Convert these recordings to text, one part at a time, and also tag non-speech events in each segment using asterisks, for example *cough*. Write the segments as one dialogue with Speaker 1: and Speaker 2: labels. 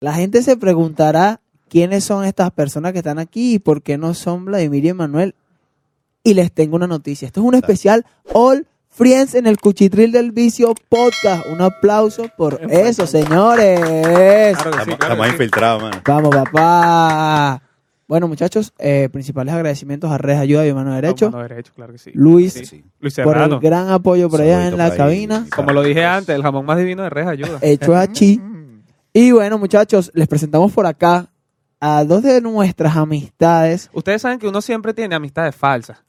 Speaker 1: La gente se preguntará quiénes son estas personas que están aquí y por qué no son Vladimir y Emanuel. Y les tengo una noticia. Esto es un especial All Friends en el Cuchitril del Vicio Podcast. Un aplauso por eso, señores.
Speaker 2: Claro que sí,
Speaker 3: Estamos,
Speaker 2: claro
Speaker 3: estamos
Speaker 2: que sí.
Speaker 3: infiltrados, mano.
Speaker 1: Vamos, papá. Bueno, muchachos, eh, principales agradecimientos a Red Ayuda y Mano Derecho.
Speaker 2: Mano derecho, claro que sí.
Speaker 1: Luis,
Speaker 2: Sí.
Speaker 3: Sí.
Speaker 2: Luis
Speaker 1: por el
Speaker 2: Serrano.
Speaker 1: gran apoyo por allá en
Speaker 3: Saludito
Speaker 1: la
Speaker 3: por ahí,
Speaker 1: cabina.
Speaker 3: mi
Speaker 2: Como
Speaker 3: pana.
Speaker 2: lo dije antes, el jamón más divino de
Speaker 1: *laughs*
Speaker 2: Res ayuda.
Speaker 1: Hecho a chi. Y bueno, muchachos, les presentamos por acá a dos de nuestras amistades.
Speaker 2: Ustedes saben que uno siempre tiene amistades falsas.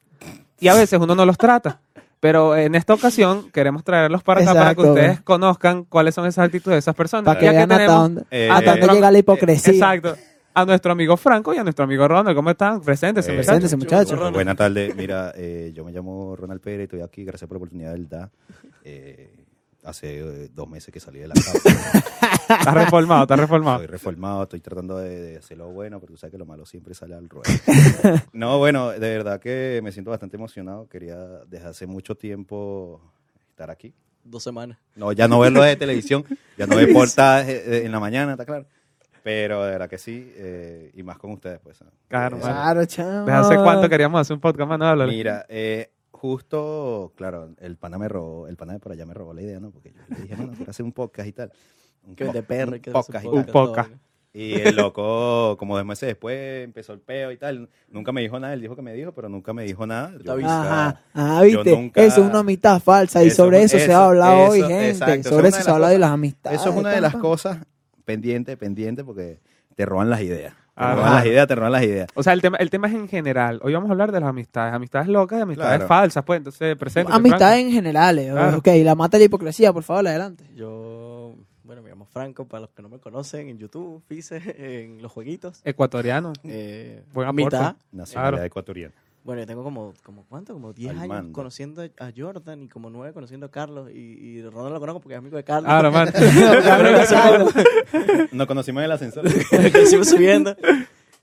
Speaker 2: Y a veces uno no los trata. Pero en esta ocasión queremos traerlos para acá para que
Speaker 1: Exacto.
Speaker 2: ustedes conozcan cuáles son esas actitudes de esas personas.
Speaker 1: Para que
Speaker 2: Y aquí
Speaker 1: vean hasta
Speaker 2: tenemos-
Speaker 1: dónde,
Speaker 3: eh,
Speaker 1: hasta dónde
Speaker 2: nuestro-
Speaker 1: llega la hipocresía.
Speaker 2: eh, Exacto. A nuestro amigo Franco y a nuestro amigo Ronald. ¿Cómo están? Preséntense,
Speaker 3: Eh,
Speaker 2: muchachos.
Speaker 1: Preséntense, muchachos.
Speaker 3: Bueno, Buenas tardes, mira, eh, yo me llamo Ronald Pérez, estoy aquí, gracias por la oportunidad del DA. Eh, hace eh, dos meses que salí de la
Speaker 2: *laughs*
Speaker 3: cárcel,
Speaker 2: Estás reformado, estás reformado.
Speaker 3: *laughs* estoy reformado, estoy tratando de, de hacer lo bueno, pero tú sabes que lo malo siempre sale al
Speaker 2: *laughs*
Speaker 3: ruedo. No, bueno, de verdad que me siento bastante emocionado, quería desde hace mucho tiempo estar aquí.
Speaker 4: Dos semanas.
Speaker 3: No, ya no verlo de televisión, ya
Speaker 2: *laughs*
Speaker 3: no ver portadas eh, eh, en la mañana, está claro. Pero de verdad que sí, eh, y más con ustedes, pues. ¿no?
Speaker 2: Claro,
Speaker 3: Eh,
Speaker 2: mano.
Speaker 1: Claro, chamo.
Speaker 2: ¿Desde hace cuánto queríamos hacer un podcast, mano? Háblale.
Speaker 3: Mira, eh, justo, claro, el pana me robó, el pana de por allá me robó la idea, ¿no? Porque yo le dije, mano, quiero hacer un podcast y tal. Un
Speaker 4: Que vende
Speaker 3: po-
Speaker 4: perro.
Speaker 3: un
Speaker 4: que hace
Speaker 3: podcast y
Speaker 2: un
Speaker 3: tal.
Speaker 4: todo,
Speaker 2: podcast.
Speaker 4: ¿no?
Speaker 3: Y el loco, como dos meses después, empezó el peo y tal. Nunca me dijo nada, él dijo que me dijo, pero nunca me dijo nada. Yo
Speaker 4: Está bien.
Speaker 3: nunca-
Speaker 1: Ajá, ajá,
Speaker 3: yo
Speaker 1: viste,
Speaker 3: nunca-
Speaker 1: eso es una amistad falsa y
Speaker 3: Eso,
Speaker 1: sobre eso, se
Speaker 3: eso,
Speaker 1: ha hablado hoy,
Speaker 3: eso,
Speaker 1: gente.
Speaker 3: exacto, eso
Speaker 1: sobre
Speaker 3: es
Speaker 1: eso
Speaker 3: una de
Speaker 1: se ha
Speaker 3: las
Speaker 1: hablado de
Speaker 3: cosas.
Speaker 1: las amistades.
Speaker 3: Eso es una de las
Speaker 1: compa.
Speaker 3: cosas, pendiente, pendiente, porque te roban las ideas. Te
Speaker 2: Ajá.
Speaker 3: roban las ideas, te roban las ideas.
Speaker 2: O sea, el tema, el tema es en general. Hoy vamos a hablar de las amistades. Amistades locas y amistades
Speaker 3: Claro.
Speaker 2: falsas. Pues entonces, preséntate.
Speaker 1: Amistades
Speaker 2: Franco.
Speaker 1: en general, eh,
Speaker 2: Claro.
Speaker 1: ok, la mata la hipocresía, por favor, adelante.
Speaker 4: Yo, bueno, me llamo Franco, para los que no me conocen, en YouTube, Fice, *laughs* en los jueguitos.
Speaker 2: Ecuatoriano.
Speaker 4: Eh,
Speaker 2: Buen aporte.
Speaker 4: mitad.
Speaker 3: Nacionalidad
Speaker 2: Claro.
Speaker 3: ecuatoriana.
Speaker 4: Bueno, yo tengo como, como ¿cuánto? Como 10
Speaker 3: Al
Speaker 4: años
Speaker 3: mando.
Speaker 4: conociendo a Jordan y como 9 conociendo a Carlos. Y, y Ronald lo conozco porque es amigo de Carlos.
Speaker 1: *laughs*
Speaker 2: Ahora,
Speaker 4: *laughs*
Speaker 2: mano.
Speaker 3: Nos conocimos en el ascensor.
Speaker 2: *laughs*
Speaker 4: que sigo subiendo.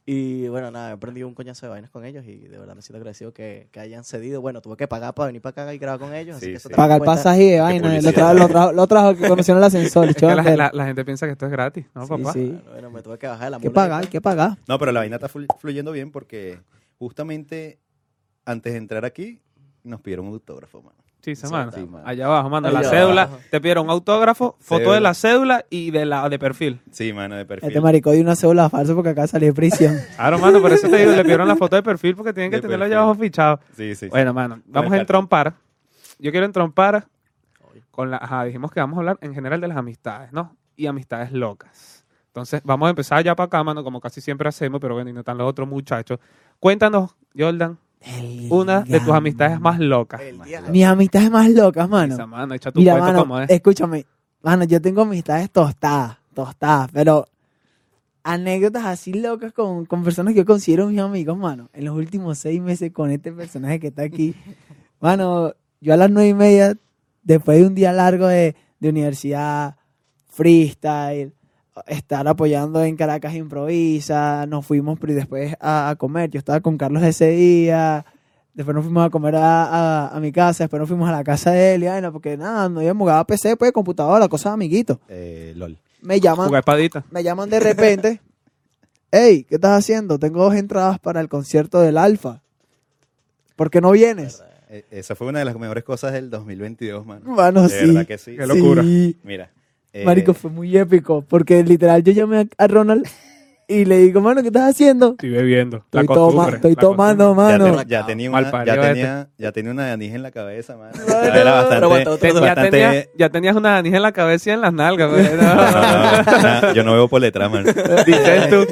Speaker 4: Y bueno, nada, he aprendido un coñazo de vainas con ellos y de verdad me siento agradecido que, que hayan cedido. Bueno, tuve que pagar para venir para acá y grabar con ellos. así
Speaker 3: Sí,
Speaker 4: que eso
Speaker 3: sí.
Speaker 4: también
Speaker 1: Paga el
Speaker 4: cuenta.
Speaker 1: pasaje y de vaina, eh, lo
Speaker 3: publicidad.
Speaker 1: trajo, lo trajo, lo trajo que conoció en el ascensor.
Speaker 2: Es que la,
Speaker 1: chofer.
Speaker 2: la- la gente piensa que esto es gratis, ¿no,
Speaker 1: Sí,
Speaker 2: papá?
Speaker 1: sí.
Speaker 4: Bueno, Ah, bueno, me tuve que bajar de la
Speaker 1: ¿Qué
Speaker 4: mula
Speaker 1: paga?
Speaker 4: y
Speaker 1: hay
Speaker 4: todo.
Speaker 1: que paga?
Speaker 3: No, pero la vaina está flu- fluyendo bien porque justamente antes de entrar aquí nos pidieron un autógrafo, mano.
Speaker 2: Sí, se mano.
Speaker 3: Sí, mano.
Speaker 2: Allá abajo, mano.
Speaker 4: Allá
Speaker 2: La
Speaker 4: abajo.
Speaker 2: cédula. Te pidieron autógrafo, foto
Speaker 3: Cédula.
Speaker 2: de la cédula y de la de perfil.
Speaker 3: Sí, mano, de perfil.
Speaker 1: Este maricó dio una cédula falsa porque acá salió de *laughs* prisión.
Speaker 2: Claro, mano, por eso te digo, le pidieron la foto de perfil porque tienen que
Speaker 3: De
Speaker 2: tenerlo
Speaker 3: perfil.
Speaker 2: allá abajo fichado.
Speaker 3: Sí, sí. sí.
Speaker 2: Bueno, mano, vamos a
Speaker 3: cartel.
Speaker 2: entrompar. Yo quiero entrompar
Speaker 4: Oye.
Speaker 2: con la. Ajá, dijimos que vamos a hablar en general de las amistades, ¿no? Y amistades locas. Entonces, vamos a empezar ya para acá, mano, como casi siempre hacemos, pero bueno, y no están los otros muchachos. Cuéntanos, Jordan, una de tus amistades más locas.
Speaker 4: El
Speaker 3: Más
Speaker 4: día-
Speaker 3: loco.
Speaker 1: Mis amistades más locas,
Speaker 2: Esa,
Speaker 1: mano.
Speaker 2: mano, echa tu
Speaker 1: Mira,
Speaker 2: cuento
Speaker 1: mano, eh,
Speaker 2: como es.
Speaker 1: escúchame. Mano, yo tengo amistades tostadas, tostadas, pero anécdotas así locas con, con personas que yo considero mis amigos, mano. En los últimos seis meses con este personaje que está
Speaker 2: *laughs*
Speaker 1: aquí. Mano, yo a las nueve y media, después de un día largo de, de universidad, freestyle, estar apoyando en Caracas Improvisa, nos fuimos pri- después a, a comer. Yo estaba con Carlos ese día, después nos fuimos a comer a, a- a mi casa, después nos fuimos a la casa de él, y vaina, porque nada, no íbamos a jugar a PC, pues, computadora, cosas de amiguitos.
Speaker 3: Eh, LOL.
Speaker 1: Me llaman,
Speaker 2: Jugar espadita.
Speaker 1: me llaman de
Speaker 3: *laughs*
Speaker 1: repente. Hey, ¿qué estás haciendo? Tengo dos entradas para el concierto del Alfa. ¿Por qué no vienes?
Speaker 3: Eh, esa fue una de las mejores cosas del 2022, mano.
Speaker 1: Mano,
Speaker 3: de
Speaker 1: sí.
Speaker 3: verdad que sí.
Speaker 2: Qué locura.
Speaker 1: Sí.
Speaker 3: Mira. eh,
Speaker 1: Marico, fue muy épico, porque literal yo llamé a, a Ronald y le digo, mano, ¿qué estás haciendo?
Speaker 2: Estoy bebiendo. La
Speaker 1: Estoy,
Speaker 2: costumbre,
Speaker 1: toma- estoy
Speaker 2: la
Speaker 1: tomando,
Speaker 3: ya,
Speaker 1: mano.
Speaker 3: te- ya tenía
Speaker 2: Mal
Speaker 3: una,
Speaker 2: parido
Speaker 3: ya
Speaker 2: este.
Speaker 3: tenía, ya tenía una de anís en la cabeza, mano.
Speaker 1: Mano.
Speaker 3: Era
Speaker 4: Pero aguanta,
Speaker 3: bastante...
Speaker 2: Te- ya,
Speaker 3: Bastante-
Speaker 2: tenías, ya tenías una anís en la cabeza y en las nalgas. güey. No.
Speaker 3: *laughs* No, *laughs* no, no, no, yo no veo por detrás, mano.
Speaker 2: Dices tú.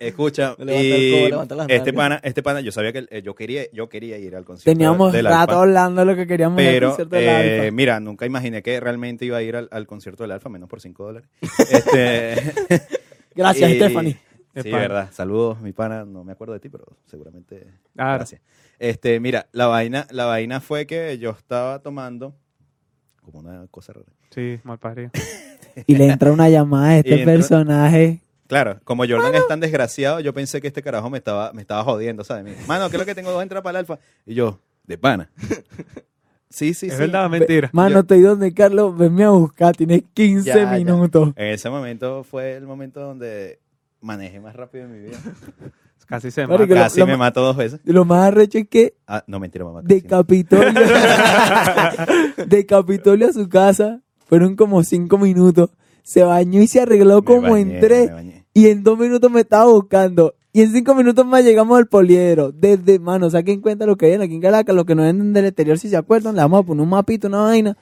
Speaker 3: Escucha,
Speaker 4: Levanta el
Speaker 3: y
Speaker 4: codo, levanta las
Speaker 3: este
Speaker 4: nalgas.
Speaker 3: pana, este pana, yo sabía que eh, yo quería, yo quería ir al concierto.
Speaker 1: Teníamos
Speaker 3: del
Speaker 1: rato
Speaker 3: Alfa.
Speaker 1: hablando de lo que queríamos en el
Speaker 3: Pero,
Speaker 1: concierto del Alfa.
Speaker 3: eh, mira, nunca imaginé que realmente iba a ir al, al concierto del Alfa, menos por 5 dólares. *laughs* Este,
Speaker 1: *laughs* Gracias,
Speaker 3: y-
Speaker 1: Stephanie.
Speaker 3: Sí,
Speaker 2: Epa.
Speaker 3: verdad. Saludos, mi pana. No me acuerdo de ti, pero seguramente.
Speaker 2: Claro.
Speaker 3: Gracias. Este, mira, la vaina, la vaina fue que yo estaba tomando como una cosa rara.
Speaker 2: Sí, mal parido.
Speaker 1: Y le entra una llamada a
Speaker 3: *laughs* Y
Speaker 1: este
Speaker 3: entra- *laughs*
Speaker 1: personaje.
Speaker 3: Claro, como Jordan es tan desgraciado, yo pensé que este carajo me estaba, me estaba jodiendo, ¿sabes? Me dijo, Mano, ¿qué es lo que tengo dos entradas para el alfa? Y yo, de pana. Sí, sí,
Speaker 2: es
Speaker 3: sí.
Speaker 2: verdad, mentira.
Speaker 1: Mano,
Speaker 3: Yo-
Speaker 1: estoy donde, Carlos, venme a buscar, tienes 15
Speaker 3: Ya, ya.
Speaker 1: minutos.
Speaker 3: En ese momento fue el momento donde manejé más rápido en mi vida.
Speaker 2: Casi se
Speaker 1: Marico,
Speaker 2: mata.
Speaker 1: lo-
Speaker 3: Casi
Speaker 1: lo
Speaker 3: me
Speaker 1: ma-
Speaker 3: mató dos veces.
Speaker 1: Lo más arrecho es que
Speaker 3: Ah, no, mentira, mamá.
Speaker 1: de Capitolio,
Speaker 3: *laughs*
Speaker 1: de Capitolio a su casa, fueron como 5 minutos. Se bañó y se arregló como en 3 y en 2 minutos me estaba buscando. Y en 5 minutos más llegamos al poliedro. Desde, mano, saquen cuenta lo que hay aquí en Caracas, lo que no venden del exterior, si se acuerdan, le vamos a poner un mapito, una vaina.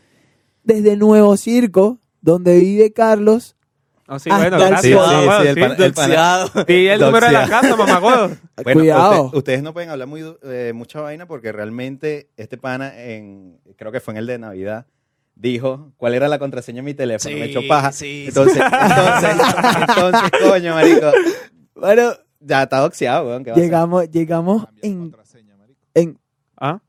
Speaker 1: Desde Nuevo Circo, donde vive Carlos,
Speaker 2: No, sí,
Speaker 1: Hasta
Speaker 2: bueno,
Speaker 1: el
Speaker 2: gracias.
Speaker 1: Sí, sí,
Speaker 2: Ah, bueno,
Speaker 3: sí, el
Speaker 2: sí.
Speaker 3: pan- el pan-
Speaker 4: ah,
Speaker 2: Di el número de la
Speaker 3: *laughs* Doxia.
Speaker 2: casa, mamagodo.
Speaker 3: Bueno,
Speaker 1: Cuidado.
Speaker 3: usted- ustedes no pueden hablar muy, du- eh, mucha vaina porque realmente este pana, en, creo que fue en el de Navidad, dijo cuál era la contraseña de mi teléfono.
Speaker 4: Sí,
Speaker 3: me echó paja.
Speaker 4: sí, sí. *laughs*
Speaker 3: entonces, entonces, entonces, coño, marico. Bueno, ya está oxidado, weón. ¿qué va a hacer?
Speaker 1: llegamos, llegamos
Speaker 5: Cambia la
Speaker 1: en,
Speaker 5: contraseña, marico.
Speaker 1: en-
Speaker 2: ¿Ah?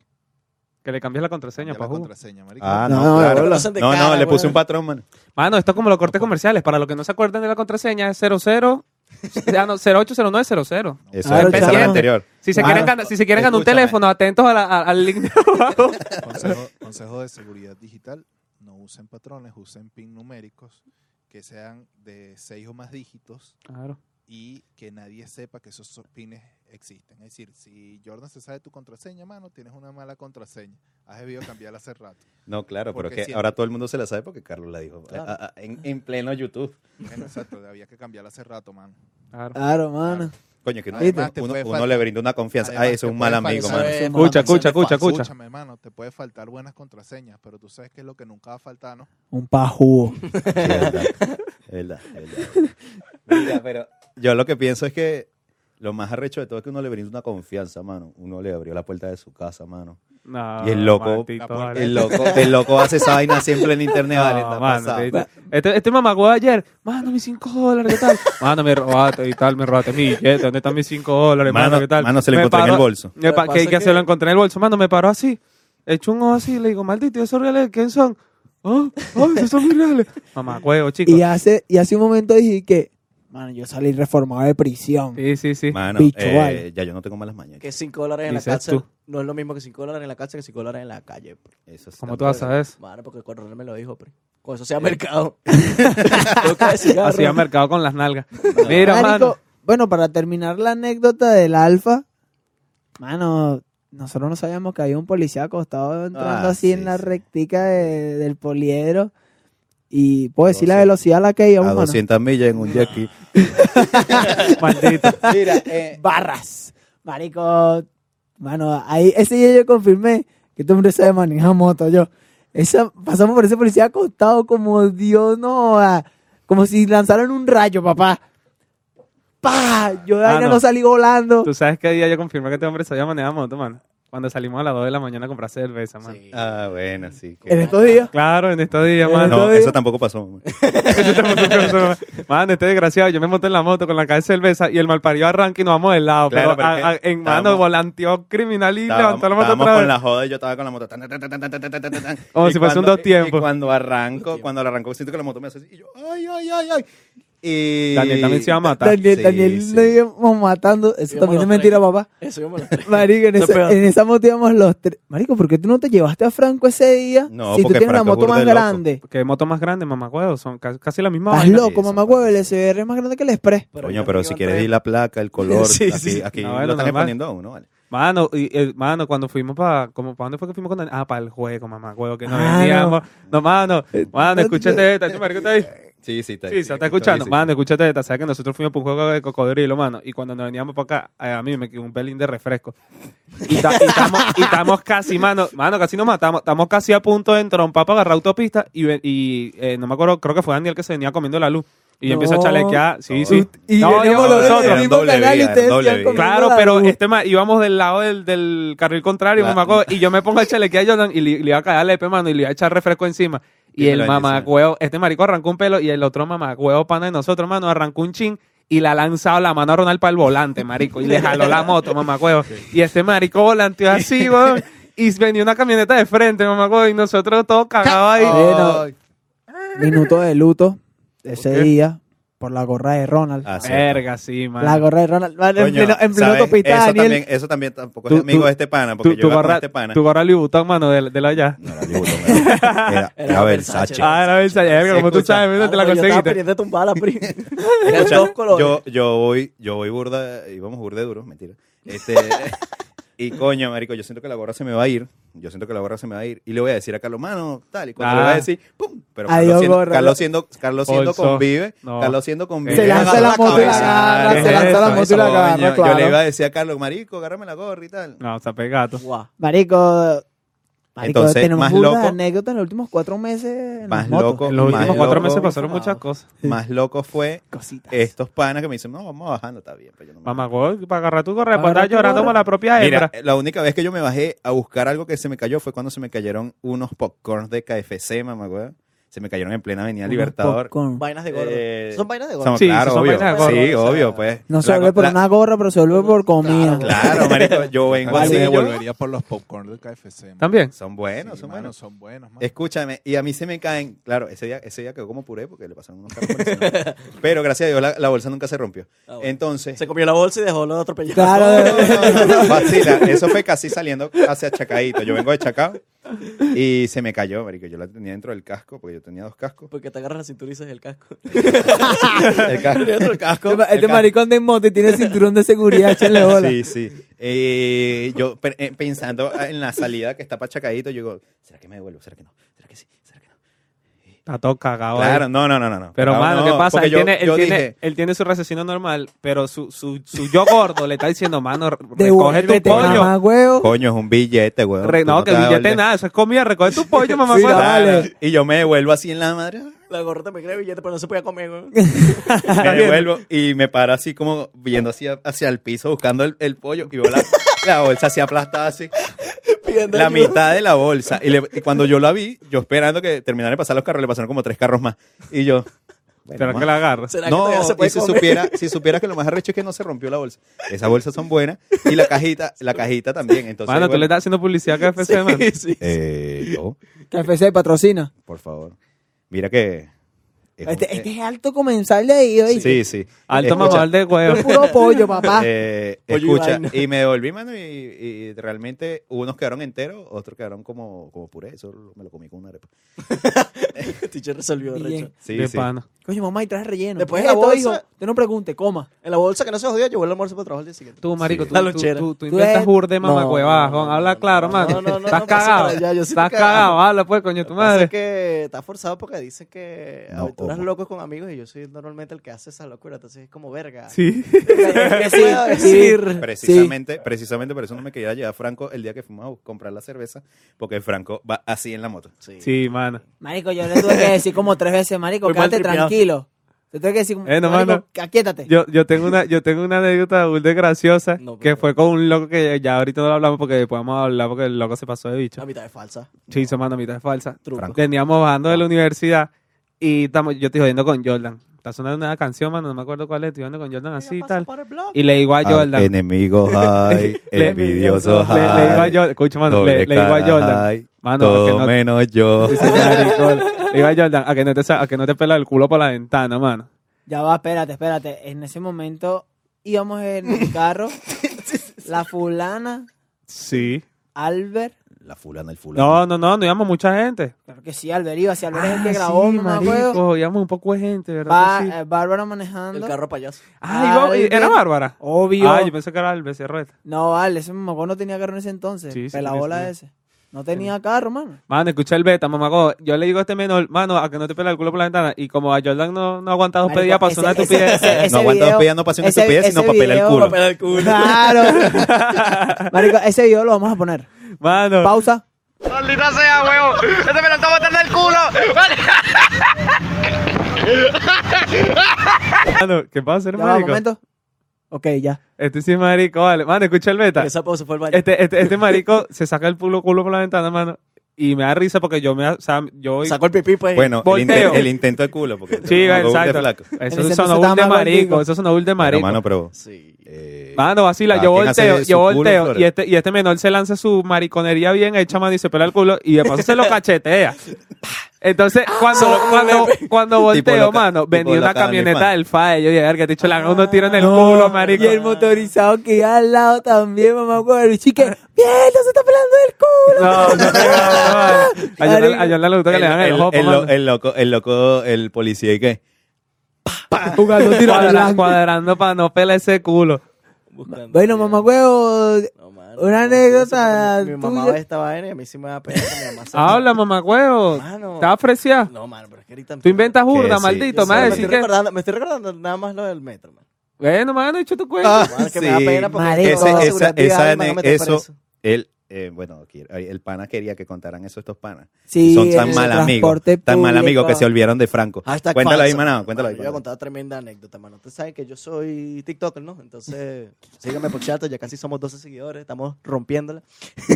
Speaker 2: Que le cambies la contraseña,
Speaker 5: Cambia la
Speaker 2: Pajú.
Speaker 5: contraseña, marico.
Speaker 3: Ah, no,
Speaker 1: No,
Speaker 3: claro.
Speaker 1: no,
Speaker 4: lo hacen de
Speaker 3: No, no,
Speaker 4: cara,
Speaker 3: le puse
Speaker 4: weón.
Speaker 3: un patrón, mano.
Speaker 2: Mano, esto es como los cortes comerciales. Para los que no se acuerdan de la contraseña, es 00. *laughs* Ya no, 0809 00.
Speaker 3: Eso
Speaker 1: Claro,
Speaker 3: empieza la
Speaker 2: claro.
Speaker 3: anterior.
Speaker 2: Si se
Speaker 1: Claro.
Speaker 2: quieren ganar, si se quieren ganar un
Speaker 3: Escúchame.
Speaker 2: teléfono, atentos a la- a- al link de abajo.
Speaker 5: Consejo, consejo de seguridad digital, no usen patrones, usen pin numéricos que sean de seis o más dígitos
Speaker 2: Claro.
Speaker 5: y que nadie sepa que esos pines existen. Es decir, si Jordan se sabe tu contraseña, mano, tienes una mala contraseña. Has debido cambiarla hace rato.
Speaker 3: No, claro, pero
Speaker 5: Porque
Speaker 3: que
Speaker 5: siempre-
Speaker 3: ahora todo el mundo se la sabe porque Carlos la dijo
Speaker 4: Claro.
Speaker 3: a- a- en, en pleno YouTube.
Speaker 5: Bueno, exacto, había que cambiarla hace rato, mano.
Speaker 2: claro.
Speaker 1: Claro, mano.
Speaker 3: Coño, que uno,
Speaker 5: Además, te
Speaker 3: uno-
Speaker 5: puede
Speaker 3: uno
Speaker 5: faltar-
Speaker 3: le brinda una confianza. ah,
Speaker 5: Además,
Speaker 3: ese es
Speaker 5: te
Speaker 3: un mal
Speaker 5: puede
Speaker 3: amigo,
Speaker 5: faltar-
Speaker 3: mano.
Speaker 4: Eso es
Speaker 2: Escucha,
Speaker 4: mamación
Speaker 2: escucha,
Speaker 4: de
Speaker 2: escucha,
Speaker 4: falso.
Speaker 2: escucha.
Speaker 5: Escúchame, hermano, te puede faltar buenas contraseñas, pero tú sabes que es lo que nunca va a faltar, ¿no?
Speaker 1: Un
Speaker 3: *laughs*
Speaker 1: pajú.
Speaker 3: Sí, es verdad. Es verdad, es verdad. Mira, pero yo lo que pienso es que lo más arrecho de todo es que uno le brinda una confianza, mano. Uno le abrió la puerta de su casa, mano.
Speaker 2: No,
Speaker 3: Y el loco-
Speaker 2: maldito,
Speaker 5: La puerta-
Speaker 2: vale.
Speaker 3: El loco, el loco hace esa vaina siempre en internet,
Speaker 2: No,
Speaker 3: vale, está
Speaker 2: mano,
Speaker 3: pasado.
Speaker 2: te- Este, este mamagüey ayer, mano, mis 5 dólares, ¿qué tal? *laughs* Mano, me robaste y tal, me robaste mi billete, ¿dónde están mis 5 dólares, mano,
Speaker 3: Mano,
Speaker 2: qué tal?
Speaker 3: mano, se lo
Speaker 2: Me
Speaker 3: encontré en
Speaker 2: paró-
Speaker 3: el bolso.
Speaker 2: me pa-
Speaker 4: Lo que
Speaker 2: que,
Speaker 4: pasa
Speaker 2: que
Speaker 4: es
Speaker 2: se lo
Speaker 4: que-
Speaker 2: encontré en el bolso, mano, me paró así, echó un ojo así y le digo, maldito, ¿y esos reales quién son? Oh, oh, esos son mis *laughs* reales. Mamagüeo, chicos.
Speaker 1: Y hace, y hace un momento dije que, mano, yo salí reformado de prisión.
Speaker 2: Sí, sí, sí.
Speaker 3: Mano,
Speaker 1: Bicho,
Speaker 3: eh,
Speaker 1: vale.
Speaker 3: ya yo no tengo malas mañas.
Speaker 4: Que 5 dólares en la
Speaker 2: Dices
Speaker 4: cárcel
Speaker 2: tú.
Speaker 4: no es lo mismo que 5 dólares en la cárcel que 5 dólares en la calle. pues.
Speaker 3: Eso sí
Speaker 2: Como tú
Speaker 3: tampoco.
Speaker 2: vas a eso.
Speaker 4: Mano, porque el coronel me lo dijo, pero con eso sea mercado. Boca de cigarro.
Speaker 2: Hacía mercado con las nalgas. Mira,
Speaker 1: Marico,
Speaker 2: mano.
Speaker 1: Bueno, para terminar la anécdota del alfa, mano, nosotros no sabíamos que había un policía acostado entrando
Speaker 3: Ah,
Speaker 1: así
Speaker 3: sí,
Speaker 1: en la
Speaker 3: sí.
Speaker 1: rectica de- del poliedro. Y puedo decir la
Speaker 3: 200.
Speaker 1: velocidad a la que
Speaker 3: A
Speaker 1: íbamos, mano.
Speaker 3: 200 millas en un jetski.
Speaker 2: *laughs* Maldito.
Speaker 3: Mira, eh,
Speaker 1: Barras. Marico, mano, ahí ese día yo confirmé que este hombre sabe manejar moto. Yo, esa, pasamos por ese policía acostado como Dios no joda, como si lanzaran un rayo, papá. ¡Pah! Yo de
Speaker 3: Ah,
Speaker 1: ahí
Speaker 2: Mano.
Speaker 1: no salí volando.
Speaker 2: Tú sabes que día yo confirmé que este hombre sabía manejar moto, mano. Cuando salimos a las 2 de la mañana a comprar cerveza, mano.
Speaker 4: Sí.
Speaker 3: ah, bueno, sí. que-
Speaker 1: En estos días.
Speaker 2: Claro, en estos días, mano.
Speaker 3: No,
Speaker 1: todavía-
Speaker 3: eso tampoco pasó.
Speaker 2: mano, este desgraciado, yo me monté en la moto con la cabeza de cerveza y el malparido arranca y nos vamos del lado.
Speaker 3: Claro,
Speaker 2: pero
Speaker 3: pero
Speaker 2: a-
Speaker 3: es
Speaker 2: a-
Speaker 3: que
Speaker 2: en mano
Speaker 3: estábamos-
Speaker 2: volanteó criminal y
Speaker 3: Estábamos,
Speaker 2: levantó la moto
Speaker 3: estábamos
Speaker 2: otra
Speaker 3: con
Speaker 2: vez.
Speaker 3: la joda y yo estaba con la moto. tan, tan, tan, tan, tan, tan, tan, tan, tan.
Speaker 2: Como
Speaker 3: Y
Speaker 2: si fuese un
Speaker 3: cuando-
Speaker 2: dos tiempos.
Speaker 3: Y cuando arranco, cuando la arranco, siento que la moto me hace así. Y yo, ay, ay, ay, Eh, ay. Y...
Speaker 2: Daniel también se iba a matar.
Speaker 1: Daniel,
Speaker 3: Sí,
Speaker 1: Daniel
Speaker 3: sí.
Speaker 1: nos íbamos matando. Eso
Speaker 4: Íbamos
Speaker 1: también
Speaker 4: los
Speaker 1: es mentira,
Speaker 4: tres.
Speaker 1: papá.
Speaker 4: Eso yo me lo traje.
Speaker 1: Marico, en,
Speaker 4: Eso es
Speaker 1: esa,
Speaker 4: peor.
Speaker 1: en esa moto íbamos los tres. Marico, ¿por qué tú no te llevaste a Franco ese día?
Speaker 3: No,
Speaker 1: si tú
Speaker 3: porque
Speaker 1: tienes la
Speaker 3: Franco es
Speaker 1: moto más
Speaker 3: burda de loco.
Speaker 1: grande.
Speaker 2: Que moto más grande, mamagüeo, son ca- casi la misma
Speaker 1: Estás
Speaker 2: vaina.
Speaker 1: loco,
Speaker 3: Sí,
Speaker 1: mamá
Speaker 3: son
Speaker 1: huevo. El SBR es más grande que el Express.
Speaker 3: Coño,
Speaker 4: yo
Speaker 3: pero
Speaker 4: me
Speaker 3: si
Speaker 4: iba
Speaker 3: quieres
Speaker 4: tres.
Speaker 3: ir la placa, el *laughs* color,
Speaker 4: Sí,
Speaker 3: aquí,
Speaker 4: sí, sí.
Speaker 3: aquí
Speaker 2: Ah,
Speaker 3: lo
Speaker 2: bueno,
Speaker 3: están
Speaker 2: normal.
Speaker 3: exponiendo a uno, ¿vale?
Speaker 2: Mano, y el, mano, cuando fuimos para, como, ¿para dónde fue que fuimos con Daniel? Ah, para el juego, mamagüeo, que nos
Speaker 1: Mano.
Speaker 2: veníamos. No, mano, mano, escúchate esta, este marico está ahí.
Speaker 3: Sí, sí, está
Speaker 2: Sí, se está escuchando. Mano, escúchate esta. Sabes que nosotros fuimos por un juego de cocodrilo, mano. Y cuando nos veníamos para acá, eh, a mí me quedó un pelín de refresco. Y ta- y estamos y estamos casi, mano. Mano, casi nos matamos. Estamos casi a punto de entrompar para agarrar autopista. Y, ve- y eh, no me acuerdo, creo que fue Daniel que se venía comiendo la luz. Y yo empiezo a
Speaker 1: No.
Speaker 2: chalequear. Sí,
Speaker 3: No.
Speaker 2: sí.
Speaker 1: Y
Speaker 2: No,
Speaker 1: veníamos
Speaker 2: yo-
Speaker 1: los dos en
Speaker 3: nosotros.
Speaker 1: el mismo
Speaker 3: Doble
Speaker 1: canal y
Speaker 3: vía,
Speaker 1: ustedes
Speaker 3: doble
Speaker 1: iban
Speaker 3: vía.
Speaker 1: comiendo
Speaker 2: Claro,
Speaker 1: la
Speaker 2: pero
Speaker 1: luz.
Speaker 2: este ma- íbamos del lado del, del carril contrario,
Speaker 3: La-
Speaker 2: mamacuevo, y yo
Speaker 1: *laughs*
Speaker 2: me pongo a chalequear a Jordan y le, le iba a cagar la EP, mano, y le iba a echar refresco encima. Y
Speaker 3: Qué
Speaker 2: el
Speaker 3: bendición.
Speaker 2: mamacuevo, este marico arrancó un pelo y el otro mamacuevo pana de nosotros, mano, arrancó un chin y le ha lanzado la mano a Ronald para el volante, marico, y le jaló la moto, mamacuevo. Y este marico volanteó así, weón, y venía una camioneta de frente, mamacuevo, y nosotros todos cagados ahí.
Speaker 1: Bueno, minuto de luto ese
Speaker 2: ¿Por qué?
Speaker 1: día. por la gorra de Ronald.
Speaker 3: Ah, sí.
Speaker 2: Verga, sí, man.
Speaker 1: la gorra de Ronald. Vale, en
Speaker 3: Coño,
Speaker 1: pleno, en pleno
Speaker 3: ¿sabes?
Speaker 1: autopista,
Speaker 3: eso,
Speaker 1: Daniel.
Speaker 3: también, eso también tampoco
Speaker 2: Tú-
Speaker 3: es amigo
Speaker 2: tú-
Speaker 3: de este pana, porque
Speaker 2: Tu,
Speaker 3: yo
Speaker 2: tu
Speaker 3: iba con
Speaker 2: gorra,
Speaker 3: este pana.
Speaker 2: tu gorra Louis Vuitton, mano, de, de la ya.
Speaker 3: No era Louis Vuitton,
Speaker 2: *laughs*
Speaker 3: era, era- era Versace.
Speaker 2: Ah, la verga, verga, como tú
Speaker 3: Escucha,
Speaker 2: sabes, ¿dónde te la
Speaker 4: Ah, no, Yo estaba
Speaker 2: conseguiste?
Speaker 4: pues. pendiente de
Speaker 3: *laughs*
Speaker 4: tumbar la prima. Eran
Speaker 3: Escucha,
Speaker 4: dos colores.
Speaker 3: Yo, yo voy, yo voy burda, íbamos burda de duro, mentira. Este, *laughs* y coño, marico, yo siento que la gorra se me va a ir. Yo siento que la gorra se me va a ir. Y le voy a decir a Carlos, mano, tal. Y cuando le voy
Speaker 2: Ah.
Speaker 3: a decir, pum. Pero
Speaker 1: Adiós,
Speaker 3: Carlos siendo,
Speaker 1: gorra.
Speaker 3: Carlos siendo, Carlos siendo
Speaker 2: Bolso.
Speaker 3: convive.
Speaker 2: No.
Speaker 3: Carlos siendo convive.
Speaker 1: Se lanza
Speaker 3: agarra
Speaker 1: la moto y la
Speaker 3: cabeza,
Speaker 1: agarra,
Speaker 3: ¿qué
Speaker 1: se
Speaker 3: es
Speaker 1: lanza la
Speaker 2: eso?
Speaker 1: moto y la agarra,
Speaker 3: Coño, Yo le iba
Speaker 1: claro.
Speaker 3: a decir a Carlos, marico, agárrame la gorra y tal.
Speaker 2: No, está pegato.
Speaker 4: Guau.
Speaker 1: Marico, marico
Speaker 3: Entonces,
Speaker 1: tenemos
Speaker 3: más
Speaker 1: una
Speaker 3: loco-
Speaker 1: anécdota en los últimos cuatro meses. en
Speaker 3: Más
Speaker 1: las motos.
Speaker 3: loco,
Speaker 2: En los
Speaker 3: más
Speaker 2: últimos cuatro
Speaker 3: loco,
Speaker 2: meses pasaron muchas cosas.
Speaker 3: Más loco fue
Speaker 1: Cositas.
Speaker 3: estos panas que me dicen, no, vamos bajando, está bien. Pero yo no me
Speaker 2: Mamá, gol, para agarrar tu gorra,
Speaker 1: Para
Speaker 2: para
Speaker 1: agarrar
Speaker 2: estar
Speaker 1: tu
Speaker 2: llorando
Speaker 1: gorra.
Speaker 2: como la propia
Speaker 3: Mira,
Speaker 2: hembra.
Speaker 3: la única vez que yo me bajé a buscar algo que se me cayó fue cuando se me cayeron unos popcorns de KFC, mamá, weón. Se me cayeron en plena Avenida
Speaker 1: Unos
Speaker 3: Libertador.
Speaker 1: popcorn.
Speaker 4: Vainas de gordo.
Speaker 3: Eh,
Speaker 4: son vainas de gordo.
Speaker 3: Son-
Speaker 2: Sí,
Speaker 3: claro,
Speaker 2: son
Speaker 3: obvio.
Speaker 2: vainas de gordo,
Speaker 3: sí,
Speaker 4: o sea,
Speaker 3: obvio, pues.
Speaker 1: No se
Speaker 3: La-
Speaker 1: vuelve por
Speaker 3: la-
Speaker 1: una gorra, pero se vuelve por comida.
Speaker 4: Claro.
Speaker 3: Claro, marico, yo vengo
Speaker 5: Igual
Speaker 3: así.
Speaker 5: me
Speaker 3: yo-
Speaker 5: devolvería por los popcorn del KFC. mano.
Speaker 2: También.
Speaker 3: Son buenos,
Speaker 5: Sí,
Speaker 3: son
Speaker 5: mano,
Speaker 3: buenos.
Speaker 5: son buenos, mano.
Speaker 3: Escúchame, y a mí se me caen, claro, ese día, ese día quedó como puré porque le pasaron unos carros Pero gracias a Dios la, la bolsa nunca se rompió.
Speaker 4: Ah, bueno.
Speaker 3: Entonces,
Speaker 4: Se comió la bolsa y dejó lo atropellado.
Speaker 1: Claro.
Speaker 3: No, no, no, no, vacila. Eso fue casi saliendo hacia Chacaíto. Yo vengo de Chacao y se me cayó, marico. Yo la tenía dentro del casco, porque yo tenía dos cascos.
Speaker 4: *laughs* Porque te agarras la cintura y dices el casco. *laughs*
Speaker 3: El casco. dentro del casco.
Speaker 1: Este este maricón de mote tiene cinturón de seguridad, échenle bola.
Speaker 3: Sí, sí. Eh, yo pe- eh, pensando en la salida que está para Chacaíto, yo digo, ¿será que me devuelvo? ¿Será que no? ¿Será que sí? ¿Será que no?
Speaker 2: Está todo cagado. ahí.
Speaker 3: Claro, no, no, no, no, no.
Speaker 2: Pero,
Speaker 3: No,
Speaker 2: mano,
Speaker 3: no,
Speaker 2: ¿qué pasa?
Speaker 3: porque
Speaker 2: Él,
Speaker 3: yo-
Speaker 2: tiene, él,
Speaker 3: yo
Speaker 2: tiene,
Speaker 3: dije,
Speaker 2: él tiene su recesino normal, pero su, su, su yo gordo le está diciendo, mano, recoge tu
Speaker 1: Devuélvete,
Speaker 2: pollo.
Speaker 1: mamá, huevo.
Speaker 3: coño, es un billete, weón.
Speaker 2: Re-
Speaker 3: Tú
Speaker 2: no, que
Speaker 3: te vas a
Speaker 2: billete
Speaker 3: devolver.
Speaker 2: nada, eso es comida, recoge tu
Speaker 3: *laughs*
Speaker 2: pollo, mamá.
Speaker 1: Sí,
Speaker 2: huevo.
Speaker 1: no,
Speaker 3: Claro.
Speaker 1: Vale.
Speaker 3: Y yo me devuelvo así en la madre.
Speaker 4: La gorra también era billete, pero no se podía comer, güey.
Speaker 3: me devuelvo y me paro así como viendo hacia, hacia el piso buscando el, el pollo y veo la, *laughs* la bolsa así aplastada así
Speaker 4: Pidiendo
Speaker 3: la
Speaker 4: ayuda. *laughs*
Speaker 3: mitad de la bolsa y, le- y cuando yo la vi yo esperando que terminaran de pasar los carros le pasaron como tres carros más y yo bueno,
Speaker 2: Pero
Speaker 3: ma-
Speaker 2: que la agarra.
Speaker 4: ¿Será que todavía se
Speaker 3: no,
Speaker 4: puede
Speaker 3: y si
Speaker 4: comer?
Speaker 3: supiera, si supiera que lo más arrecho es que no se rompió la bolsa. Esas bolsas son buenas. Y la cajita, la cajita también. Entonces,
Speaker 2: Mano, tú
Speaker 3: bueno,
Speaker 2: le estás haciendo publicidad a KFC, mano.
Speaker 4: Sí, sí.
Speaker 3: eh, no,
Speaker 1: KFC patrocina.
Speaker 3: por favor. Mira que. es un- eh,
Speaker 1: Este, este es alto comensal de ahí, oye.
Speaker 3: sí, sí.
Speaker 2: Alto
Speaker 3: Escucha,
Speaker 2: mamador de
Speaker 1: Es
Speaker 2: huevo.
Speaker 1: puro pollo, papá.
Speaker 3: Eh,
Speaker 4: Pollo y
Speaker 3: escucha,
Speaker 4: vaina.
Speaker 3: y, me devolví, mano, y, y realmente unos quedaron enteros, otros quedaron como, como puré. Eso lo- me lo comí con una arepa.
Speaker 4: El teacher resolvió,
Speaker 1: Bien.
Speaker 4: recho.
Speaker 3: *laughs* Sí,
Speaker 2: De
Speaker 3: sí.
Speaker 2: pana.
Speaker 1: Coño, mamá, y traes relleno.
Speaker 4: Después
Speaker 1: ¿Qué
Speaker 4: de
Speaker 1: es
Speaker 4: la
Speaker 1: esto,
Speaker 4: bolsa-
Speaker 1: hijo? Usted no pregunte,
Speaker 4: *laughs*
Speaker 1: coma.
Speaker 4: En la bolsa que no se jodió, llevó el almuerzo para trabajar el día siguiente.
Speaker 2: Tú, marico,
Speaker 3: Sí.
Speaker 2: tú,
Speaker 4: La
Speaker 2: tú,
Speaker 4: lonchera.
Speaker 2: tú- tú
Speaker 1: Tú
Speaker 2: inventas
Speaker 1: eres-
Speaker 2: burde, mamá,
Speaker 4: No, no, no,
Speaker 2: Habla
Speaker 4: no,
Speaker 2: claro,
Speaker 4: no,
Speaker 2: mano.
Speaker 4: no, no, no,
Speaker 2: Estás
Speaker 4: no,
Speaker 2: cagado.
Speaker 4: pasa nada, ya, yo sí
Speaker 2: Estás
Speaker 4: estoy cagado.
Speaker 2: cagado. Habla, pues, coño, tu
Speaker 4: Pasa
Speaker 2: madre.
Speaker 4: que está forzado porque dicen que
Speaker 3: No,
Speaker 4: aventuras
Speaker 3: ojo.
Speaker 4: locos con amigos y yo soy normalmente el que hace esa locura, entonces es como
Speaker 2: *laughs*
Speaker 4: verga.
Speaker 2: Sí.
Speaker 4: ¿Qué puedo decir?
Speaker 3: Precisamente, precisamente por eso no me quería llevar a Franco el día que fuimos a bu- comprar la cerveza, porque Franco va así en la moto.
Speaker 4: Sí.
Speaker 2: Sí, mano.
Speaker 1: Marico, yo le tuve que decir como tres veces, marico,
Speaker 4: Muy mal
Speaker 1: quédate
Speaker 4: tripeado.
Speaker 1: tranquilo. Te tuve que decir como,
Speaker 2: Eh, no,
Speaker 1: marico,
Speaker 2: mano.
Speaker 1: aquíétate.
Speaker 2: Yo, yo tengo una, yo tengo una anécdota de graciosa
Speaker 4: No, por
Speaker 2: que
Speaker 4: favor.
Speaker 2: fue con un loco que ya ahorita no lo hablamos porque después vamos a hablar porque el loco se pasó de bicho.
Speaker 4: La mitad es falsa.
Speaker 2: Sí, hizo mano, mitad falsa.
Speaker 4: Truco.
Speaker 2: Franco. Veníamos bajando de la universidad y estamos, yo estoy jodiendo con Jordan. Está sonando una canción, mano, no me acuerdo cuál es, estoy jodiendo con Jordan así y tal. Y le
Speaker 3: Ah,
Speaker 2: digo a Jordan.
Speaker 3: Enemigos hay,
Speaker 2: le-
Speaker 3: envidiosos
Speaker 2: le, le digo a
Speaker 3: hay.
Speaker 2: Jordan, escucha, mano, le, le digo a Jordan. Mano, que no,
Speaker 3: menos yo.
Speaker 2: Sí, señor, Nicole. Le digo a Jordan, a que no te, sa- a que no te pela el culo por la ventana, mano.
Speaker 1: Ya va, espérate, espérate. En ese momento íbamos en el
Speaker 4: *laughs*
Speaker 1: carro, la fulana,
Speaker 2: Sí.
Speaker 1: Albert.
Speaker 3: La fulana, el fulano.
Speaker 2: No, no, no, no íbamos mucha gente.
Speaker 1: Claro que sí, Albert iba, si Albert es el que
Speaker 2: Ah,
Speaker 1: grabó,
Speaker 2: sí,
Speaker 1: me acuerdo.
Speaker 2: marico, íbamos un poco de gente, ¿verdad?
Speaker 1: Va,
Speaker 2: que sí?
Speaker 1: eh, Bárbara
Speaker 4: El
Speaker 1: manejando.
Speaker 4: carro payaso. *laughs*
Speaker 2: Ah, iba-
Speaker 1: Albert.
Speaker 2: era Bárbara.
Speaker 1: Obvio.
Speaker 2: Ah, yo pensé que era el becerro este.
Speaker 1: No, vale, ese mamagó no tenía carro en ese entonces.
Speaker 2: Sí, sí,
Speaker 1: Pelabola
Speaker 2: tenía-
Speaker 1: ese. No tenía carro, mano.
Speaker 2: Mano, escucha el beta, mamago. Yo le digo a este menor, mano, a que no te pela el culo por la ventana. Y como a Jordan no, no aguanta dos
Speaker 1: Marico,
Speaker 2: pedidas, pasó
Speaker 1: ese-
Speaker 2: una
Speaker 1: ese-
Speaker 2: estupidez.
Speaker 1: ese- ese
Speaker 3: No aguanta dos
Speaker 1: video- *laughs*
Speaker 3: pedidas, no pasa una
Speaker 1: ese-
Speaker 3: estupidez,
Speaker 1: ese
Speaker 3: sino papel al
Speaker 1: video-
Speaker 3: culo.
Speaker 4: Papel al culo.
Speaker 1: Claro. Marico, ese video lo vamos a poner.
Speaker 2: *laughs* Mano.
Speaker 1: Pausa.
Speaker 6: Maldita sea, huevo. Este me lo está botando el culo. Vale.
Speaker 2: Mano, ¿qué pasa,
Speaker 1: Ya va,
Speaker 2: marico?
Speaker 1: momento. Ok, ya.
Speaker 2: Este sí es marico, vale. Mano, escucha el beta.
Speaker 4: Esa pausa fue el baño.
Speaker 2: Este, este, este marico se saca el culo, culo por la ventana, mano. Y me da risa porque yo me... da- O sea, yo...
Speaker 4: Sacó el pipí, pues.
Speaker 3: Bueno, el, inte-
Speaker 2: Volteo.
Speaker 3: el intento de culo. Porque Franco
Speaker 2: Sí,
Speaker 3: es un de
Speaker 2: exacto.
Speaker 3: flaco.
Speaker 1: En ese
Speaker 2: Eso sonó
Speaker 1: entonces
Speaker 2: un de
Speaker 1: estaba más
Speaker 2: marico,
Speaker 1: gordito.
Speaker 2: eso sonó un de
Speaker 3: Bueno,
Speaker 2: marico.
Speaker 3: mano, pero.
Speaker 4: Sí.
Speaker 3: eh,
Speaker 2: Mano, vacila,
Speaker 3: cada
Speaker 2: yo
Speaker 3: quien hace
Speaker 2: volteo,
Speaker 3: su
Speaker 2: yo
Speaker 3: culo,
Speaker 2: volteo.
Speaker 3: Flores.
Speaker 2: Y este, y este menor se lanza su mariconería bien hecha, mano, y se pela el culo. Y de paso se lo cachetea. Entonces,
Speaker 1: Ah,
Speaker 2: cuando, cuando, cuando
Speaker 3: Tipo
Speaker 2: volteo,
Speaker 3: loca-
Speaker 2: mano,
Speaker 3: tipo
Speaker 2: venía una
Speaker 3: loca de
Speaker 2: camioneta
Speaker 3: OnlyFans.
Speaker 2: del FAE. Yo dije, verga, te he hecho la uno tiro en el culo, marico.
Speaker 1: Ah, Y el motorizado que iba al lado también, mamá huevo. Y chique, bien, no se está pelando el culo.
Speaker 2: Ah. No, no, no, no. A Jonathan-
Speaker 1: Marico.
Speaker 2: A Jonathan le gusta que le dan el
Speaker 3: el,
Speaker 2: jopo,
Speaker 3: el lo-
Speaker 2: mano.
Speaker 3: el loco, el loco, el policía y qué.
Speaker 1: Jugando tiro al
Speaker 2: Cuadra-
Speaker 1: blanco.
Speaker 2: Cuadrando para no pelar ese culo.
Speaker 4: Buscando
Speaker 1: *laughs* Bueno,
Speaker 4: bien.
Speaker 1: mamá huevo,
Speaker 4: No, mano,
Speaker 1: una
Speaker 4: no, sí,
Speaker 1: anécdota
Speaker 4: eso, Mi, mi mamá
Speaker 1: tuya.
Speaker 4: ve esta vaina y a mí sí me da pena que mi mamá se-
Speaker 2: Habla, mamagüevo.
Speaker 4: Mano.
Speaker 2: Estaba apreciada.
Speaker 4: No, mano, pero es que ahorita...
Speaker 2: Tú inventas burda,
Speaker 3: sí.
Speaker 2: maldito.
Speaker 4: Yo
Speaker 2: Me vas a
Speaker 4: sé, me,
Speaker 2: decir
Speaker 4: estoy
Speaker 2: que.
Speaker 4: recordando, me estoy recordando nada más lo del
Speaker 3: *laughs*
Speaker 4: metro, man.
Speaker 2: Bueno, mano, hecho tu cuento.
Speaker 3: Ah,
Speaker 4: Mano, que me da
Speaker 3: sí.
Speaker 4: pena porque...
Speaker 1: Marico.
Speaker 4: tengo
Speaker 1: Ese-
Speaker 3: esa-
Speaker 4: seguridad privada
Speaker 3: esa
Speaker 4: y me van a
Speaker 3: ane-
Speaker 4: meter
Speaker 3: eso-
Speaker 4: preso.
Speaker 3: Él, eh, bueno, aquí- el pana quería que contaran eso estos panas.
Speaker 1: Sí,
Speaker 3: Son
Speaker 1: en
Speaker 3: tan
Speaker 1: el
Speaker 3: mal amigos,
Speaker 1: transporte
Speaker 3: tan mal amigos que
Speaker 1: público.
Speaker 3: se olvidaron de Franco.
Speaker 4: Hashtag
Speaker 3: Cuéntalo ahí,
Speaker 4: falso,
Speaker 3: manado,
Speaker 4: mano.
Speaker 3: cuéntalo ahí.
Speaker 4: Yo voy a
Speaker 3: cuéntalo.
Speaker 4: contar tremenda anécdota, mano. Usted sabe que yo soy TikToker, ¿no? Entonces, síganme por chat, ya casi somos 12 seguidores, estamos rompiéndola.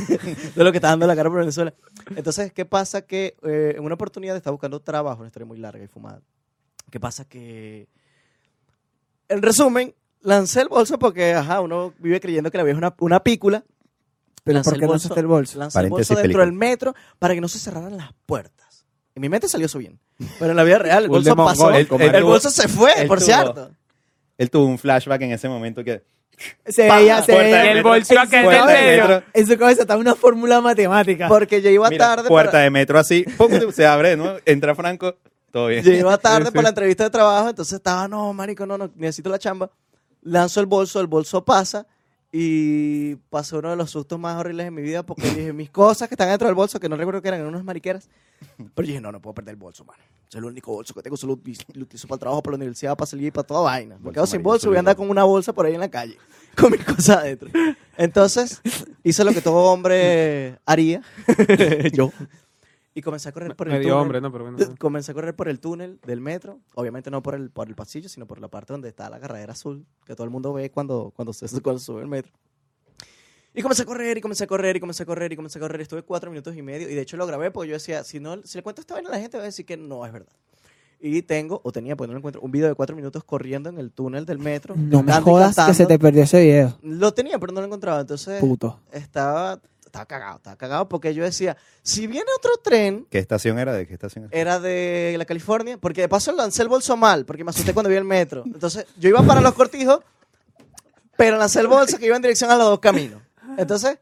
Speaker 4: *laughs* de lo que está dando la cara por Venezuela. Entonces, ¿qué pasa? Que eh, en una oportunidad está buscando trabajo, una historia muy larga y fumada. ¿Qué pasa? Que. En resumen, lancé el bolso porque, ajá, uno vive creyendo que la vida es una, una pícula.
Speaker 1: Pero
Speaker 4: Lancé
Speaker 1: ¿por qué no usaste el bolso?
Speaker 4: Lancé el
Speaker 3: Paréntesis,
Speaker 4: bolso dentro
Speaker 3: película.
Speaker 4: del metro para que no se cerraran las puertas. En mi mente salió eso bien. Pero en
Speaker 3: *laughs*
Speaker 4: la vida real, el bolso
Speaker 2: Voldemort,
Speaker 4: pasó.
Speaker 2: gol.
Speaker 3: El-
Speaker 4: El,
Speaker 3: tuvo-
Speaker 4: bolso se fue,
Speaker 3: el
Speaker 4: por
Speaker 3: tubo.
Speaker 4: cierto.
Speaker 3: Él tuvo un flashback en ese momento que.
Speaker 1: Se veía, se
Speaker 3: Puerta
Speaker 1: veía.
Speaker 3: de
Speaker 2: Y el
Speaker 3: metro,
Speaker 2: bolsillo aquel del
Speaker 3: puerta de
Speaker 2: medio.
Speaker 3: metro,
Speaker 1: En su cabeza está una fórmula matemática.
Speaker 4: Porque yo iba
Speaker 3: mira,
Speaker 4: tarde.
Speaker 3: puerta
Speaker 4: para,
Speaker 3: de metro así, pum, se abre, ¿no? Entra Franco, todo bien.
Speaker 4: Yo iba tarde
Speaker 2: Sí, sí.
Speaker 4: para la entrevista de trabajo, entonces estaba, no, marico, no, no, necesito la chamba. Lanzo el bolso, el bolso pasa y pasó uno de los sustos más horribles de mi vida porque dije, mis cosas que están dentro del bolso, que no recuerdo que eran, eran unas mariqueras. Pero yo dije, no, no puedo perder el bolso, mano. Es el único bolso que tengo, solo lo utilizo para el trabajo, para la universidad, para salir y para toda vaina. Me
Speaker 3: Bolso
Speaker 4: quedo sin
Speaker 3: amarillo,
Speaker 4: bolso, voy
Speaker 3: azul y
Speaker 4: a andar
Speaker 3: rojo.
Speaker 4: con una bolsa por ahí en la calle, *laughs* con mis cosas adentro. Entonces, hice lo que todo hombre haría,
Speaker 2: *laughs*
Speaker 4: yo, y comencé a correr por el
Speaker 2: Medio
Speaker 4: túnel.
Speaker 2: hombre, no, pero bueno.
Speaker 4: Comencé a correr por el túnel del metro, obviamente no por el, por el pasillo, sino por la parte donde está la carrera azul, que todo el mundo ve cuando, cuando, se, *laughs* cuando sube el metro. Y comencé a correr, y comencé a correr, y comencé a correr, y comencé a correr. Estuve cuatro minutos y medio, y de hecho lo grabé porque yo decía, si, no, si le cuento esta vaina a la gente, va a decir que no es verdad. Y tengo, o tenía, pues no lo encuentro, un video de cuatro minutos corriendo en el túnel del metro.
Speaker 1: No me
Speaker 4: cantando y
Speaker 1: jodas que se te
Speaker 4: cantando.
Speaker 1: perdió ese video,
Speaker 4: Lo tenía, pero no lo encontraba, entonces
Speaker 1: puto.
Speaker 4: estaba, estaba cagado, estaba cagado porque yo decía, si viene otro tren,
Speaker 3: ¿Qué estación era? ¿De qué estación era?
Speaker 4: era de la California, porque de paso lancé el bolso mal, porque me asusté cuando vi el metro. Entonces, yo iba para los cortijos, pero lancé el bolso que iba en dirección a los dos caminos. Entonces,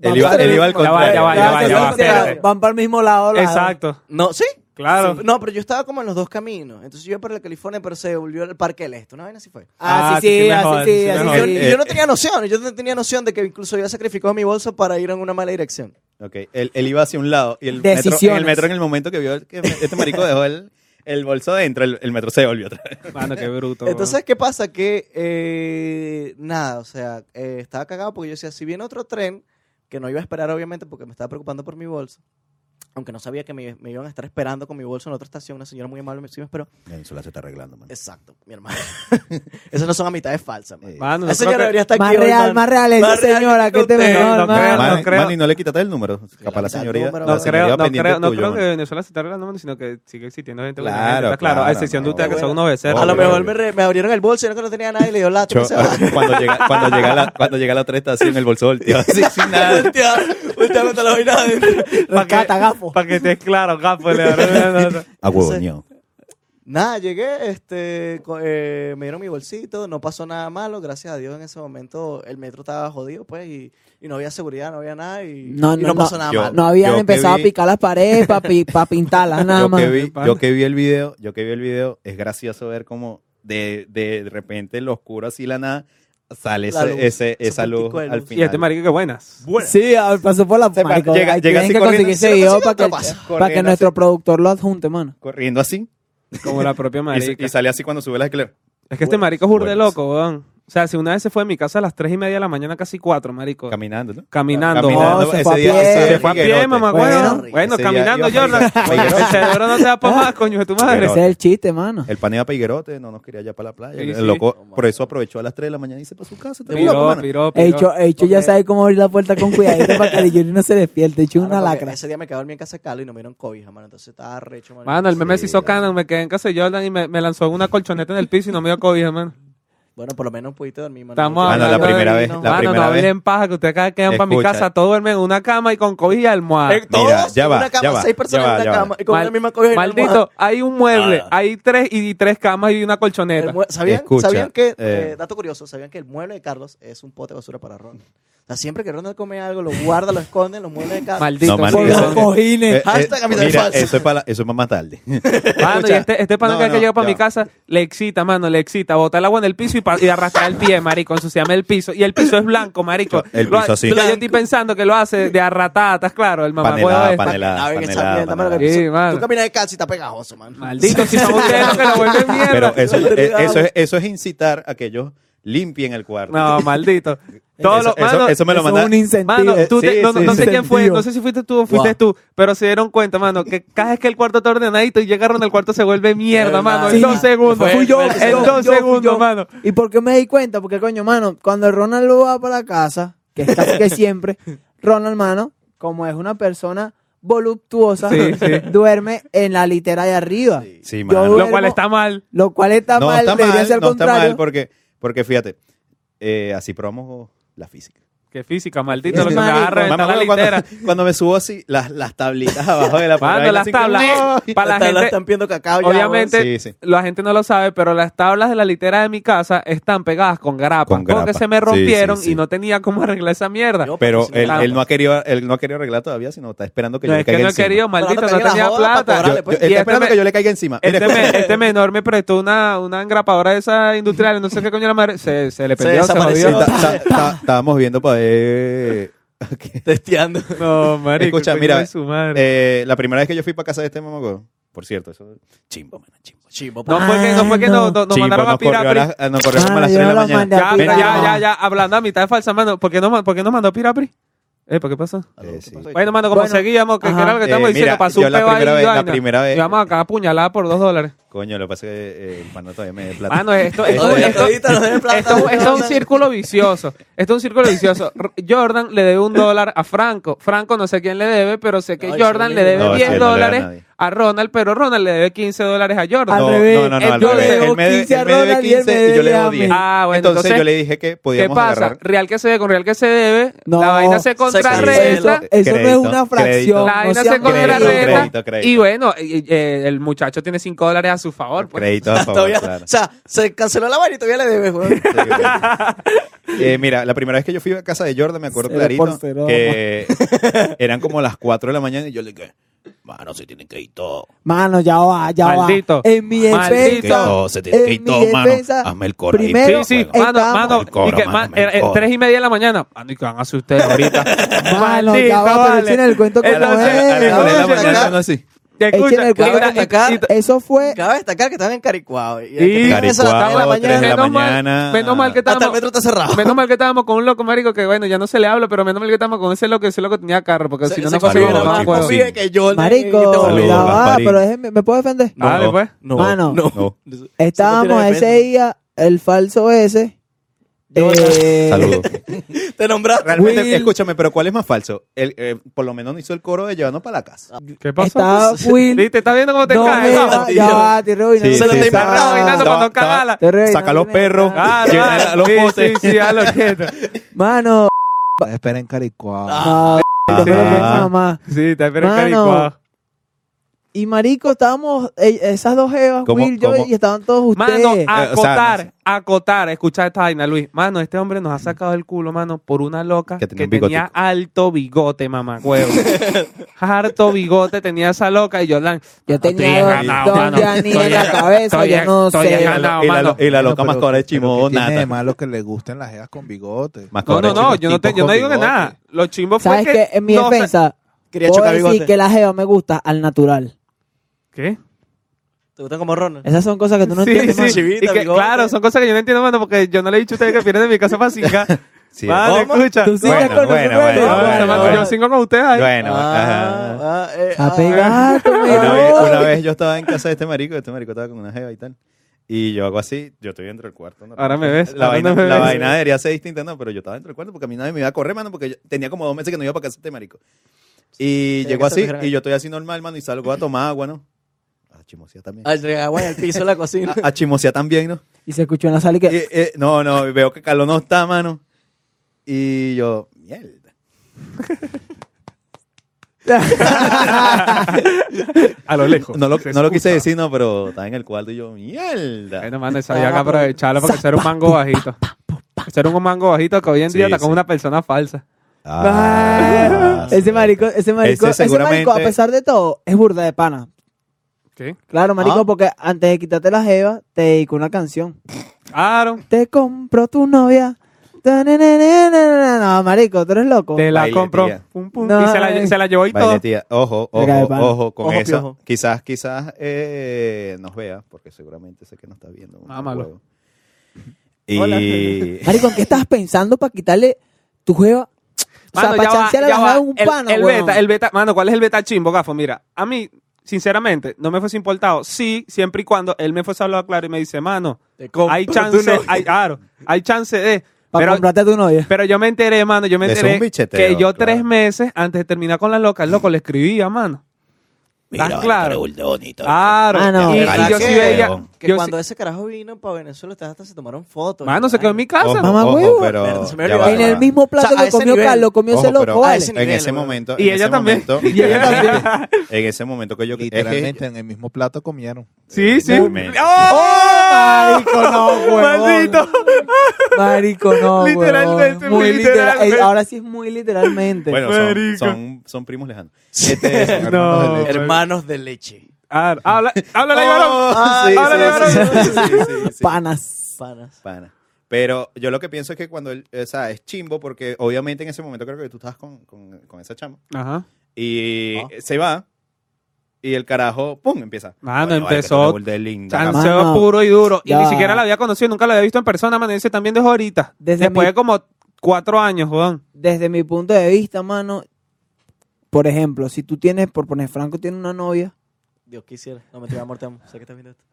Speaker 3: Él iba, él iba al
Speaker 2: Ya va,
Speaker 3: contrario.
Speaker 2: ya va, ya va, ya va.
Speaker 4: Entonces,
Speaker 2: espérate.
Speaker 1: Van para el mismo lado. la-
Speaker 2: Exacto,
Speaker 4: no, ¿sí?
Speaker 2: claro.
Speaker 4: Sí. No, pero yo estaba como en los dos caminos. Entonces, yo iba para la California, pero se volvió al Parque del Este. Una vaina así fue.
Speaker 1: Ah,
Speaker 2: Ah,
Speaker 1: sí,
Speaker 2: sí,
Speaker 1: sí,
Speaker 2: sí, mejor,
Speaker 1: así sí,
Speaker 2: sí,
Speaker 1: así
Speaker 3: mejor.
Speaker 1: sí.
Speaker 3: Eh,
Speaker 4: Yo no tenía noción, yo no tenía noción de que incluso yo sacrificado mi bolso para ir en una mala dirección.
Speaker 3: Ok, él, él iba hacia un lado y el metro,
Speaker 1: Decisiones.
Speaker 3: el metro en el momento que vio que este marico dejó el, el bolso dentro, el, el metro se volvió otra vez.
Speaker 2: Mano, qué bruto.
Speaker 4: Entonces, ¿qué pasa? Que eh, nada, o sea, eh, estaba cagado porque yo decía, si viene otro tren, que no iba a esperar obviamente porque me estaba preocupando por mi bolso, aunque no sabía que me, me iban a estar esperando con mi bolso en otra estación, una señora muy amable me, sí me esperó.
Speaker 3: Venezuela se está arreglando, man.
Speaker 4: Exacto, mi hermano. *laughs* Esas no son amistades falsas, man.
Speaker 3: Eh,
Speaker 2: Mano,
Speaker 4: Esa
Speaker 2: no
Speaker 4: señora
Speaker 2: creo que-
Speaker 4: debería estar aquí
Speaker 1: Más
Speaker 4: hoy,
Speaker 1: real,
Speaker 4: man.
Speaker 1: más real esa
Speaker 4: Más real
Speaker 1: señora, que te
Speaker 4: usted,
Speaker 1: mejor,
Speaker 2: no creo,
Speaker 1: hermano.
Speaker 3: Mani,
Speaker 2: no creo.
Speaker 3: Mani, no le quitaste el número. Capaz la
Speaker 4: mitad del
Speaker 3: señoría.
Speaker 2: No
Speaker 4: número,
Speaker 3: la
Speaker 4: Ahora,
Speaker 2: creo,
Speaker 3: señoría
Speaker 2: no
Speaker 3: pendiente
Speaker 2: creo, no
Speaker 3: tuyo,
Speaker 2: creo
Speaker 3: man.
Speaker 2: que Venezuela se está arreglando, sino que sigue existiendo gente. buena
Speaker 3: Claro,
Speaker 2: gente, está claro, a
Speaker 3: claro,
Speaker 2: excepción de
Speaker 3: no,
Speaker 2: ustedes que son
Speaker 4: bueno.
Speaker 2: unos becerros.
Speaker 4: A lo
Speaker 3: Hombre,
Speaker 4: mejor me,
Speaker 3: hombre.
Speaker 4: re- me abrieron el bolso y yo no tenía nada y le dio la
Speaker 3: Cho- *laughs*
Speaker 4: *laughs*
Speaker 3: cuando llega, cuando llega la, cuando llega la otra estación, el bolso volteó así sin
Speaker 4: *laughs*
Speaker 3: nada.
Speaker 4: la vaina *laughs* adentro.
Speaker 1: Rescata, gafo.
Speaker 2: Para que estés claro, capo. le abro- no, no.
Speaker 3: A
Speaker 4: Ese-
Speaker 3: huevo, Ah, ño.
Speaker 4: Nada, llegué, este, co- eh, me dieron mi bolsito, no pasó nada malo, gracias a Dios en ese momento el metro estaba jodido, pues, y, y no había seguridad, no había nada, y
Speaker 1: No,
Speaker 4: y
Speaker 1: no, no.
Speaker 4: pasó nada
Speaker 3: Yo-
Speaker 4: malo.
Speaker 1: No habían
Speaker 3: Yo que
Speaker 1: empezado
Speaker 3: vi-
Speaker 1: a picar las paredes para pintarlas, nada
Speaker 3: yo,
Speaker 1: más.
Speaker 3: que vi,
Speaker 2: Pana.
Speaker 3: yo que vi el video, yo que vi el video, es gracioso ver cómo de, de, repente lo oscuro así la nada sale
Speaker 4: La
Speaker 3: ese-
Speaker 4: luz,
Speaker 3: ese-
Speaker 4: ese
Speaker 3: esa luz
Speaker 4: puntico de
Speaker 3: al
Speaker 4: luz.
Speaker 2: Y
Speaker 3: final.
Speaker 2: este marico, qué buenas.
Speaker 1: Sí, a ver, pasó por la
Speaker 3: Se pa-
Speaker 1: marico,
Speaker 3: llega-
Speaker 1: hay-
Speaker 3: llega
Speaker 1: tienen
Speaker 3: así
Speaker 1: que
Speaker 3: corriendo,
Speaker 1: conseguir ese
Speaker 3: sí,
Speaker 1: video
Speaker 4: sí,
Speaker 1: para que,
Speaker 4: otro paso.
Speaker 1: para que
Speaker 3: Corriendo
Speaker 1: nuestro
Speaker 3: así.
Speaker 1: productor lo adjunte, mano.
Speaker 3: corriendo así
Speaker 2: Como la propia
Speaker 3: y se-
Speaker 2: marica.
Speaker 3: y, sale así cuando sube la escalera.
Speaker 2: Es que este
Speaker 3: Buenas,
Speaker 2: marico es burde
Speaker 3: buenas.
Speaker 2: loco, weón. O sea, si una vez se fue de mi casa a las 3 y media de la mañana, casi 4, marico.
Speaker 3: Caminando, ¿no?
Speaker 2: Caminando.
Speaker 1: Caminando.
Speaker 2: Oh,
Speaker 1: se fue a pie.
Speaker 3: ese
Speaker 2: se fue a pie,
Speaker 3: Figuerote.
Speaker 2: mamá,
Speaker 1: Bueno,
Speaker 2: weón. Bueno,
Speaker 3: ese día
Speaker 2: caminando,
Speaker 3: iba
Speaker 2: Jordan.
Speaker 3: pa' Higuerote.
Speaker 2: El cerebro no te da pa' más, coño, de tu madre.
Speaker 3: Pero-
Speaker 1: Ese es el chiste, mano.
Speaker 3: El paneo a Piguerote no nos quería allá para la playa.
Speaker 2: Sí,
Speaker 3: el
Speaker 2: sí.
Speaker 3: loco, por eso aprovechó a las 3 de la mañana y se para su casa. ¿Te loco,
Speaker 2: Piró,
Speaker 3: mano?
Speaker 2: piró,
Speaker 1: El hecho,
Speaker 2: piró.
Speaker 1: el hecho ya
Speaker 4: Ok.
Speaker 1: sabe cómo abrir la puerta con cuidadito para que el Yuri no se despierte. Hecho
Speaker 4: Mano,
Speaker 1: una
Speaker 4: Ah, porque
Speaker 1: lacra.
Speaker 4: Ese día me quedé dormido en casa de Carlos y no me dieron cobija, mano, entonces estaba recho, mano.
Speaker 2: Mano, el meme
Speaker 3: Sí,
Speaker 2: se hizo
Speaker 3: mano.
Speaker 2: canon. Me quedé en casa de Jordan y me, me lanzó una colchoneta en el piso y no me dio cobija, mano.
Speaker 4: Bueno, por lo menos pudiste dormir, mano.
Speaker 2: Estamos
Speaker 4: Yo creo que
Speaker 2: hablando
Speaker 4: yo
Speaker 2: la
Speaker 3: primera
Speaker 4: dormí, ¿no?
Speaker 3: Ah, La
Speaker 2: Mano,
Speaker 3: primera
Speaker 2: no
Speaker 3: vez-
Speaker 2: hablen paja, que ustedes cada vez que van para mi
Speaker 3: Escucha.
Speaker 2: casa, todos duermen en una cama y con cobija y almohada.
Speaker 4: Eh, Todos
Speaker 3: Mira, ya
Speaker 4: en
Speaker 3: va,
Speaker 4: una cama,
Speaker 3: ya va,
Speaker 4: seis personas
Speaker 3: ya va,
Speaker 4: en una
Speaker 3: ya va.
Speaker 4: cama y con
Speaker 2: Mal-
Speaker 4: la misma cobija y la almohada.
Speaker 2: Maldito, hay un mueble,
Speaker 3: Ah.
Speaker 2: hay tres y tres camas y una colchoneta.
Speaker 4: El mue- ¿Sabían,
Speaker 3: Escucha,
Speaker 4: ¿sabían que,
Speaker 3: eh,
Speaker 4: eh, dato curioso, sabían que el mueble de Carlos es un pote de basura para Ronald? O sea, siempre que Ronald come algo, lo guarda, lo esconde, lo muebles de Carlos.
Speaker 2: Maldito.
Speaker 3: No, man,
Speaker 1: Por
Speaker 3: eso-
Speaker 1: los
Speaker 3: Eh,
Speaker 1: cojines.
Speaker 3: eh,
Speaker 4: Hashtag camisa de
Speaker 3: mira,
Speaker 4: falso.
Speaker 3: eso es para, eso es para más tarde.
Speaker 2: *laughs* Mano,
Speaker 3: Escucha,
Speaker 2: y este, este pana
Speaker 3: no,
Speaker 2: que,
Speaker 3: no,
Speaker 2: llega para
Speaker 3: ya.
Speaker 2: mi casa le excita, mano, le excita. Botar el agua en el piso y, pa- y arrastrar el pie, marico. Ensuciarme el piso. Y el piso es blanco, marico.
Speaker 3: El
Speaker 2: Lo-
Speaker 3: piso así.
Speaker 2: ya Yo estoy
Speaker 4: Blanco.
Speaker 2: pensando que lo hace de arratatas, claro. El mamá
Speaker 3: Panelada,
Speaker 2: huevo
Speaker 3: panelada,
Speaker 4: Ah, ven, esa
Speaker 3: panelada,
Speaker 4: mierda, mano,
Speaker 3: panelada.
Speaker 4: que
Speaker 2: Sí,
Speaker 4: tú-
Speaker 2: mano.
Speaker 4: Tú caminas de calza y está pegajoso, man.
Speaker 2: Maldito, si
Speaker 3: *laughs*
Speaker 2: son ustedes los que lo vuelven mierda.
Speaker 3: Pero eso,
Speaker 4: Yo
Speaker 2: *laughs*
Speaker 3: eh,
Speaker 4: le
Speaker 3: eso,
Speaker 4: regalo.
Speaker 3: es, eso es incitar a que ellos limpien el cuarto.
Speaker 2: No, maldito. Todo
Speaker 3: eso,
Speaker 2: lo- mano,
Speaker 3: eso, eso me lo
Speaker 1: Eso es
Speaker 3: mandaron.
Speaker 1: un incentivo.
Speaker 2: Mano, tú te-
Speaker 3: Sí,
Speaker 2: no,
Speaker 3: sí,
Speaker 2: no- no sé
Speaker 1: sí.
Speaker 2: quién fue,
Speaker 1: Sentido.
Speaker 2: no sé si fuiste tú o fuiste tú, pero se dieron cuenta, mano, que cada vez que el cuarto está ordenadito y llegaron al cuarto se vuelve mierda,
Speaker 4: Verdad.
Speaker 2: mano,
Speaker 1: Sí.
Speaker 2: en dos segundos.
Speaker 4: Fue-
Speaker 1: Fui yo,
Speaker 4: fue-
Speaker 1: fui
Speaker 2: en
Speaker 1: yo,
Speaker 2: dos
Speaker 1: fui yo,
Speaker 2: segundos,
Speaker 1: fui yo.
Speaker 2: mano.
Speaker 1: ¿Y por qué me di cuenta? Porque, coño, mano, cuando Ronald lo va para la casa, que es casi que
Speaker 3: *laughs*
Speaker 1: siempre, Ronald, mano, como es una persona voluptuosa,
Speaker 2: Sí, sí.
Speaker 1: duerme en la litera de arriba.
Speaker 3: Sí,
Speaker 1: Yo
Speaker 3: mano.
Speaker 1: duermo-
Speaker 2: Lo cual está mal.
Speaker 1: Lo cual está
Speaker 3: no
Speaker 1: mal,
Speaker 3: está
Speaker 1: debería
Speaker 3: mal,
Speaker 1: ser al
Speaker 3: no está
Speaker 1: contrario.
Speaker 3: mal porque, porque fíjate, eh, así probamos la física.
Speaker 2: Qué física, maldito, lo que
Speaker 1: Es
Speaker 2: me va a
Speaker 1: marico.
Speaker 2: reventar
Speaker 3: Mamá,
Speaker 2: la
Speaker 3: cuando, *laughs*
Speaker 2: litera.
Speaker 3: cuando me subo así, las, las tablitas abajo de la
Speaker 2: Mano,
Speaker 3: pared,
Speaker 2: las
Speaker 3: así
Speaker 2: tablas.
Speaker 3: como-
Speaker 2: *laughs* Para la
Speaker 4: Hasta
Speaker 2: gente-
Speaker 4: están pidiendo cacao ya,
Speaker 2: Obviamente,
Speaker 3: Sí, sí.
Speaker 2: la gente no lo sabe, pero las tablas de la litera de mi casa están pegadas con grapas.
Speaker 3: Con
Speaker 2: Porque
Speaker 3: grapas.
Speaker 2: se me
Speaker 3: Sí,
Speaker 2: rompieron
Speaker 3: sí, sí.
Speaker 2: y no tenía cómo arreglar esa mierda.
Speaker 4: Yo-
Speaker 3: Pero
Speaker 4: Sin
Speaker 3: él,
Speaker 2: trampa.
Speaker 3: él no ha querido, él no ha querido arreglar todavía, sino está esperando que yo
Speaker 2: No, es
Speaker 3: le
Speaker 2: que
Speaker 3: caiga
Speaker 2: no he
Speaker 3: encima.
Speaker 2: querido, maldito,
Speaker 4: Pero no
Speaker 2: no
Speaker 4: tenía
Speaker 2: tenía
Speaker 4: la joda para
Speaker 2: plata.
Speaker 4: cobrarle,
Speaker 3: Yo-
Speaker 4: pues.
Speaker 3: yo- está
Speaker 2: Y este
Speaker 3: esperando
Speaker 2: me-
Speaker 3: que yo le caiga encima. Mira,
Speaker 2: Este,
Speaker 3: *laughs*
Speaker 2: me-
Speaker 3: escucha.
Speaker 2: este menor me prestó una, una engrapadora de esa industrial, no sé qué coño de la madre. Se, se le
Speaker 4: Se
Speaker 2: perdió, se,
Speaker 4: desapareció.
Speaker 2: jodió.
Speaker 3: Está- está- está-
Speaker 2: *laughs*
Speaker 3: Estábamos viendo para ver.
Speaker 4: *laughs* Testeando.
Speaker 2: No, marico.
Speaker 3: Escucha,
Speaker 2: coño
Speaker 3: mira,
Speaker 2: de su madre.
Speaker 3: Eh, la primera vez que yo fui para casa de este mamago, por cierto, eso chimbo, mano, chimbo.
Speaker 4: Chivo,
Speaker 2: no fue que, no fue que
Speaker 1: Ah,
Speaker 2: nos, nos- nos
Speaker 3: Chimbo,
Speaker 2: mandaron a pues.
Speaker 3: nos corrió
Speaker 2: Pirapri.
Speaker 3: a las- ah, nos corrió como a
Speaker 1: Ah,
Speaker 3: las
Speaker 1: yo
Speaker 3: 3 de la
Speaker 1: lo
Speaker 3: mañana.
Speaker 1: mandé a
Speaker 2: Ya,
Speaker 1: Pirapri.
Speaker 2: mira, ya, ya, ya, hablando a mitad de falsa mano. ¿Por qué no, por qué no mandó Pirapri? Eh, ¿por qué pasó?
Speaker 3: Eh, sí.
Speaker 2: Bueno, mano, como
Speaker 1: Bueno,
Speaker 2: seguíamos, que, que era lo que
Speaker 3: Eh,
Speaker 2: estábamos diciendo,
Speaker 3: mira,
Speaker 2: pasó
Speaker 3: yo
Speaker 2: un
Speaker 3: la
Speaker 2: peo ahí
Speaker 3: primera vez,
Speaker 2: y
Speaker 3: la
Speaker 2: vaina.
Speaker 3: primera vez-
Speaker 2: Y vamos acá apuñalada por
Speaker 3: *laughs*
Speaker 2: dos dólares.
Speaker 3: Coño, lo que pasa es que eh, el pano todavía me dé plata.
Speaker 2: Mano, esto, esto,
Speaker 4: Oye,
Speaker 2: esto,
Speaker 4: todita nos debe plata.
Speaker 2: Esto, esto es un círculo vicioso. Esto es un círculo vicioso. R- Jordan le debe un dólar a Franco. Franco no sé quién le debe, pero sé que
Speaker 4: No,
Speaker 2: Jordan le
Speaker 4: yo no le
Speaker 2: debe
Speaker 4: debo.
Speaker 3: No,
Speaker 2: 10
Speaker 3: sí, él no le debe a
Speaker 2: dólares
Speaker 3: nadie.
Speaker 2: a Ronald, pero Ronald le debe 15 dólares a Jordan.
Speaker 1: Al
Speaker 3: no,
Speaker 1: revés. Eh,
Speaker 3: no, no, no, al
Speaker 2: Yo le
Speaker 3: revés.
Speaker 1: debo
Speaker 3: Él me,
Speaker 1: 15 a
Speaker 3: él me debe
Speaker 1: Ronald y él me
Speaker 3: 15 y yo le
Speaker 1: debe a
Speaker 3: debo
Speaker 1: mí.
Speaker 3: 10.
Speaker 2: Ah, bueno,
Speaker 3: entonces,
Speaker 2: entonces,
Speaker 3: yo le dije que
Speaker 2: ¿Qué
Speaker 3: podíamos
Speaker 2: pasa?
Speaker 3: agarrar
Speaker 2: Real que se debe con Real que se debe.
Speaker 1: No,
Speaker 2: la vaina se contrarresta.
Speaker 1: Eso, eso no es
Speaker 3: Crédito,
Speaker 1: una
Speaker 3: crédito.
Speaker 1: fracción.
Speaker 2: La
Speaker 1: no
Speaker 2: vaina
Speaker 1: sean
Speaker 2: se contrarresta.
Speaker 1: mierda.
Speaker 3: crédito, crédito, crédito.
Speaker 2: Y bueno, eh, eh, el muchacho tiene 5 dólares a su favor. pues.
Speaker 3: crédito
Speaker 2: *laughs*
Speaker 3: a favor,
Speaker 4: Todavía-
Speaker 3: claro.
Speaker 4: O sea, se canceló la vaina y todavía le debes, güey.
Speaker 3: Sí, güey. Eh, mira, la primera vez que yo fui a casa de Jordan, me acuerdo
Speaker 1: Cero
Speaker 3: clarito
Speaker 1: por cero,
Speaker 3: que eran como las 4 de la mañana y yo le dije, mano, se tienen que ir todos.
Speaker 1: Mano, ya va, ya
Speaker 2: Maldito.
Speaker 1: va. En mi
Speaker 2: Maldito.
Speaker 3: Que
Speaker 1: defensa,
Speaker 3: todo, se tienen que
Speaker 1: en
Speaker 3: ir
Speaker 1: mi
Speaker 3: todo, mano.
Speaker 1: defensa,
Speaker 3: Hazme el coro ahí,
Speaker 1: primero-
Speaker 2: Sí, sí,
Speaker 3: pues,
Speaker 1: Bueno,
Speaker 2: mano,
Speaker 1: estamos-
Speaker 2: mano,
Speaker 3: El coro,
Speaker 2: y que,
Speaker 3: mano,
Speaker 2: man,
Speaker 3: el
Speaker 2: era- eh,
Speaker 3: coro.
Speaker 2: tres y media de la mañana. Mano, ¿y qué van a hacer ustedes ahorita?
Speaker 1: Mano, ya va, pero
Speaker 2: vale.
Speaker 1: echen el cuento como es,
Speaker 2: Entonces,
Speaker 3: A las tres de la
Speaker 2: entonces,
Speaker 3: mañana, no así.
Speaker 1: echen
Speaker 2: Escucha,
Speaker 1: el cuento
Speaker 2: mira,
Speaker 1: como
Speaker 2: y-
Speaker 4: acá-
Speaker 2: y-
Speaker 1: Eso fue
Speaker 4: Cabe destacar que están en Caricuao. Y,
Speaker 2: Y-
Speaker 4: y eso a las tres de la
Speaker 3: Caricuao, tres de
Speaker 4: mañana.
Speaker 3: la-
Speaker 2: menos mal-
Speaker 3: mañana.
Speaker 2: Menos mal que
Speaker 4: Hasta el
Speaker 2: estábamos.
Speaker 4: metro está cerrado.
Speaker 2: Menos mal que estábamos con un loco, marico, que bueno, ya no se le habla, pero menos mal que estábamos con ese loco, ese loco tenía carro, porque si no, no
Speaker 3: se
Speaker 2: conseguimos
Speaker 3: considera
Speaker 2: más pues.
Speaker 3: más
Speaker 2: huevo.
Speaker 3: posible.
Speaker 4: que yo.
Speaker 1: Marico,
Speaker 3: Saludos,
Speaker 1: ya va,
Speaker 3: Gasparín.
Speaker 1: pero déjenme, ¿me puedo defender?
Speaker 3: No,
Speaker 2: Dale,
Speaker 3: no.
Speaker 2: pues.
Speaker 4: No,
Speaker 1: Mano,
Speaker 4: *laughs* no.
Speaker 3: No.
Speaker 1: Estábamos ese día, el falso ese.
Speaker 4: Yo-
Speaker 1: eh,
Speaker 3: Saludos.
Speaker 4: Te nombraste.
Speaker 3: Realmente,
Speaker 1: Will-
Speaker 3: escúchame, pero ¿cuál es más falso? El, eh, por lo menos no hizo el coro de llevarnos para la casa.
Speaker 2: pues. ¿Qué pasó?
Speaker 1: Estaba Will.
Speaker 2: ¿Viste? ¿Estás viendo cómo te
Speaker 1: No,
Speaker 2: caes?
Speaker 1: mira,
Speaker 2: No.
Speaker 4: tío.
Speaker 1: ya va, te rebobinando.
Speaker 3: Sí, Se lo sí, está
Speaker 1: Estaba-
Speaker 2: rebobinando
Speaker 1: estaba-
Speaker 2: para
Speaker 3: *laughs*
Speaker 2: no cagarla.
Speaker 1: te rebobinando.
Speaker 3: Saca los perros.
Speaker 2: Ah, no.
Speaker 3: Llena los
Speaker 2: Sí,
Speaker 3: botes.
Speaker 2: Sí, sí, a lo quieto.
Speaker 1: Mano,
Speaker 3: Pues,
Speaker 1: ah,
Speaker 5: Espera en Caricuao.
Speaker 3: Ah,
Speaker 1: no, te juro que esa mamá.
Speaker 2: Sí, te espero en
Speaker 1: Mano.
Speaker 2: Caricuá.
Speaker 1: Y marico, estábamos, eh, esas dos jevas,
Speaker 3: ¿Cómo-
Speaker 1: Will, yo,
Speaker 3: cómo?
Speaker 1: y estaban todos ustedes.
Speaker 2: Mano,
Speaker 3: Eh, sea,
Speaker 2: acotar,
Speaker 3: no sé.
Speaker 2: acotar, escucha esta vaina, Luis. Mano, este hombre nos ha sacado el culo, mano, por una loca que
Speaker 3: Que tenía
Speaker 2: tenía,
Speaker 3: un bigotico.
Speaker 2: alto bigote, mamá,
Speaker 3: *laughs*
Speaker 2: huevo. Harto bigote tenía esa loca y Jordan.
Speaker 1: yo tenía
Speaker 2: estoy
Speaker 1: dos-
Speaker 2: enganado,
Speaker 1: dos
Speaker 2: mano.
Speaker 1: Gianni
Speaker 2: Estoy
Speaker 1: en la
Speaker 2: enga-
Speaker 1: cabeza,
Speaker 2: estoy
Speaker 1: yo no
Speaker 2: estoy
Speaker 1: sé.
Speaker 3: Y la,
Speaker 2: enganado,
Speaker 3: y la-
Speaker 2: mano.
Speaker 3: y la loca
Speaker 5: Bueno,
Speaker 3: más
Speaker 5: pero-
Speaker 3: cobra de
Speaker 5: pero
Speaker 3: chimbo,
Speaker 5: ¿qué Tiene de
Speaker 3: nada.
Speaker 5: malo que le gusten las jeas con bigote.
Speaker 3: Más
Speaker 2: No,
Speaker 3: cobra
Speaker 2: no,
Speaker 3: de
Speaker 2: no,
Speaker 3: chimbo.
Speaker 2: yo no, te, yo no digo que
Speaker 5: bigote.
Speaker 2: nada. Los chimbos fue
Speaker 1: ¿Sabes
Speaker 2: que...
Speaker 1: qué? En mi
Speaker 2: no se-
Speaker 1: defensa,
Speaker 4: Quería
Speaker 1: puedo
Speaker 4: chocar
Speaker 1: decir
Speaker 4: bigote.
Speaker 1: que la jeva me gusta al natural.
Speaker 2: ¿Qué?
Speaker 4: ¿Te gustan como Ronald?
Speaker 1: Esas son cosas que tú no
Speaker 2: sí,
Speaker 1: entiendes.
Speaker 2: sí.
Speaker 1: mano.
Speaker 4: Chivita,
Speaker 2: Y que,
Speaker 4: bigote.
Speaker 2: claro, son cosas que yo no entiendo, mano, porque yo no le he dicho a ustedes que vienen de mi casa
Speaker 3: *laughs*
Speaker 2: para cingar.
Speaker 3: Ah, Sí,
Speaker 2: Mano,
Speaker 4: ¿Cómo?
Speaker 2: escucha.
Speaker 1: Tú sigues
Speaker 3: Bueno,
Speaker 1: con
Speaker 3: bueno,
Speaker 1: nosotros,
Speaker 3: bueno,
Speaker 1: ¿no?
Speaker 2: Bueno, mano,
Speaker 3: bueno.
Speaker 2: Yo cinco con ustedes ahí.
Speaker 3: Bueno, ajá.
Speaker 4: Ah, ah, eh,
Speaker 1: A
Speaker 4: ah.
Speaker 1: pegarte,
Speaker 3: Una vez,
Speaker 1: weón.
Speaker 3: una vez yo estaba en casa de este marico, este marico estaba con una jeva y tal. Y yo hago así, yo estoy dentro del cuarto. ¿no?
Speaker 2: Ahora me ves,
Speaker 3: La,
Speaker 2: ahora
Speaker 3: vaina,
Speaker 2: no me
Speaker 3: la
Speaker 2: ves.
Speaker 3: vaina debería ser distinta, no, pero yo estaba dentro del cuarto porque a mí nadie me iba a correr, mano, porque yo tenía como dos meses que no iba para casa de este marico. Y
Speaker 4: Tenía
Speaker 3: llegó
Speaker 4: que
Speaker 3: así,
Speaker 4: estar
Speaker 3: y yo estoy así normal, mano, y salgo a tomar agua, ¿no? A chimosear también.
Speaker 4: ah, Al regar agua en el piso de la cocina.
Speaker 3: A, a chimosear también, ¿no?
Speaker 1: Y se escuchó en la sala y que.
Speaker 3: Eh, eh, no, no, veo que Carlos no está, mano. Y yo, mierda.
Speaker 2: A lo lejos.
Speaker 3: No lo,
Speaker 2: Se
Speaker 3: no lo quise
Speaker 2: escucha.
Speaker 3: decir, no, pero estaba en el cuarto y yo, mierda.
Speaker 2: Bueno, mano, eso había que aprovecharlo porque ser un mango bajito. Ser un mango bajito que hoy en
Speaker 3: Sí,
Speaker 2: día está como
Speaker 3: sí.
Speaker 2: una persona falsa.
Speaker 1: Ah, ese marico, ese marico, ese, marico, a
Speaker 3: seguramente-
Speaker 1: pesar de todo, es burda de pana.
Speaker 2: ¿Qué?
Speaker 1: Claro, marico,
Speaker 4: Ah.
Speaker 1: porque antes de quitarte la jeva, te dedicó una canción.
Speaker 2: Claro.
Speaker 1: Te compro tu novia. No, marico, tú eres loco.
Speaker 2: Te la
Speaker 3: Baile,
Speaker 2: compro.
Speaker 3: tía.
Speaker 2: Pum, pum,
Speaker 1: No,
Speaker 2: y se la,
Speaker 1: ay.
Speaker 2: se la llevó y todo.
Speaker 3: Vale, tía, ojo,
Speaker 1: Me cae de
Speaker 3: ojo,
Speaker 1: pana.
Speaker 3: ojo con
Speaker 4: Ojo,
Speaker 3: eso.
Speaker 4: piojo.
Speaker 3: Quizás, quizás eh, nos vea, porque seguramente sé que nos está viendo. un
Speaker 2: Mámalo. *laughs*
Speaker 3: huevo. Y
Speaker 1: Hola. *laughs* Marico, ¿en qué estabas pensando para quitarle tu jeva? O sea,
Speaker 2: Mano,
Speaker 1: para
Speaker 2: ya va,
Speaker 1: chancear a
Speaker 2: ya
Speaker 1: la jeva
Speaker 2: va.
Speaker 1: de un
Speaker 2: El-
Speaker 1: pana,
Speaker 2: el,
Speaker 1: weón.
Speaker 2: beta, el beta, mano, ¿cuál es el beta chimbo, gafo? Mira, a mí, sinceramente, no me fuese importado. Sí, siempre y cuando él me fuese a hablar claro y me dice, mano,
Speaker 4: Te compro
Speaker 2: hay
Speaker 4: tu
Speaker 2: chance,
Speaker 4: novia.
Speaker 2: hay, claro, hay chance de.
Speaker 1: Para
Speaker 2: Pero,
Speaker 1: comprarte a tu novia.
Speaker 2: pero yo me enteré, mano, yo me
Speaker 3: Eso es
Speaker 2: enteré
Speaker 3: un bicheteo,
Speaker 2: que yo
Speaker 3: claro.
Speaker 2: tres meses antes de terminar con la loca, el loco le escribía, mano. ¿Estás claro? Claro.
Speaker 1: Ah, no.
Speaker 2: Y, y
Speaker 3: Gracias,
Speaker 2: yo sí veía.
Speaker 3: huevón.
Speaker 4: Que
Speaker 2: yo
Speaker 4: cuando
Speaker 2: sí-
Speaker 4: ese carajo vino para Venezuela, ustedes hasta se tomaron fotos.
Speaker 2: mano, se quedó en mi casa.
Speaker 1: Mamá huevo.
Speaker 3: pero.
Speaker 4: Perdón, se me
Speaker 3: ya
Speaker 4: olvidó.
Speaker 3: va,
Speaker 1: en
Speaker 3: ya
Speaker 1: el
Speaker 3: va.
Speaker 1: mismo plato
Speaker 4: O sea, a
Speaker 1: que
Speaker 4: ese
Speaker 1: comió
Speaker 4: nivel.
Speaker 1: Carlos, comió
Speaker 3: Ojo,
Speaker 1: ese
Speaker 3: pero
Speaker 1: loco,
Speaker 3: a
Speaker 1: ¿vale?
Speaker 4: ese
Speaker 3: En
Speaker 4: nivel,
Speaker 3: ese
Speaker 4: weón.
Speaker 3: momento.
Speaker 2: Y
Speaker 3: en
Speaker 2: ella
Speaker 3: ese
Speaker 2: también.
Speaker 3: momento-
Speaker 2: *laughs* Y ella también.
Speaker 3: *laughs* En ese momento que yo. es que-
Speaker 5: Literalmente en el mismo plato comieron.
Speaker 2: Sí, sí.
Speaker 3: Realmente.
Speaker 2: ¡Oh!
Speaker 1: Marico, no, huevón.
Speaker 2: Maldito.
Speaker 1: Marico, no, huevón.
Speaker 2: Literalmente,
Speaker 1: Muy literal-
Speaker 2: literalmente.
Speaker 1: eh, Ahora sí es muy literalmente. *laughs*
Speaker 3: Bueno,
Speaker 2: Marico.
Speaker 3: son, son, son primos
Speaker 2: *laughs*
Speaker 3: lejanos. Este,
Speaker 2: No.
Speaker 5: Hermanos de leche.
Speaker 4: Hermanos de leche.
Speaker 2: Ah, Habla, háblale, ahí, varón.
Speaker 3: Oh, sí,
Speaker 2: Háblale,
Speaker 3: sí,
Speaker 2: varón.
Speaker 3: sí, sí, sí, sí.
Speaker 1: Panas.
Speaker 4: Panas.
Speaker 3: Pana. Pero yo lo que pienso es que cuando él, o sea, es chimbo, porque obviamente en ese momento creo que tú estabas con, con, con esa chama.
Speaker 2: Ajá.
Speaker 3: Y
Speaker 4: Ah.
Speaker 3: se va. Y el carajo, ¡pum! empieza.
Speaker 2: Mano,
Speaker 3: Coño, vale, que
Speaker 2: empezó
Speaker 3: te volvés linda,
Speaker 1: Chance.
Speaker 3: cama.
Speaker 2: Chanceo
Speaker 1: Mano,
Speaker 2: puro y duro. Y
Speaker 1: ya.
Speaker 2: ni siquiera la había conocido, nunca la había visto en persona, man. Ese también dejó ahorita.
Speaker 1: Desde
Speaker 2: Después
Speaker 1: mi-
Speaker 2: de como cuatro años, Juan.
Speaker 1: Desde mi punto de vista, mano, por ejemplo, si tú tienes, por poner, Franco tiene una novia.
Speaker 4: Dios quisiera. No, mentira, amor, te amo. Sé que estás viendo esto.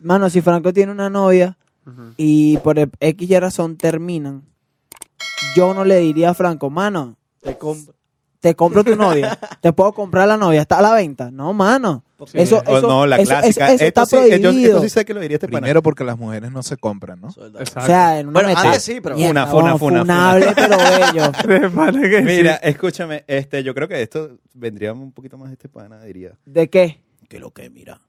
Speaker 1: Mano, si Franco tiene una novia y por el X y razón terminan, yo no le diría a Franco, mano,
Speaker 4: Te compro.
Speaker 1: te compro tu
Speaker 3: *laughs*
Speaker 1: novia, te puedo comprar la novia, está a la venta. No, mano.
Speaker 4: Porque
Speaker 1: Eso,
Speaker 3: O
Speaker 1: eso,
Speaker 3: Oh, no, la
Speaker 1: eso-
Speaker 3: clásica.
Speaker 1: eso- eso
Speaker 3: esto,
Speaker 1: está
Speaker 3: sí, eh, yo-
Speaker 1: prohibido.
Speaker 3: esto sí sé que lo diría este pana.
Speaker 5: Primero porque las mujeres no se compran, ¿no?
Speaker 4: soldado.
Speaker 1: O
Speaker 2: *laughs*
Speaker 1: sea, en una
Speaker 4: Bueno,
Speaker 1: meta-
Speaker 4: antes sí, pero-
Speaker 1: Mierda,
Speaker 3: Ah, Funa,
Speaker 1: no,
Speaker 3: funa, funa,
Speaker 1: funable, pero bello.
Speaker 3: *laughs* Mira, escúchame, este, yo creo que esto vendría un poquito más de este pana, diría.
Speaker 1: ¿De qué?
Speaker 3: Que lo que mira.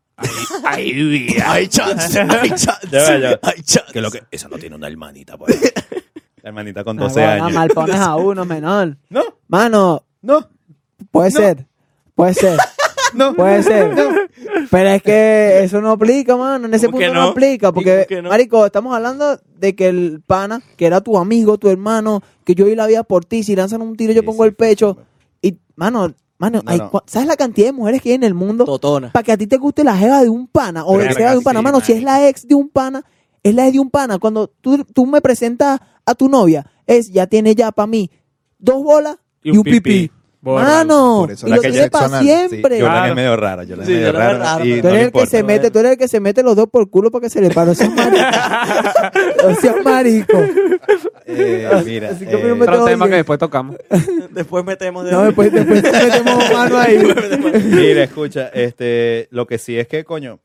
Speaker 4: Hay chance. Hay
Speaker 1: Ah,
Speaker 4: chance.
Speaker 3: Ya va, ya va.
Speaker 4: Hay chance.
Speaker 3: Que lo que. Esa no tiene una hermanita, pues. *laughs* La hermanita con 12
Speaker 1: Ah, bueno,
Speaker 3: años.
Speaker 1: mal pones
Speaker 3: *laughs*
Speaker 1: a uno menor.
Speaker 3: No,
Speaker 1: Mano,
Speaker 3: no,
Speaker 1: puede
Speaker 3: No.
Speaker 1: ser. Puede ser.
Speaker 3: *laughs* no.
Speaker 1: Puede ser. Pero es que eso no aplica, mano. En ese
Speaker 4: ¿Cómo que
Speaker 1: punto no?
Speaker 4: no?
Speaker 1: aplica. Porque,
Speaker 4: ¿Y por qué no?
Speaker 1: Marico, estamos hablando de que el pana, que era tu amigo, tu hermano, que yo vi la vida por ti, si lanzan un tiro, yo
Speaker 3: Sí,
Speaker 1: pongo
Speaker 3: sí,
Speaker 1: el pecho. Y, mano, mano,
Speaker 3: No,
Speaker 1: hay
Speaker 3: no.
Speaker 1: cua- ¿sabes la cantidad de mujeres que hay en el mundo?
Speaker 4: Totona.
Speaker 1: Para que a ti te guste la jeva de un pana o
Speaker 3: Verga,
Speaker 1: ex jeva de un pana.
Speaker 3: sí,
Speaker 1: Mano, si es la ex de un pana, es la ex de un pana. Cuando tú, tú me presentas a tu novia, es ya tiene ya para mí dos bolas y, un pipí.
Speaker 2: Bórralo.
Speaker 1: Mano,
Speaker 5: Por eso
Speaker 1: y
Speaker 5: la
Speaker 1: lo
Speaker 5: que el
Speaker 1: tiene
Speaker 5: sexo
Speaker 1: para
Speaker 5: anal, sí,
Speaker 1: siempre.
Speaker 3: Yo la
Speaker 2: Claro.
Speaker 3: es medio rara, yo la
Speaker 4: Sí,
Speaker 3: es medio
Speaker 4: Yolan es
Speaker 3: rara.
Speaker 4: raro,
Speaker 3: Y
Speaker 4: pero-
Speaker 1: Tú
Speaker 3: no
Speaker 1: eres
Speaker 3: le
Speaker 1: el que se
Speaker 3: importa.
Speaker 1: mete, tú eres el que se mete los dos por culo para que se le pare. O sea, *laughs* marico. O sea, marico.
Speaker 3: Eh, mira,
Speaker 1: Así que a mí no me
Speaker 3: eh,
Speaker 2: Otro
Speaker 1: Pero,
Speaker 2: tema
Speaker 1: oye.
Speaker 2: que después tocamos.
Speaker 4: Después metemos de.
Speaker 1: No, después,
Speaker 4: *laughs*
Speaker 1: después te metemos mano ahí.
Speaker 3: Mira, escucha, este, lo que sí es que, coño,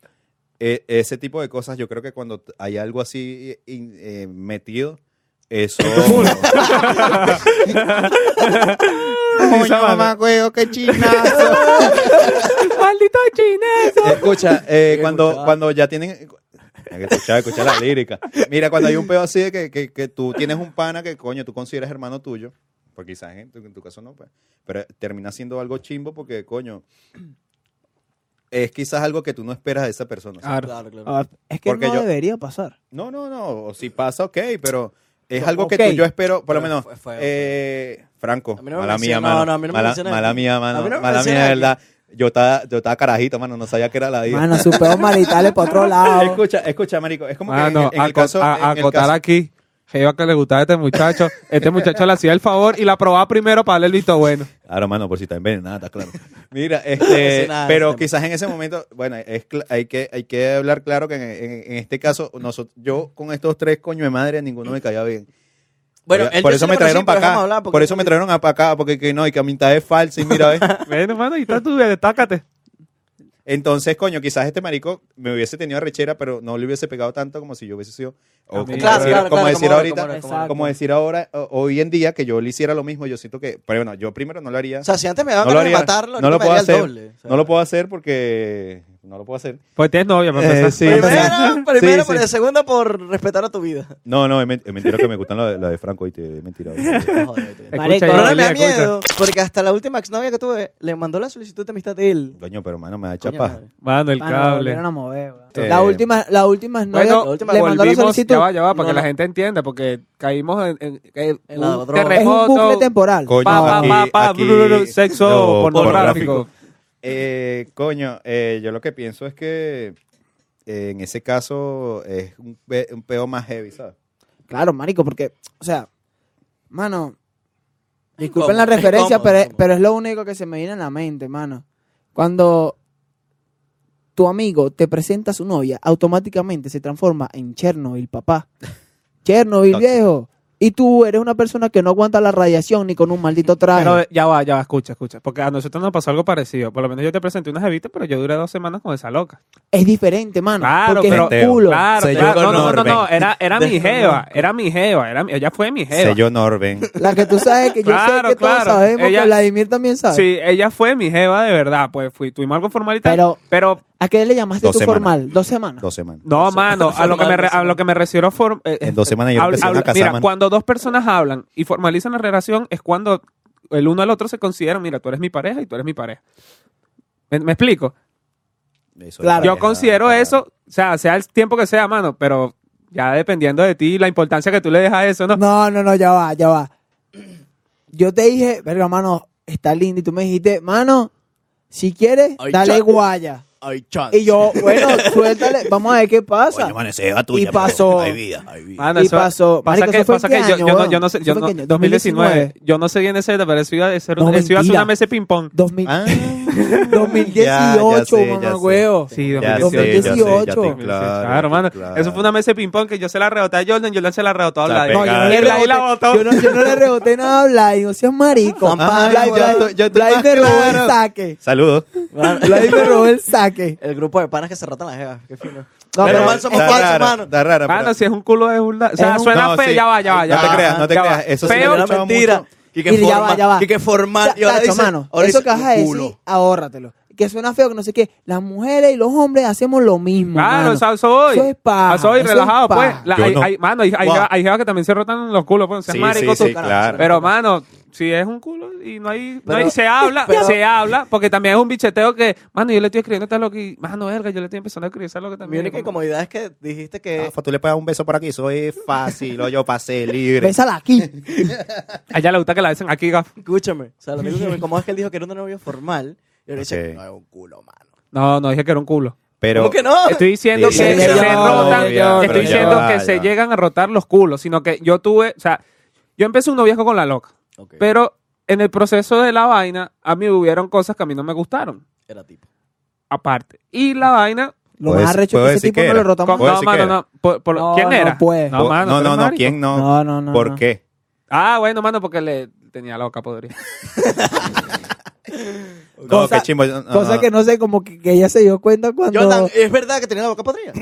Speaker 3: e- ese tipo de cosas, yo creo que cuando t- hay algo así in- eh, metido, eso. *laughs*
Speaker 2: Esa vaina.
Speaker 3: huevo, qué chinazo. *laughs*
Speaker 2: Maldito chines.
Speaker 4: *laughs*
Speaker 3: Escucha, eh,
Speaker 4: Qué
Speaker 3: cuando,
Speaker 4: escuchada.
Speaker 3: cuando ya tienen. Hay que escuchar, escuchar la lírica. Mira, cuando hay un pedo así de que, que, que tú tienes un pana que, coño, tú consideras hermano tuyo, pues quizás en tu, en tu caso no, pues, pero termina siendo algo chimbo porque, coño, es quizás algo que tú no esperas de esa persona. o sea,
Speaker 2: Claro.
Speaker 4: Claro, claro.
Speaker 1: Ah, Es que
Speaker 3: Porque
Speaker 1: no
Speaker 3: yo-
Speaker 1: debería pasar.
Speaker 3: No, no, no, o si pasa, ok, pero es
Speaker 1: No,
Speaker 3: algo que
Speaker 1: ok.
Speaker 3: tú, yo espero, por lo
Speaker 4: Pero
Speaker 3: menos,
Speaker 4: fue- fue-
Speaker 3: eh, Franco,
Speaker 4: A mí no me
Speaker 3: mala mía,
Speaker 4: menciona- no,
Speaker 3: mano.
Speaker 4: no, a mí no me
Speaker 3: mala,
Speaker 4: menciona
Speaker 3: mala
Speaker 4: eso.
Speaker 3: mía,
Speaker 4: A
Speaker 3: mano.
Speaker 4: mí no me
Speaker 3: mala mía,
Speaker 4: menciona
Speaker 3: de verdad. Yo estaba, yo estaba carajito, mano, no sabía que era la vida.
Speaker 1: Mano, sus pedos maritales para
Speaker 3: *laughs*
Speaker 1: otro lado.
Speaker 3: Escucha, escucha, marico, es como que en,
Speaker 2: Mano,
Speaker 3: el- en el
Speaker 2: aco-
Speaker 3: caso...
Speaker 2: Ah, a-
Speaker 3: en el
Speaker 2: acotar
Speaker 3: caso-
Speaker 2: aquí. Jeva que le gustaba a este muchacho. Este muchacho le hacía el favor y la probaba primero para darle el visto bueno.
Speaker 3: Claro, mano, por si está envenenada, está claro. Mira,
Speaker 4: No
Speaker 3: este,
Speaker 4: sé nada de
Speaker 3: pero
Speaker 4: este tema.
Speaker 3: quizás en ese momento, bueno, es cl- hay, que, hay que hablar claro que en, en- en este caso, nosotros, yo con estos tres coño de madre, ninguno me caía bien.
Speaker 4: Bueno, él
Speaker 3: por
Speaker 4: yo
Speaker 3: eso
Speaker 4: sí
Speaker 3: me
Speaker 4: lo conocí,
Speaker 3: trajeron
Speaker 4: pero
Speaker 3: para acá.
Speaker 4: déjame hablar, porque
Speaker 3: por eso me trajeron
Speaker 4: *laughs*
Speaker 3: a para acá, porque que no, y que a mitad es falsa, y mira, ¿ves?
Speaker 2: Bueno, mano, y está tú, destácate.
Speaker 3: Entonces, coño, quizás este marico me hubiese tenido arrechera, pero no le hubiese pegado tanto como si yo hubiese sido. o
Speaker 2: Amigo.
Speaker 3: como
Speaker 2: Claro,
Speaker 3: decir,
Speaker 2: claro,
Speaker 3: como
Speaker 4: claro,
Speaker 3: decir
Speaker 4: como-
Speaker 3: ahorita,
Speaker 4: como-
Speaker 1: como-
Speaker 3: como decir ahora, o- hoy en día, que yo le hiciera lo mismo, yo siento que. Pero bueno, yo primero no lo haría.
Speaker 4: O sea, si antes me daban
Speaker 3: No lo
Speaker 4: ganas de
Speaker 3: haría.
Speaker 4: matarlo,
Speaker 3: No
Speaker 4: ahorita
Speaker 3: lo
Speaker 4: me
Speaker 3: puedo
Speaker 4: daría
Speaker 3: hacer.
Speaker 4: el doble. O sea,
Speaker 3: No lo puedo hacer porque. No lo puedo hacer.
Speaker 2: Pues tienes novia, para
Speaker 3: Eh,
Speaker 2: empezar.
Speaker 3: sí, sí.
Speaker 4: Primero, primero
Speaker 3: Sí,
Speaker 4: por
Speaker 3: sí.
Speaker 4: el segundo, por respetar a tu vida. *laughs*
Speaker 3: No, no, es, men- es mentira que me gustan las de, las de Franco y te es mentira.
Speaker 4: *laughs* No, joder, tío.
Speaker 2: Escucha,
Speaker 1: Marico,
Speaker 4: Pero
Speaker 2: Lía,
Speaker 4: ahora me da
Speaker 2: escucha.
Speaker 4: miedo, porque hasta la última exnovia que tuve le mandó la solicitud de amistad de él.
Speaker 3: Coño, pero mano, me da
Speaker 4: Coño,
Speaker 3: chapa.
Speaker 4: madre.
Speaker 2: Mano, el
Speaker 1: Mano, la
Speaker 2: cable.
Speaker 1: volvieron a mover, weón.
Speaker 3: Eh,
Speaker 1: La última, la última es novia,
Speaker 2: Bueno,
Speaker 1: la última- le mandó la
Speaker 2: volvimos,
Speaker 1: solicitud.
Speaker 2: ya va, ya va, para
Speaker 1: No,
Speaker 2: que la
Speaker 1: no.
Speaker 2: gente entienda, porque caímos en, en- en
Speaker 4: En la
Speaker 2: un
Speaker 4: droga. Es un
Speaker 1: Es un bucle
Speaker 2: terremoto,
Speaker 1: temporal.
Speaker 3: Coño,
Speaker 2: Pa, pa,
Speaker 3: aquí-
Speaker 2: pa, pa,
Speaker 3: aquí-
Speaker 2: blu, blu, blu, sexo
Speaker 3: No,
Speaker 2: pornográfico.
Speaker 3: Eh, coño, eh, yo lo que pienso es que eh, en ese caso es un, pe- un peo más heavy, ¿sabes?
Speaker 1: Claro, marico, porque, o sea, mano,
Speaker 4: incómodo,
Speaker 1: disculpen la
Speaker 4: es
Speaker 1: referencia,
Speaker 4: incómodo,
Speaker 1: pero,
Speaker 4: es
Speaker 1: es- pero es lo único que se me viene a la mente, mano. Cuando tu amigo te presenta a su novia, automáticamente se transforma en Chernobyl,
Speaker 2: *laughs*
Speaker 1: papá. Chernobyl,
Speaker 3: Tóxico.
Speaker 1: viejo. Y tú eres una persona que no aguanta la radiación ni con un maldito traje.
Speaker 2: Pero eh, ya va, ya va, escucha, escucha. Porque a nosotros nos pasó algo parecido. Por lo menos yo te presenté una jevita, pero yo duré dos semanas con esa loca.
Speaker 1: es diferente, mano.
Speaker 2: Claro,
Speaker 1: porque
Speaker 2: pero-
Speaker 1: es un culo.
Speaker 2: Claro,
Speaker 3: Sello
Speaker 2: claro. No, no, no, no, no,
Speaker 3: Norben.
Speaker 2: Era, era mi
Speaker 4: Desconozco.
Speaker 2: jeva, era mi jeva, era mi- ella fue mi jeva.
Speaker 3: Sello Norben.
Speaker 1: La que tú sabes que yo
Speaker 2: Claro,
Speaker 1: sé que
Speaker 2: claro.
Speaker 1: todos sabemos
Speaker 2: Ella-
Speaker 1: que Vladimir también sabe.
Speaker 2: Sí, ella fue mi jeva de verdad, pues fui, tuvimos algo formal y tal.
Speaker 1: Pero-
Speaker 2: pero
Speaker 1: ¿A qué le llamaste
Speaker 3: Dos
Speaker 1: tú
Speaker 3: semanas.
Speaker 1: formal? ¿Dos semanas?
Speaker 3: *laughs* Dos semanas.
Speaker 2: No, mano, a lo que me, re- a
Speaker 4: Normal,
Speaker 2: lo que me refiero form- eh,
Speaker 3: En dos semanas yo
Speaker 2: habla-
Speaker 3: empecé una
Speaker 2: habla-
Speaker 3: casa,
Speaker 2: Mira,
Speaker 3: mano.
Speaker 2: cuando dos personas hablan y formalizan la relación es cuando el uno al otro se consideran, mira, tú eres mi pareja y tú eres mi pareja. ¿Me, me explico?
Speaker 3: Eso es
Speaker 1: Claro.
Speaker 2: Yo
Speaker 3: pareja,
Speaker 2: considero
Speaker 3: pareja.
Speaker 2: eso, o sea, sea el tiempo que sea, mano, pero ya dependiendo de ti, la importancia que tú le dejas a eso, ¿no?
Speaker 1: No, no, no, ya va, ya va. Yo te dije, verga, mano, está lindo. Y tú me dijiste, mano, si quieres,
Speaker 4: Ay,
Speaker 1: dale
Speaker 4: chale.
Speaker 1: guaya.
Speaker 4: Hay chance.
Speaker 1: Y yo,
Speaker 2: *laughs*
Speaker 1: bueno, suéltale, vamos a ver qué pasa.
Speaker 3: Coño, mano, esa es la tuya,
Speaker 1: Y
Speaker 3: pero
Speaker 1: pasó.
Speaker 3: pues, Hay vida, hay vida.
Speaker 2: Mano,
Speaker 1: Y
Speaker 2: eso-
Speaker 1: pasó-
Speaker 2: Pasa
Speaker 1: Marico,
Speaker 2: que,
Speaker 1: eso fue en
Speaker 2: pasa
Speaker 1: qué
Speaker 2: que yo,
Speaker 1: año,
Speaker 2: yo no,
Speaker 1: weón?
Speaker 2: yo no sé,
Speaker 1: Eso
Speaker 2: yo
Speaker 1: fue
Speaker 2: no,
Speaker 1: en qué año,
Speaker 2: 2019, yo no sé bien ese, pero eso iba a ser,
Speaker 1: No,
Speaker 2: una, eso iba a ser
Speaker 1: mentira.
Speaker 2: una mesa de ping-pong.
Speaker 1: 2000
Speaker 3: Ah,
Speaker 1: *laughs* 2018,
Speaker 3: ya sé, ya
Speaker 1: mamá,
Speaker 3: sé.
Speaker 1: huevo.
Speaker 2: Sí,
Speaker 3: Ya sé,
Speaker 2: 2018.
Speaker 3: ya sé, ya te-
Speaker 1: 2018.
Speaker 2: Claro,
Speaker 3: claro,
Speaker 2: mano.
Speaker 3: claro.
Speaker 2: Eso fue una mesa de ping-pong que yo se la reboté a Jordan, Jordan se la rebotó a
Speaker 3: La
Speaker 2: Vlad.
Speaker 1: No, yo no, le
Speaker 2: Él ahí
Speaker 1: reboté,
Speaker 2: la botó.
Speaker 1: yo, no, yo no le reboté nada a Blay, no seas marico.
Speaker 3: Ah,
Speaker 1: Blay,
Speaker 3: ya
Speaker 1: Blay-
Speaker 3: estoy- ya estoy
Speaker 1: Blay
Speaker 3: más
Speaker 1: me robó
Speaker 3: claro.
Speaker 1: el saque.
Speaker 3: Saludos.
Speaker 1: Blay me robó el
Speaker 3: *laughs*
Speaker 1: saque.
Speaker 4: El grupo de panas que se ratan las jevas. Qué fino.
Speaker 1: No,
Speaker 4: Pero
Speaker 1: pero,
Speaker 4: man, somos
Speaker 3: Está
Speaker 4: falsos,
Speaker 3: rara,
Speaker 4: mano.
Speaker 3: Está rara.
Speaker 2: Mano,
Speaker 3: pero-
Speaker 2: si es un culo de burla. O sea,
Speaker 1: Es un-
Speaker 2: suena
Speaker 3: No,
Speaker 2: feo,
Speaker 3: sí.
Speaker 2: ya va, ya va, ya
Speaker 3: No
Speaker 2: va.
Speaker 3: te creas, no te
Speaker 2: Ya
Speaker 3: creas.
Speaker 2: va.
Speaker 3: Eso se
Speaker 2: Feo,
Speaker 3: lo escuchaba mucho.
Speaker 4: Y
Speaker 1: Y ya va, ya va.
Speaker 4: que formal.
Speaker 1: Ta-
Speaker 4: Y ahora
Speaker 1: Tacho,
Speaker 4: dice,
Speaker 1: mano,
Speaker 4: ahora
Speaker 1: eso
Speaker 4: dice,
Speaker 1: que vas a decir,
Speaker 4: culo.
Speaker 1: ahórratelo. Que suena feo, que no sé qué. Las mujeres y los hombres hacemos lo mismo.
Speaker 2: Claro,
Speaker 1: mano.
Speaker 2: eso, eso voy.
Speaker 1: Eso es paja,
Speaker 2: A eso voy,
Speaker 1: eso es
Speaker 2: relajado,
Speaker 1: paja.
Speaker 2: pues. La-
Speaker 3: Yo
Speaker 2: hay,
Speaker 3: no.
Speaker 2: hay- mano, hay, hay,
Speaker 3: Wow.
Speaker 2: jeva- hay jevas que también se rotan los culos, pues. O sea,
Speaker 3: Sí,
Speaker 2: marico,
Speaker 3: sí,
Speaker 2: tú-
Speaker 3: sí, claro.
Speaker 2: Pero, mano, si es un culo y no hay... no
Speaker 4: Pero-
Speaker 2: hay-
Speaker 3: *laughs*
Speaker 2: se habla,
Speaker 4: pero-
Speaker 2: se habla, porque también es un bicheteo que... Mano, yo le estoy escribiendo tal lo que... Mano, verga, yo le estoy empezando a escribir tal lo que
Speaker 4: Mi
Speaker 2: también...
Speaker 4: única incomodidad es que dijiste que...
Speaker 3: Rafa, tú le pegas un beso por aquí, eso es fácil, o yo pasé libre.
Speaker 1: Bésala aquí.
Speaker 2: A ella le gusta que la dicen aquí, gaf.
Speaker 4: Escúchame. O sea, lo único que *laughs* me incomoda es que él dijo que era un novio formal. Y ahora dice,
Speaker 3: Ok.
Speaker 4: no, es un culo, mano.
Speaker 2: No, no, dije que era un culo.
Speaker 3: Pero,
Speaker 4: ¿Cómo que no?
Speaker 2: Estoy diciendo que
Speaker 3: Sí,
Speaker 2: se,
Speaker 1: sí,
Speaker 2: se
Speaker 1: ya,
Speaker 2: rotan,
Speaker 1: ya,
Speaker 2: estoy
Speaker 1: pero
Speaker 2: diciendo
Speaker 3: ya,
Speaker 2: que
Speaker 3: ya.
Speaker 2: se llegan a rotar los culos, sino que yo tuve, o sea, yo empecé un noviazgo con la loca,
Speaker 4: Ok,
Speaker 2: pero en el proceso de la vaina a mí hubieron cosas que a mí no me gustaron,
Speaker 4: Era tipo.
Speaker 2: aparte. Y la vaina,
Speaker 1: Lo
Speaker 3: Puedes-
Speaker 1: más arrecho es
Speaker 3: puedes
Speaker 1: que ese
Speaker 3: decir
Speaker 1: tipo
Speaker 3: que
Speaker 1: no lo
Speaker 3: era.
Speaker 1: rotamos.
Speaker 3: ¿Puedo
Speaker 2: no,
Speaker 3: decir que
Speaker 2: mano,
Speaker 3: era?
Speaker 2: no, por- por-
Speaker 1: No,
Speaker 2: ¿quién
Speaker 1: no,
Speaker 2: era?
Speaker 1: pues.
Speaker 2: No, mano,
Speaker 3: no,
Speaker 2: pero
Speaker 3: no, no,
Speaker 2: marico.
Speaker 3: ¿quién no?
Speaker 1: No, no, no.
Speaker 3: ¿Por
Speaker 1: no.
Speaker 3: qué?
Speaker 2: Ah, bueno, mano, porque le tenía
Speaker 3: *laughs*
Speaker 2: loca, podría.
Speaker 3: No,
Speaker 1: Cosa-
Speaker 3: qué chimbo. no, no,
Speaker 1: Cosa
Speaker 3: no.
Speaker 1: que no sé, como que, que ella se dio cuenta cuando.
Speaker 4: Jordan,
Speaker 1: *laughs*
Speaker 4: ¿es verdad que tenía la boca podrida?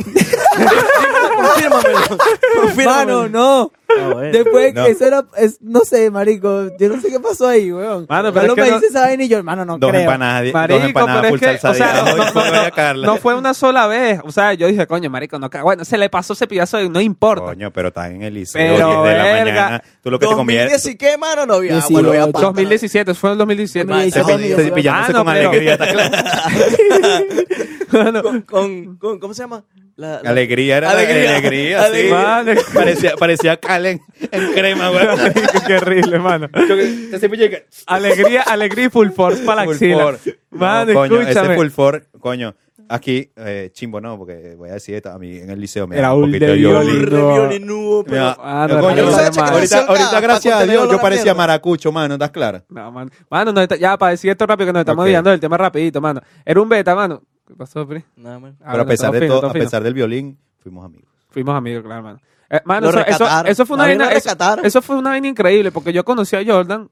Speaker 4: Confírmamelo.
Speaker 1: Mano, no.
Speaker 4: *laughs* Ah, bueno.
Speaker 1: Después,
Speaker 3: No.
Speaker 1: eso era. es- no sé, marico. Yo no sé qué pasó ahí, weón.
Speaker 2: Mano, pero
Speaker 1: Yo
Speaker 2: es
Speaker 1: lo
Speaker 2: que
Speaker 1: me
Speaker 2: no-
Speaker 1: dice esa vaina y yo, hermano, no
Speaker 3: Dos
Speaker 1: creo.
Speaker 3: empanadas, di-
Speaker 2: Marico,
Speaker 3: dos empanadas
Speaker 2: pero
Speaker 3: full
Speaker 2: es que, o sea,
Speaker 3: salsadilla.
Speaker 2: no-
Speaker 3: Hoy
Speaker 2: no-
Speaker 3: fue María Carla.
Speaker 2: No fue una sola vez, o sea, yo dije, coño, marico, no, ca- bueno, se le pasó ese pillazo y no importa.
Speaker 3: Coño, pero estás en el liceo, 10
Speaker 2: Pero,
Speaker 3: de la
Speaker 2: verga.
Speaker 3: mañana. Tú lo que te
Speaker 4: 2010
Speaker 3: conviertes.
Speaker 4: y qué, mano, no había.
Speaker 1: 18.
Speaker 4: bueno, había pata.
Speaker 2: 2017, fue en el 2017.
Speaker 4: Ay,
Speaker 3: Te,
Speaker 4: Dios
Speaker 3: pi-
Speaker 4: mío,
Speaker 3: te
Speaker 4: Dios.
Speaker 3: pillaste
Speaker 2: Ah, no,
Speaker 3: con
Speaker 2: pero-
Speaker 3: alegría, está claro.
Speaker 2: *laughs* Mano, *laughs*
Speaker 4: Con, con, con- ¿Cómo se llama? La, la-
Speaker 3: Alegría era
Speaker 4: Alegría.
Speaker 3: alegría, alegría sí.
Speaker 2: Vale.
Speaker 3: Parecía, parecía Calen en crema,
Speaker 2: *laughs*
Speaker 3: güey.
Speaker 2: Qué horrible, mano.
Speaker 3: Te siempre llega.
Speaker 2: Alegría, alegría y full force para la
Speaker 3: Full
Speaker 2: axila.
Speaker 3: for.
Speaker 2: Mano,
Speaker 3: No, coño,
Speaker 2: escúchame.
Speaker 3: Ese full for, coño. Aquí, eh, chimbo no, porque voy a decir esto. A mí en el liceo me
Speaker 2: Era
Speaker 3: da
Speaker 2: un
Speaker 3: un poquito
Speaker 2: de
Speaker 3: de
Speaker 2: violín.
Speaker 3: violín.
Speaker 4: Horrible, violinudo,
Speaker 3: Me
Speaker 4: pero-
Speaker 3: da-
Speaker 2: Ah,
Speaker 3: coño,
Speaker 2: no, hermano,
Speaker 3: ahorita-
Speaker 2: esa
Speaker 3: ahorita,
Speaker 4: chaqueta
Speaker 3: ahorita,
Speaker 4: soltada,
Speaker 3: gracias
Speaker 4: Paco,
Speaker 3: a
Speaker 4: te
Speaker 3: Dios,
Speaker 4: olor
Speaker 3: yo
Speaker 4: a
Speaker 3: parecía
Speaker 4: mierda.
Speaker 3: maracucho, mano, ¿estás clara?
Speaker 2: No, mano. Mano, nos está- ya, para decir esto rápido que nos estamos
Speaker 3: Ok.
Speaker 2: olvidando del tema rapidito, mano. Era un beta, mano. ¿Qué pasó, Pri?
Speaker 4: Nada, man.
Speaker 3: Pero a
Speaker 2: Ah, bueno,
Speaker 3: pesar
Speaker 2: todo
Speaker 3: de
Speaker 2: fino,
Speaker 3: todo,
Speaker 2: todo
Speaker 3: a
Speaker 2: fino.
Speaker 3: pesar del violín, fuimos amigos.
Speaker 2: Fuimos amigos, claro, mano. Eh, mano,
Speaker 4: Lo
Speaker 2: eso, eso-
Speaker 4: rescataron.
Speaker 2: eso fue una
Speaker 4: A mí me
Speaker 2: vaina. Eso,
Speaker 4: rescataron.
Speaker 2: eso fue una vaina increíble porque yo conocí a Jordan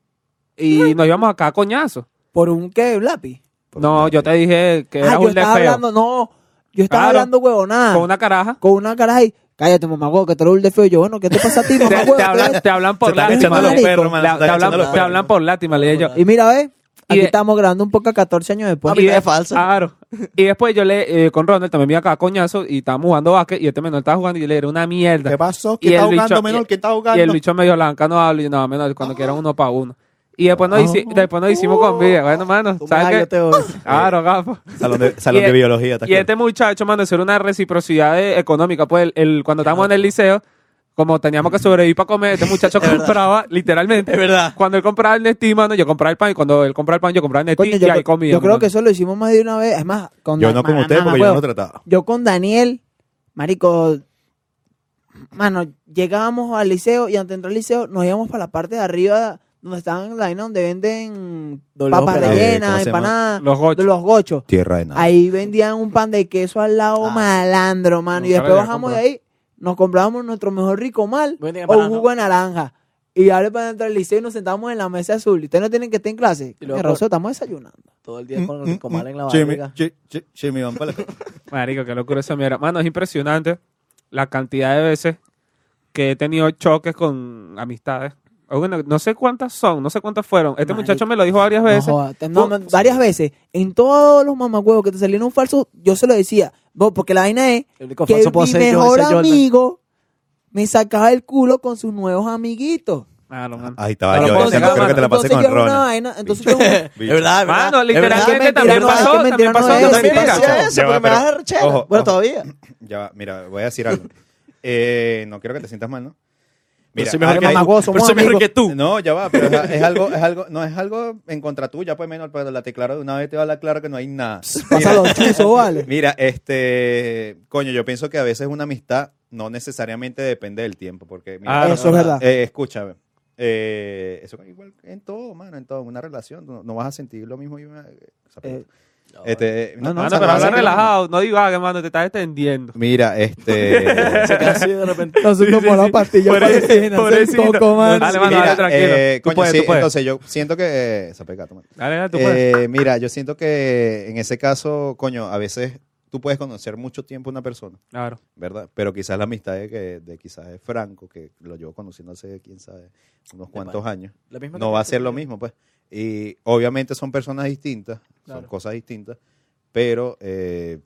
Speaker 2: y nos íbamos acá a coñazo.
Speaker 1: ¿Por un qué? ¿Un lápiz?
Speaker 3: Por
Speaker 2: No,
Speaker 3: favor.
Speaker 2: yo te dije que
Speaker 1: Ah,
Speaker 2: era
Speaker 1: yo
Speaker 2: un
Speaker 1: estaba
Speaker 2: feo.
Speaker 1: hablando, no, yo estaba
Speaker 2: Claro.
Speaker 1: hablando huevonada.
Speaker 2: Con una caraja.
Speaker 1: Con una cara ahí, cállate, mamá huevo, que tú eres un de feo. Yo, bueno, ¿qué te pasa a
Speaker 2: *laughs*
Speaker 1: ti,
Speaker 2: Te,
Speaker 1: mamá huevo?
Speaker 2: te hablan, te hablan por
Speaker 3: Se están
Speaker 1: echando
Speaker 2: lástima.
Speaker 1: los
Speaker 2: marico.
Speaker 3: perros, mano,
Speaker 2: Te
Speaker 3: se están
Speaker 2: hablan-
Speaker 3: echando los
Speaker 2: Te
Speaker 3: perros.
Speaker 2: hablan por lástima, le dije yo.
Speaker 1: Y mira, ¿ves?
Speaker 2: Y
Speaker 1: Aquí
Speaker 2: de-
Speaker 1: estamos grabando un poco 14 años después.
Speaker 4: Papi, es falso.
Speaker 2: Claro. Y después yo le, eh, con Ronald también me iba a cagar coñazo y estábamos jugando básquet y este menor estaba jugando y yo le era una mierda.
Speaker 3: ¿Qué pasó?
Speaker 2: Y
Speaker 3: ¿Quién está
Speaker 2: el bicho-
Speaker 3: jugando, menor? ¿Quién está
Speaker 2: Y el
Speaker 3: jugando?
Speaker 2: bicho medio blanca no habla y yo, no, menor, cuando quiera uno para uno. Y después nos, hici-
Speaker 1: Ah.
Speaker 2: después nos hicimos con vida. Bueno, mano,
Speaker 4: Tú me das,
Speaker 2: ¿sabes
Speaker 4: yo
Speaker 2: qué?
Speaker 4: te odio.
Speaker 2: Claro, gafo.
Speaker 3: Salón de, salón
Speaker 2: Y
Speaker 3: de
Speaker 2: el-
Speaker 3: biología. ¿estás
Speaker 2: Y
Speaker 3: claro?
Speaker 2: este muchacho, mano, eso era una reciprocidad eh, económica. Pues el, el- cuando estábamos en el liceo, como teníamos que sobrevivir para comer,
Speaker 1: *laughs*
Speaker 2: este muchacho compraba, literalmente.
Speaker 4: Es verdad.
Speaker 2: Cuando él compraba el Nestí, mano, yo compraba el pan. Y cuando él compraba el pan, yo compraba el Nestí
Speaker 1: Coño,
Speaker 2: y
Speaker 1: yo,
Speaker 2: ahí comía.
Speaker 1: yo creo
Speaker 2: mano.
Speaker 1: que eso lo hicimos más de una vez. Es más, con
Speaker 3: Yo
Speaker 1: Dan-
Speaker 3: no como
Speaker 1: ma-
Speaker 3: usted
Speaker 1: mamá
Speaker 3: porque yo no
Speaker 1: huevo.
Speaker 3: lo trataba.
Speaker 1: Yo con Daniel, marico, mano, llegábamos al liceo y antes de entrar al liceo nos íbamos para la parte de arriba donde estaban la vaina donde venden
Speaker 4: Doble
Speaker 1: papas
Speaker 4: ópera.
Speaker 3: Eh, ¿cómo
Speaker 1: rellenas,
Speaker 3: se llama? Ah.
Speaker 1: empanadas,
Speaker 2: Los gochos.
Speaker 1: de los gochos.
Speaker 3: Tierra de nada.
Speaker 1: Ahí vendían un pan de queso al lado
Speaker 4: Ah.
Speaker 1: malandro, mano. Y
Speaker 2: Nunca
Speaker 1: después
Speaker 2: lo había
Speaker 1: bajamos de
Speaker 2: comprado.
Speaker 1: ahí, nos comprábamos nuestro mejor rico mal
Speaker 4: Buen día,
Speaker 1: o un
Speaker 4: banano.
Speaker 1: jugo de naranja. Y ahora para entrar al liceo y nos sentamos en la mesa azul. Y ustedes no tienen que estar en clase.
Speaker 4: Y luego
Speaker 1: Coño,
Speaker 4: por-
Speaker 1: Rosso, estamos desayunando.
Speaker 4: Todo el día con
Speaker 3: Mm, mm,
Speaker 4: el comal en la
Speaker 3: mm. Jimmy,
Speaker 4: barriga.
Speaker 3: Ji- Ji- Jimmy, van para la...
Speaker 2: Marico, qué locura esa mierda. Mano, es impresionante la cantidad de veces que he tenido choques con amistades. Bueno, no sé cuántas son, no sé cuántas fueron. Este
Speaker 1: Marico.
Speaker 2: muchacho me lo dijo varias
Speaker 1: No
Speaker 2: veces.
Speaker 1: joda, te- no,
Speaker 2: Tú-
Speaker 1: me- varias veces. En todos los mamagüevos que te salieron un falso, yo se lo decía. Bo, Porque la vaina es
Speaker 4: El único
Speaker 1: que
Speaker 4: falso puedo
Speaker 1: mi
Speaker 4: ser yo,
Speaker 1: mejor
Speaker 4: ese Jordan.
Speaker 1: amigo me sacaba el culo con sus nuevos amiguitos.
Speaker 2: Claro, mano.
Speaker 3: *laughs* Ahí estaba
Speaker 2: Pero
Speaker 3: yo.
Speaker 2: ponte
Speaker 3: diciendo,
Speaker 2: cama,
Speaker 3: Creo que te la pasé
Speaker 1: entonces
Speaker 3: con
Speaker 1: yo eh. era una
Speaker 3: Ron.
Speaker 1: vaina, entonces yo era un-
Speaker 3: *laughs*
Speaker 4: Es verdad, es verdad.
Speaker 2: Mano,
Speaker 1: Es
Speaker 2: literalmente
Speaker 1: verdad,
Speaker 2: también
Speaker 1: mentira, no,
Speaker 2: pasó,
Speaker 1: es que
Speaker 2: también
Speaker 1: mentira, no
Speaker 2: pasó.
Speaker 1: es.
Speaker 2: Yo
Speaker 1: Yo
Speaker 2: también
Speaker 4: También
Speaker 2: te
Speaker 1: mentira,
Speaker 4: decía
Speaker 1: cacho.
Speaker 2: caché.
Speaker 4: eso,
Speaker 3: Ya
Speaker 4: porque
Speaker 3: va,
Speaker 4: me
Speaker 3: pero-
Speaker 4: vas a rechazar.
Speaker 3: ojo,
Speaker 4: Bueno,
Speaker 3: ojo.
Speaker 4: todavía.
Speaker 3: Ya va, mira, voy a decir algo. Eh, no quiero que te sientas mal, ¿no?
Speaker 4: soy mejor
Speaker 3: hay-
Speaker 4: que
Speaker 3: hay-
Speaker 1: mamagüevo, somos amigos.
Speaker 4: tú.
Speaker 3: No, ya va, pero es, es algo, es algo, no es algo en contra tuya, pues menos, pero la te claro, de una vez te va a hablar claro que no hay nada.
Speaker 1: Pasa los chuzos,
Speaker 3: *laughs*
Speaker 1: vale.
Speaker 3: Mira, este, coño, yo pienso que a veces una amistad no necesariamente depende del tiempo, porque mira,
Speaker 2: Ah, no,
Speaker 1: Eso es verdad.
Speaker 3: eh, escúchame, eh, eso es igual en todo, mano, en todo, en una relación, no, no vas a sentir lo mismo. y una- esa
Speaker 1: Eh,
Speaker 3: Este,
Speaker 1: no, no,
Speaker 3: o
Speaker 2: Mano,
Speaker 3: sea,
Speaker 2: pero
Speaker 3: vas a
Speaker 2: habla
Speaker 3: sentir-
Speaker 2: relajado, no divagues, mano, te estás extendiendo.
Speaker 3: Mira,
Speaker 2: *laughs*
Speaker 3: este.
Speaker 4: Se queda así de repente.
Speaker 1: Nosotros
Speaker 2: Sí, sí,
Speaker 1: como la
Speaker 2: sí.
Speaker 1: pastilla
Speaker 2: Pobre-
Speaker 1: para que nos den
Speaker 2: pobrecito.
Speaker 1: coco, mano.
Speaker 2: Dale, mano,
Speaker 3: Mira,
Speaker 2: dale, tranquilo.
Speaker 3: eh,
Speaker 2: tú
Speaker 3: coño,
Speaker 2: puedes,
Speaker 3: sí,
Speaker 2: tú puedes.
Speaker 3: entonces yo siento que. eh, Se pega, toma.
Speaker 2: dale, dale, tú pues. puedes.
Speaker 3: Eh, mira, yo siento que en ese caso, coño, a veces tú puedes conocer mucho tiempo a una persona,
Speaker 2: Claro.
Speaker 3: ¿verdad? Pero quizás la amistad de, que, de quizás de Franco, que lo llevo conociendo hace, quién sabe, unos cuantos años,
Speaker 4: La misma
Speaker 3: no va a
Speaker 4: que-
Speaker 3: ser lo mismo, pues. Y obviamente son personas distintas, son
Speaker 4: Claro.
Speaker 3: cosas distintas, pero eh,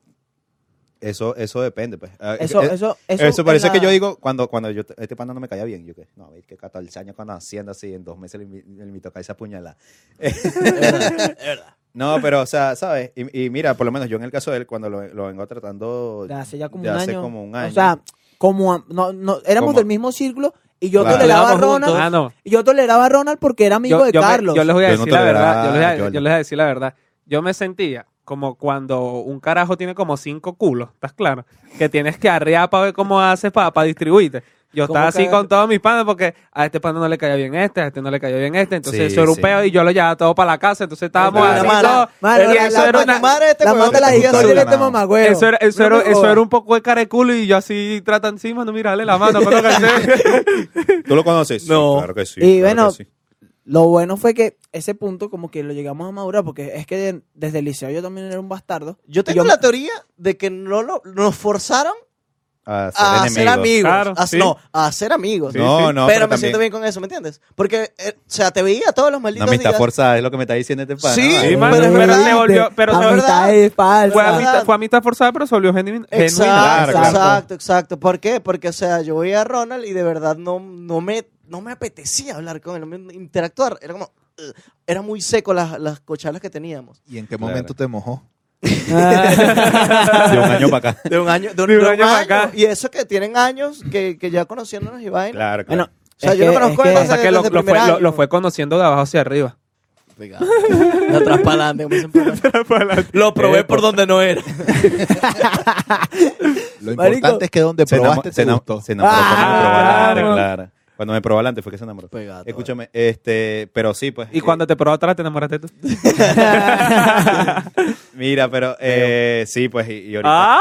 Speaker 3: eso, eso depende, pues. Ah,
Speaker 1: Eso,
Speaker 3: eh,
Speaker 1: eso, eso,
Speaker 3: eso,
Speaker 1: es
Speaker 3: parece que
Speaker 1: la-
Speaker 3: yo digo, cuando, cuando yo, este pana no me caía bien, yo que, no, veis que 14 años cuando haciendo así, en dos meses le invi- le invito a caerse
Speaker 1: *laughs*
Speaker 3: a puñalada.
Speaker 4: Es verdad, es verdad.
Speaker 3: No, pero, o sea, ¿sabes? Y, y mira, por lo menos yo en el caso de él, cuando lo, lo vengo tratando,
Speaker 1: de hace ya como
Speaker 3: de
Speaker 1: un
Speaker 3: hace
Speaker 1: año.
Speaker 3: como un año.
Speaker 1: O sea, como a- no, no, éramos
Speaker 3: Como-
Speaker 1: del mismo círculo y yo
Speaker 3: Claro.
Speaker 1: toleraba a
Speaker 4: Estábamos
Speaker 1: Ronald.
Speaker 4: juntos.
Speaker 2: Ah, no.
Speaker 1: y Yo toleraba a Ronald porque era amigo de
Speaker 2: me-
Speaker 1: Carlos.
Speaker 2: yo les voy a
Speaker 3: Yo no
Speaker 2: decir la verdad.
Speaker 3: toleraba
Speaker 2: Yo les, voy a-
Speaker 3: a Jordan.
Speaker 2: yo les voy a decir la verdad. Yo me sentía como cuando un carajo tiene como cinco culos, ¿estás claro? Que tienes que arrear para ver cómo haces para distribuirte. Yo
Speaker 4: ¿Cómo
Speaker 2: estaba así
Speaker 4: caga-
Speaker 2: con todos mis panas porque a este pana no le caía bien este, a este no le caía bien este, entonces
Speaker 3: Sí,
Speaker 2: eso era un
Speaker 3: sí.
Speaker 2: peo y yo lo llevaba todo para la casa, entonces estábamos
Speaker 3: Claro.
Speaker 2: así
Speaker 4: Mano,
Speaker 2: todos,
Speaker 1: mano,
Speaker 2: y
Speaker 1: la-
Speaker 2: eso
Speaker 1: la-
Speaker 2: era una-
Speaker 1: la-
Speaker 4: madre, este
Speaker 1: la
Speaker 4: huevón
Speaker 1: manda
Speaker 4: te
Speaker 1: la
Speaker 4: puso
Speaker 1: historia
Speaker 3: solo
Speaker 1: de este
Speaker 3: ganado.
Speaker 1: mamagüeo.
Speaker 2: Eso era, eso,
Speaker 1: No
Speaker 2: era,
Speaker 1: me
Speaker 2: eso
Speaker 1: jodas.
Speaker 2: era un poco de cara de culo y yo así tratando encima, no mirarle la mano. con lo que
Speaker 4: *laughs*
Speaker 2: sé.
Speaker 3: ¿Tú lo conoces?
Speaker 4: No.
Speaker 3: Sí, claro que sí.
Speaker 1: Y
Speaker 3: claro
Speaker 1: bueno,
Speaker 3: que sí.
Speaker 1: Lo bueno fue que ese punto como que lo llegamos a madurar porque es que desde el liceo yo también era un bastardo.
Speaker 4: Yo tengo
Speaker 1: Yo-
Speaker 4: la teoría de que no lo- nos forzaron
Speaker 3: A ser
Speaker 4: a ser
Speaker 3: enemigos.
Speaker 4: amigos.
Speaker 2: Claro,
Speaker 4: A-
Speaker 2: sí.
Speaker 4: No, a ser amigos.
Speaker 2: Sí,
Speaker 3: No, no,
Speaker 4: pero,
Speaker 3: pero,
Speaker 4: me siento bien con eso, ¿me entiendes? Porque, eh, o sea, te veía todos los
Speaker 3: Una
Speaker 4: malditos
Speaker 3: amistad
Speaker 4: días.
Speaker 3: forzada, es lo que me está diciendo este pana.
Speaker 4: Sí,
Speaker 3: ¿vale?
Speaker 2: Sí, mano,
Speaker 4: pero es
Speaker 2: pero
Speaker 4: verdad.
Speaker 2: se volvió, pero se
Speaker 1: la
Speaker 2: volvió-
Speaker 1: amistad
Speaker 4: verdad.
Speaker 1: es falsa.
Speaker 2: fue
Speaker 4: verdad.
Speaker 2: amistad, fue amistad forzada, pero se volvió genuin- genuina.
Speaker 4: Exacto,
Speaker 3: Claro, claro.
Speaker 4: exacto, exacto. ¿Por qué? Porque, o sea, yo veía a Ronald y de verdad no, no, me, no me apetecía hablar con él, no me- interactuar. Era como, "Ugh". era muy seco las, las cochalas que teníamos.
Speaker 5: ¿Y en qué
Speaker 3: Claro.
Speaker 5: momento te mojó?
Speaker 4: *laughs*
Speaker 3: De un año para acá.
Speaker 4: De un año, de un,
Speaker 2: De un
Speaker 4: de un
Speaker 2: año para
Speaker 4: año.
Speaker 2: acá.
Speaker 4: Y eso que tienen años que, que ya conociéndonos y
Speaker 3: *laughs*
Speaker 4: vaina.
Speaker 3: Claro, claro.
Speaker 1: bueno,
Speaker 4: O sea,
Speaker 1: es
Speaker 4: yo lo
Speaker 1: que-
Speaker 4: conozco
Speaker 1: es que-
Speaker 4: desde
Speaker 2: Pasa que lo,
Speaker 4: desde
Speaker 2: lo
Speaker 4: primer
Speaker 2: fue, lo-
Speaker 4: año.
Speaker 2: lo fue conociendo de abajo hacia arriba.
Speaker 4: Pegado. De atrás para adelante, como dicen por ahí. Lo probé por donde no era.
Speaker 5: Lo
Speaker 1: Marico.
Speaker 5: importante es que donde
Speaker 3: se, enamo-
Speaker 5: probaste
Speaker 3: se
Speaker 5: te
Speaker 3: enam-
Speaker 5: gustó.
Speaker 3: se enamoró cuando me probó adelante,
Speaker 2: Claro.
Speaker 3: claro. Cuando me probó adelante fue que se enamoró.
Speaker 4: Pegado.
Speaker 3: Escúchame, este, pero sí, pues.
Speaker 2: Y
Speaker 3: eh,
Speaker 2: cuando te probó atrás, te enamoraste tú.
Speaker 3: Mira, pero, eh, sí, pues, y, y ahorita.
Speaker 2: ¡Ah!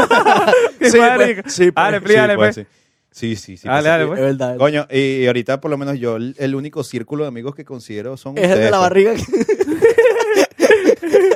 Speaker 2: *laughs* ¡Qué
Speaker 4: Sí, pues,
Speaker 2: marico!
Speaker 4: sí, pues.
Speaker 2: Dale,
Speaker 3: Sí,
Speaker 2: plíale,
Speaker 3: pues,
Speaker 2: pues.
Speaker 3: sí. Sí, sí, sí.
Speaker 2: Dale,
Speaker 3: pues,
Speaker 2: dale,
Speaker 4: Es
Speaker 2: pues. *laughs*
Speaker 4: verdad.
Speaker 3: Coño, y, y ahorita por lo menos yo el el único círculo de amigos que considero son
Speaker 4: Es el
Speaker 3: ustedes,
Speaker 4: de la
Speaker 3: pues.
Speaker 4: barriga. que-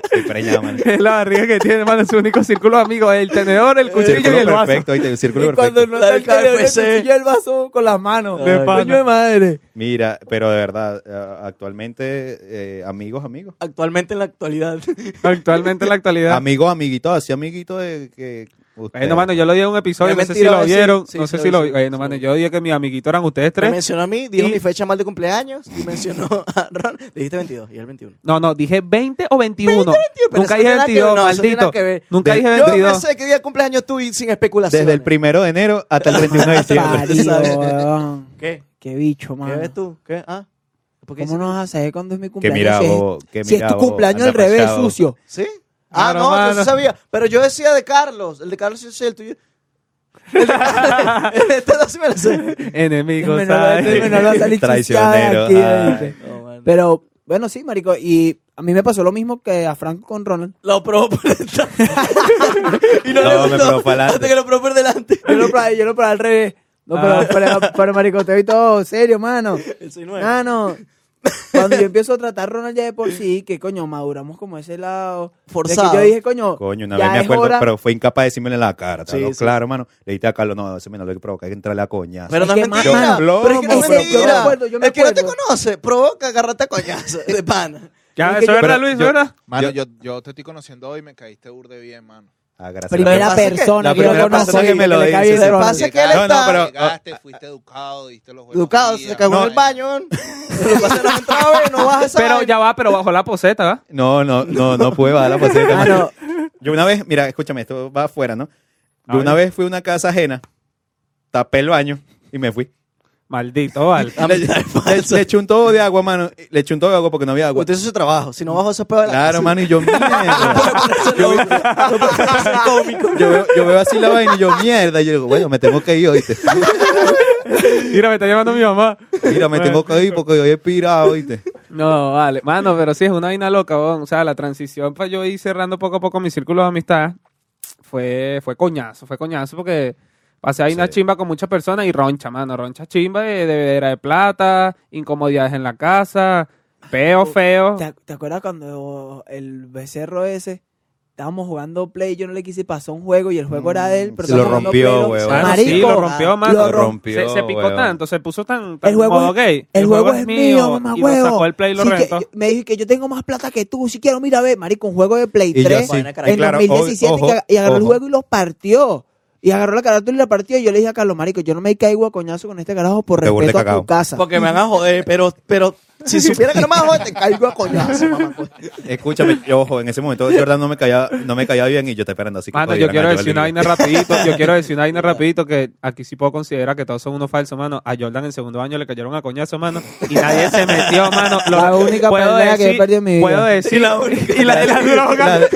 Speaker 3: Estoy preñado,
Speaker 2: *laughs*
Speaker 3: mano.
Speaker 2: Es la barriga que tiene, hermano, su único círculo de amigos. El tenedor,
Speaker 4: Eh,
Speaker 2: el cuchillo y
Speaker 3: Círculo
Speaker 2: el vaso.
Speaker 3: perfecto, ¿viste? Círculo
Speaker 1: Y
Speaker 3: perfecto.
Speaker 1: cuando *laughs* no está el
Speaker 4: Claro,
Speaker 1: tenedor,
Speaker 4: pues,
Speaker 1: el
Speaker 4: eh.
Speaker 1: cuchillo y el vaso con las manos.
Speaker 4: De
Speaker 1: Ay,
Speaker 2: pana.
Speaker 1: coño de madre.
Speaker 3: Mira, pero de verdad, eh, actualmente, eh, amigos, amigos.
Speaker 4: Actualmente en la actualidad.
Speaker 2: Actualmente, en la actualidad.
Speaker 3: Amigos, amiguitos, así amiguitos de que. ustedes-
Speaker 2: Bueno, mano, yo lo di en un episodio,
Speaker 4: Es
Speaker 2: no sé si
Speaker 4: mentira,
Speaker 2: lo
Speaker 4: sí,
Speaker 2: vieron,
Speaker 4: sí,
Speaker 2: no
Speaker 4: sí
Speaker 2: sé
Speaker 4: lo
Speaker 2: si
Speaker 4: vi,
Speaker 2: lo
Speaker 4: sí,
Speaker 2: Bueno,
Speaker 4: sí
Speaker 2: mano,
Speaker 4: lo vi.
Speaker 2: yo dije que mi amiguito eran ustedes
Speaker 4: Me
Speaker 2: tres.
Speaker 4: mencionó a mí, dijo
Speaker 2: Y-
Speaker 4: mi fecha mal de cumpleaños y mencionó a Ron. Dijiste 22 y él 21.
Speaker 2: No, no, dije 20 o 21.
Speaker 4: Pero eso
Speaker 2: Nunca
Speaker 4: no tiene
Speaker 2: dije
Speaker 4: nada que ver,
Speaker 2: 22,
Speaker 4: no, eso tiene nada
Speaker 2: maldito.
Speaker 4: que ver.
Speaker 2: Nunca
Speaker 3: De-
Speaker 2: dije
Speaker 4: Yo no
Speaker 2: 22.
Speaker 4: sé qué día de cumpleaños tú y sin especulaciones.
Speaker 3: Desde el primero de enero hasta el 31 de diciembre. *laughs*
Speaker 1: Parido, weón.
Speaker 4: ¿Qué?
Speaker 1: Qué bicho,
Speaker 4: ¿Qué
Speaker 1: mano.
Speaker 4: ves tú? ¿Qué? ¿Ah? ¿Por qué
Speaker 1: ¿Cómo no
Speaker 4: dices-
Speaker 1: vas a saber cuándo es mi
Speaker 3: que
Speaker 1: cumpleaños?
Speaker 3: mira,
Speaker 1: si es-
Speaker 3: vos, que
Speaker 1: si es
Speaker 3: mira
Speaker 1: tu
Speaker 3: vos,
Speaker 1: cumpleaños
Speaker 3: anda
Speaker 1: al revés,
Speaker 3: rachado. *laughs*
Speaker 1: sucio.
Speaker 4: ¿Sí? Ah,
Speaker 2: Claro,
Speaker 4: no, yo
Speaker 2: mano.
Speaker 4: sí sabía. Pero yo decía de Carlos. El de Carlos yo sé, el tuyo. El de- *laughs* Este no sí me lo sé.
Speaker 2: Enemigo,
Speaker 1: Dímelo, dímelo,
Speaker 2: ¿sabes?
Speaker 1: dímelo, sale
Speaker 3: Traicionero,
Speaker 1: chisteada
Speaker 3: ah.
Speaker 1: aquí,
Speaker 3: ay.
Speaker 1: ¿viste?
Speaker 4: No, mano.
Speaker 1: Pero, bueno, sí, marico. Y a mí me pasó lo mismo que a Franco con Ronald.
Speaker 4: Lo probó por detrás. *laughs* y no,
Speaker 3: No,
Speaker 4: le
Speaker 3: me probó
Speaker 4: gustó.
Speaker 3: para adelante.
Speaker 4: Hasta que lo probó por delante.
Speaker 1: Yo lo probé, yo lo probé al revés. No, pero,
Speaker 2: Ah.
Speaker 1: pero- pero, marico, te vi todo serio, mano.
Speaker 4: El 6-9.
Speaker 1: Mano, cuando yo empiezo a tratar a Ronald ya de por sí, que coño, maduramos como ese lado. De que
Speaker 4: Forzado.
Speaker 1: yo dije, coño,
Speaker 3: Coño, una
Speaker 1: ya
Speaker 3: vez me
Speaker 1: es
Speaker 3: acuerdo,
Speaker 1: hora.
Speaker 3: pero fue incapaz de decírmelo en la cara. te
Speaker 4: Sí,
Speaker 3: hablo
Speaker 4: sí.
Speaker 3: Claro, mano. Le dijiste a Carlos, no, ese me lo que provoca, hay que entrarle a coñazo.
Speaker 4: Pero no es,
Speaker 1: Es que,
Speaker 4: mentira.
Speaker 3: mano,
Speaker 4: pero es que no es
Speaker 3: plomo,
Speaker 4: mentira.
Speaker 3: pero- Yo me
Speaker 1: acuerdo, yo me
Speaker 4: el que no te
Speaker 1: acuerdo.
Speaker 4: conoce, provoca agarrate a coñazo de pana.
Speaker 2: *laughs* Ya,
Speaker 1: Es que
Speaker 2: eso
Speaker 1: yo-
Speaker 2: es verdad,
Speaker 3: Pero
Speaker 2: Luis,
Speaker 3: yo-
Speaker 2: ¿verdad?
Speaker 5: Mano, yo, yo te estoy conociendo hoy y me caíste burde bien, mano.
Speaker 3: Ah, gracias.
Speaker 1: primera
Speaker 4: Lo que pasa es que-
Speaker 1: persona
Speaker 3: la
Speaker 1: que, yo
Speaker 3: primera
Speaker 1: conozco
Speaker 3: persona
Speaker 1: y
Speaker 3: que me lo
Speaker 1: le
Speaker 3: dice,
Speaker 1: cae bien
Speaker 3: se
Speaker 1: Ronald.
Speaker 4: pasa es que él
Speaker 3: No, no,
Speaker 4: está
Speaker 3: pero- ah, eh,
Speaker 5: Llegaste, fuiste educado, diste los buenos
Speaker 4: educado,
Speaker 5: días,
Speaker 4: se cagó en
Speaker 5: ¿no?
Speaker 4: el baño. Se lo pasé la entrada y no vas a esa
Speaker 2: Pero
Speaker 4: vaina.
Speaker 2: ya va, pero bajo la poseta, ¿verdad?
Speaker 3: No, no, no, no pude bajar la poseta.
Speaker 1: Ah,
Speaker 3: mano.
Speaker 1: no.
Speaker 3: Yo una vez, mira, escúchame, esto va afuera, ¿no?
Speaker 2: A
Speaker 3: Yo una
Speaker 2: ver.
Speaker 3: vez fui a una casa ajena, tapé el baño y me fui.
Speaker 2: Maldito, *laughs* vale.
Speaker 4: Ah,
Speaker 3: Le,
Speaker 4: mira, es
Speaker 3: le,
Speaker 4: falso.
Speaker 3: le eché un todo de agua, mano. Le eché un todo de agua porque no había agua.
Speaker 4: Usted hizo su trabajo. Si no bajó esos pedos de la
Speaker 3: Claro, mano, y *laughs* yo, mierda.
Speaker 4: casa, *laughs* no puede ser loco. No puede ser cómico.
Speaker 3: Yo veo, yo veo así la vaina y yo, mierda. Y yo digo, bueno, me tengo que ir, ¿oíste?
Speaker 2: Mira, me está llamando mi mamá.
Speaker 3: Mira, me tengo que ir porque hoy he pirado, ¿oíste?
Speaker 2: No, vale. Mano, pero sí es una vaina loca, weón. O sea, la transición para yo ir cerrando poco a poco mi círculo de amistad fue, fue coñazo, fue coñazo porque pasé ahí una
Speaker 3: Sí.
Speaker 2: chimba con muchas personas y roncha, mano. Roncha chimba de bebedera de plata, incomodidades en la casa, peo feo.
Speaker 1: ¿Te, ac- te acuerdas cuando el becerro ese estábamos jugando play? Yo no le quise pasar un juego y el juego era de él, pero
Speaker 3: Mm. Se lo
Speaker 1: estábamos jugando
Speaker 3: rompió,
Speaker 1: Play, lo-
Speaker 3: weón.
Speaker 2: Mano,
Speaker 1: Marico,
Speaker 2: Ah, sí, lo rompió, mano.
Speaker 1: lo rom-
Speaker 2: se, se picó
Speaker 3: weón.
Speaker 2: tanto, se puso tan, tan
Speaker 1: El juego
Speaker 2: modo
Speaker 1: es-
Speaker 2: gay.
Speaker 1: El, juego es mío, mamá
Speaker 2: y lo
Speaker 1: huevo.
Speaker 2: sacó el play y lo
Speaker 1: Sí, que-
Speaker 2: reventó.
Speaker 1: yo- me dije que yo tengo más plata que tú. Si quiero, mira, ve, marico, un juego de Play
Speaker 3: Y yo
Speaker 1: 3
Speaker 3: sí.
Speaker 1: en
Speaker 3: Y claro,
Speaker 1: 2017
Speaker 3: ojo,
Speaker 1: que ag- y agarró el
Speaker 3: ojo.
Speaker 1: juego y los partió. Y agarró la carátula y la partió. Y yo le dije a Carlos, marico, yo no me caigo a coñazo con este carajo por
Speaker 3: Te burles
Speaker 1: respeto a
Speaker 3: cagao.
Speaker 1: tu casa.
Speaker 4: Porque me van a joder, pero, pero *laughs* si supiera que no me van a joder, te caigo a coñazo, *laughs* mamá.
Speaker 3: Escúchame, yo, ojo, en ese momento Jordan no me caía, no me caía bien y yo te esperando así. que,
Speaker 2: Mano,
Speaker 3: oye,
Speaker 2: yo
Speaker 3: Jordan,
Speaker 2: quiero
Speaker 3: yo
Speaker 2: decir
Speaker 3: le
Speaker 2: una
Speaker 3: digo.
Speaker 2: vaina
Speaker 3: *laughs*
Speaker 2: rapidito, yo quiero decir una vaina rapidito que aquí sí puedo considerar que todos son unos falsos, mano. A Jordan en segundo año le cayeron a coñazo, mano, y nadie se metió, mano. Lo-
Speaker 1: La única
Speaker 2: puedo
Speaker 1: pelea que he
Speaker 2: decir-
Speaker 1: perdido en mi vida.
Speaker 2: Puedo decir, y la, de las drogas.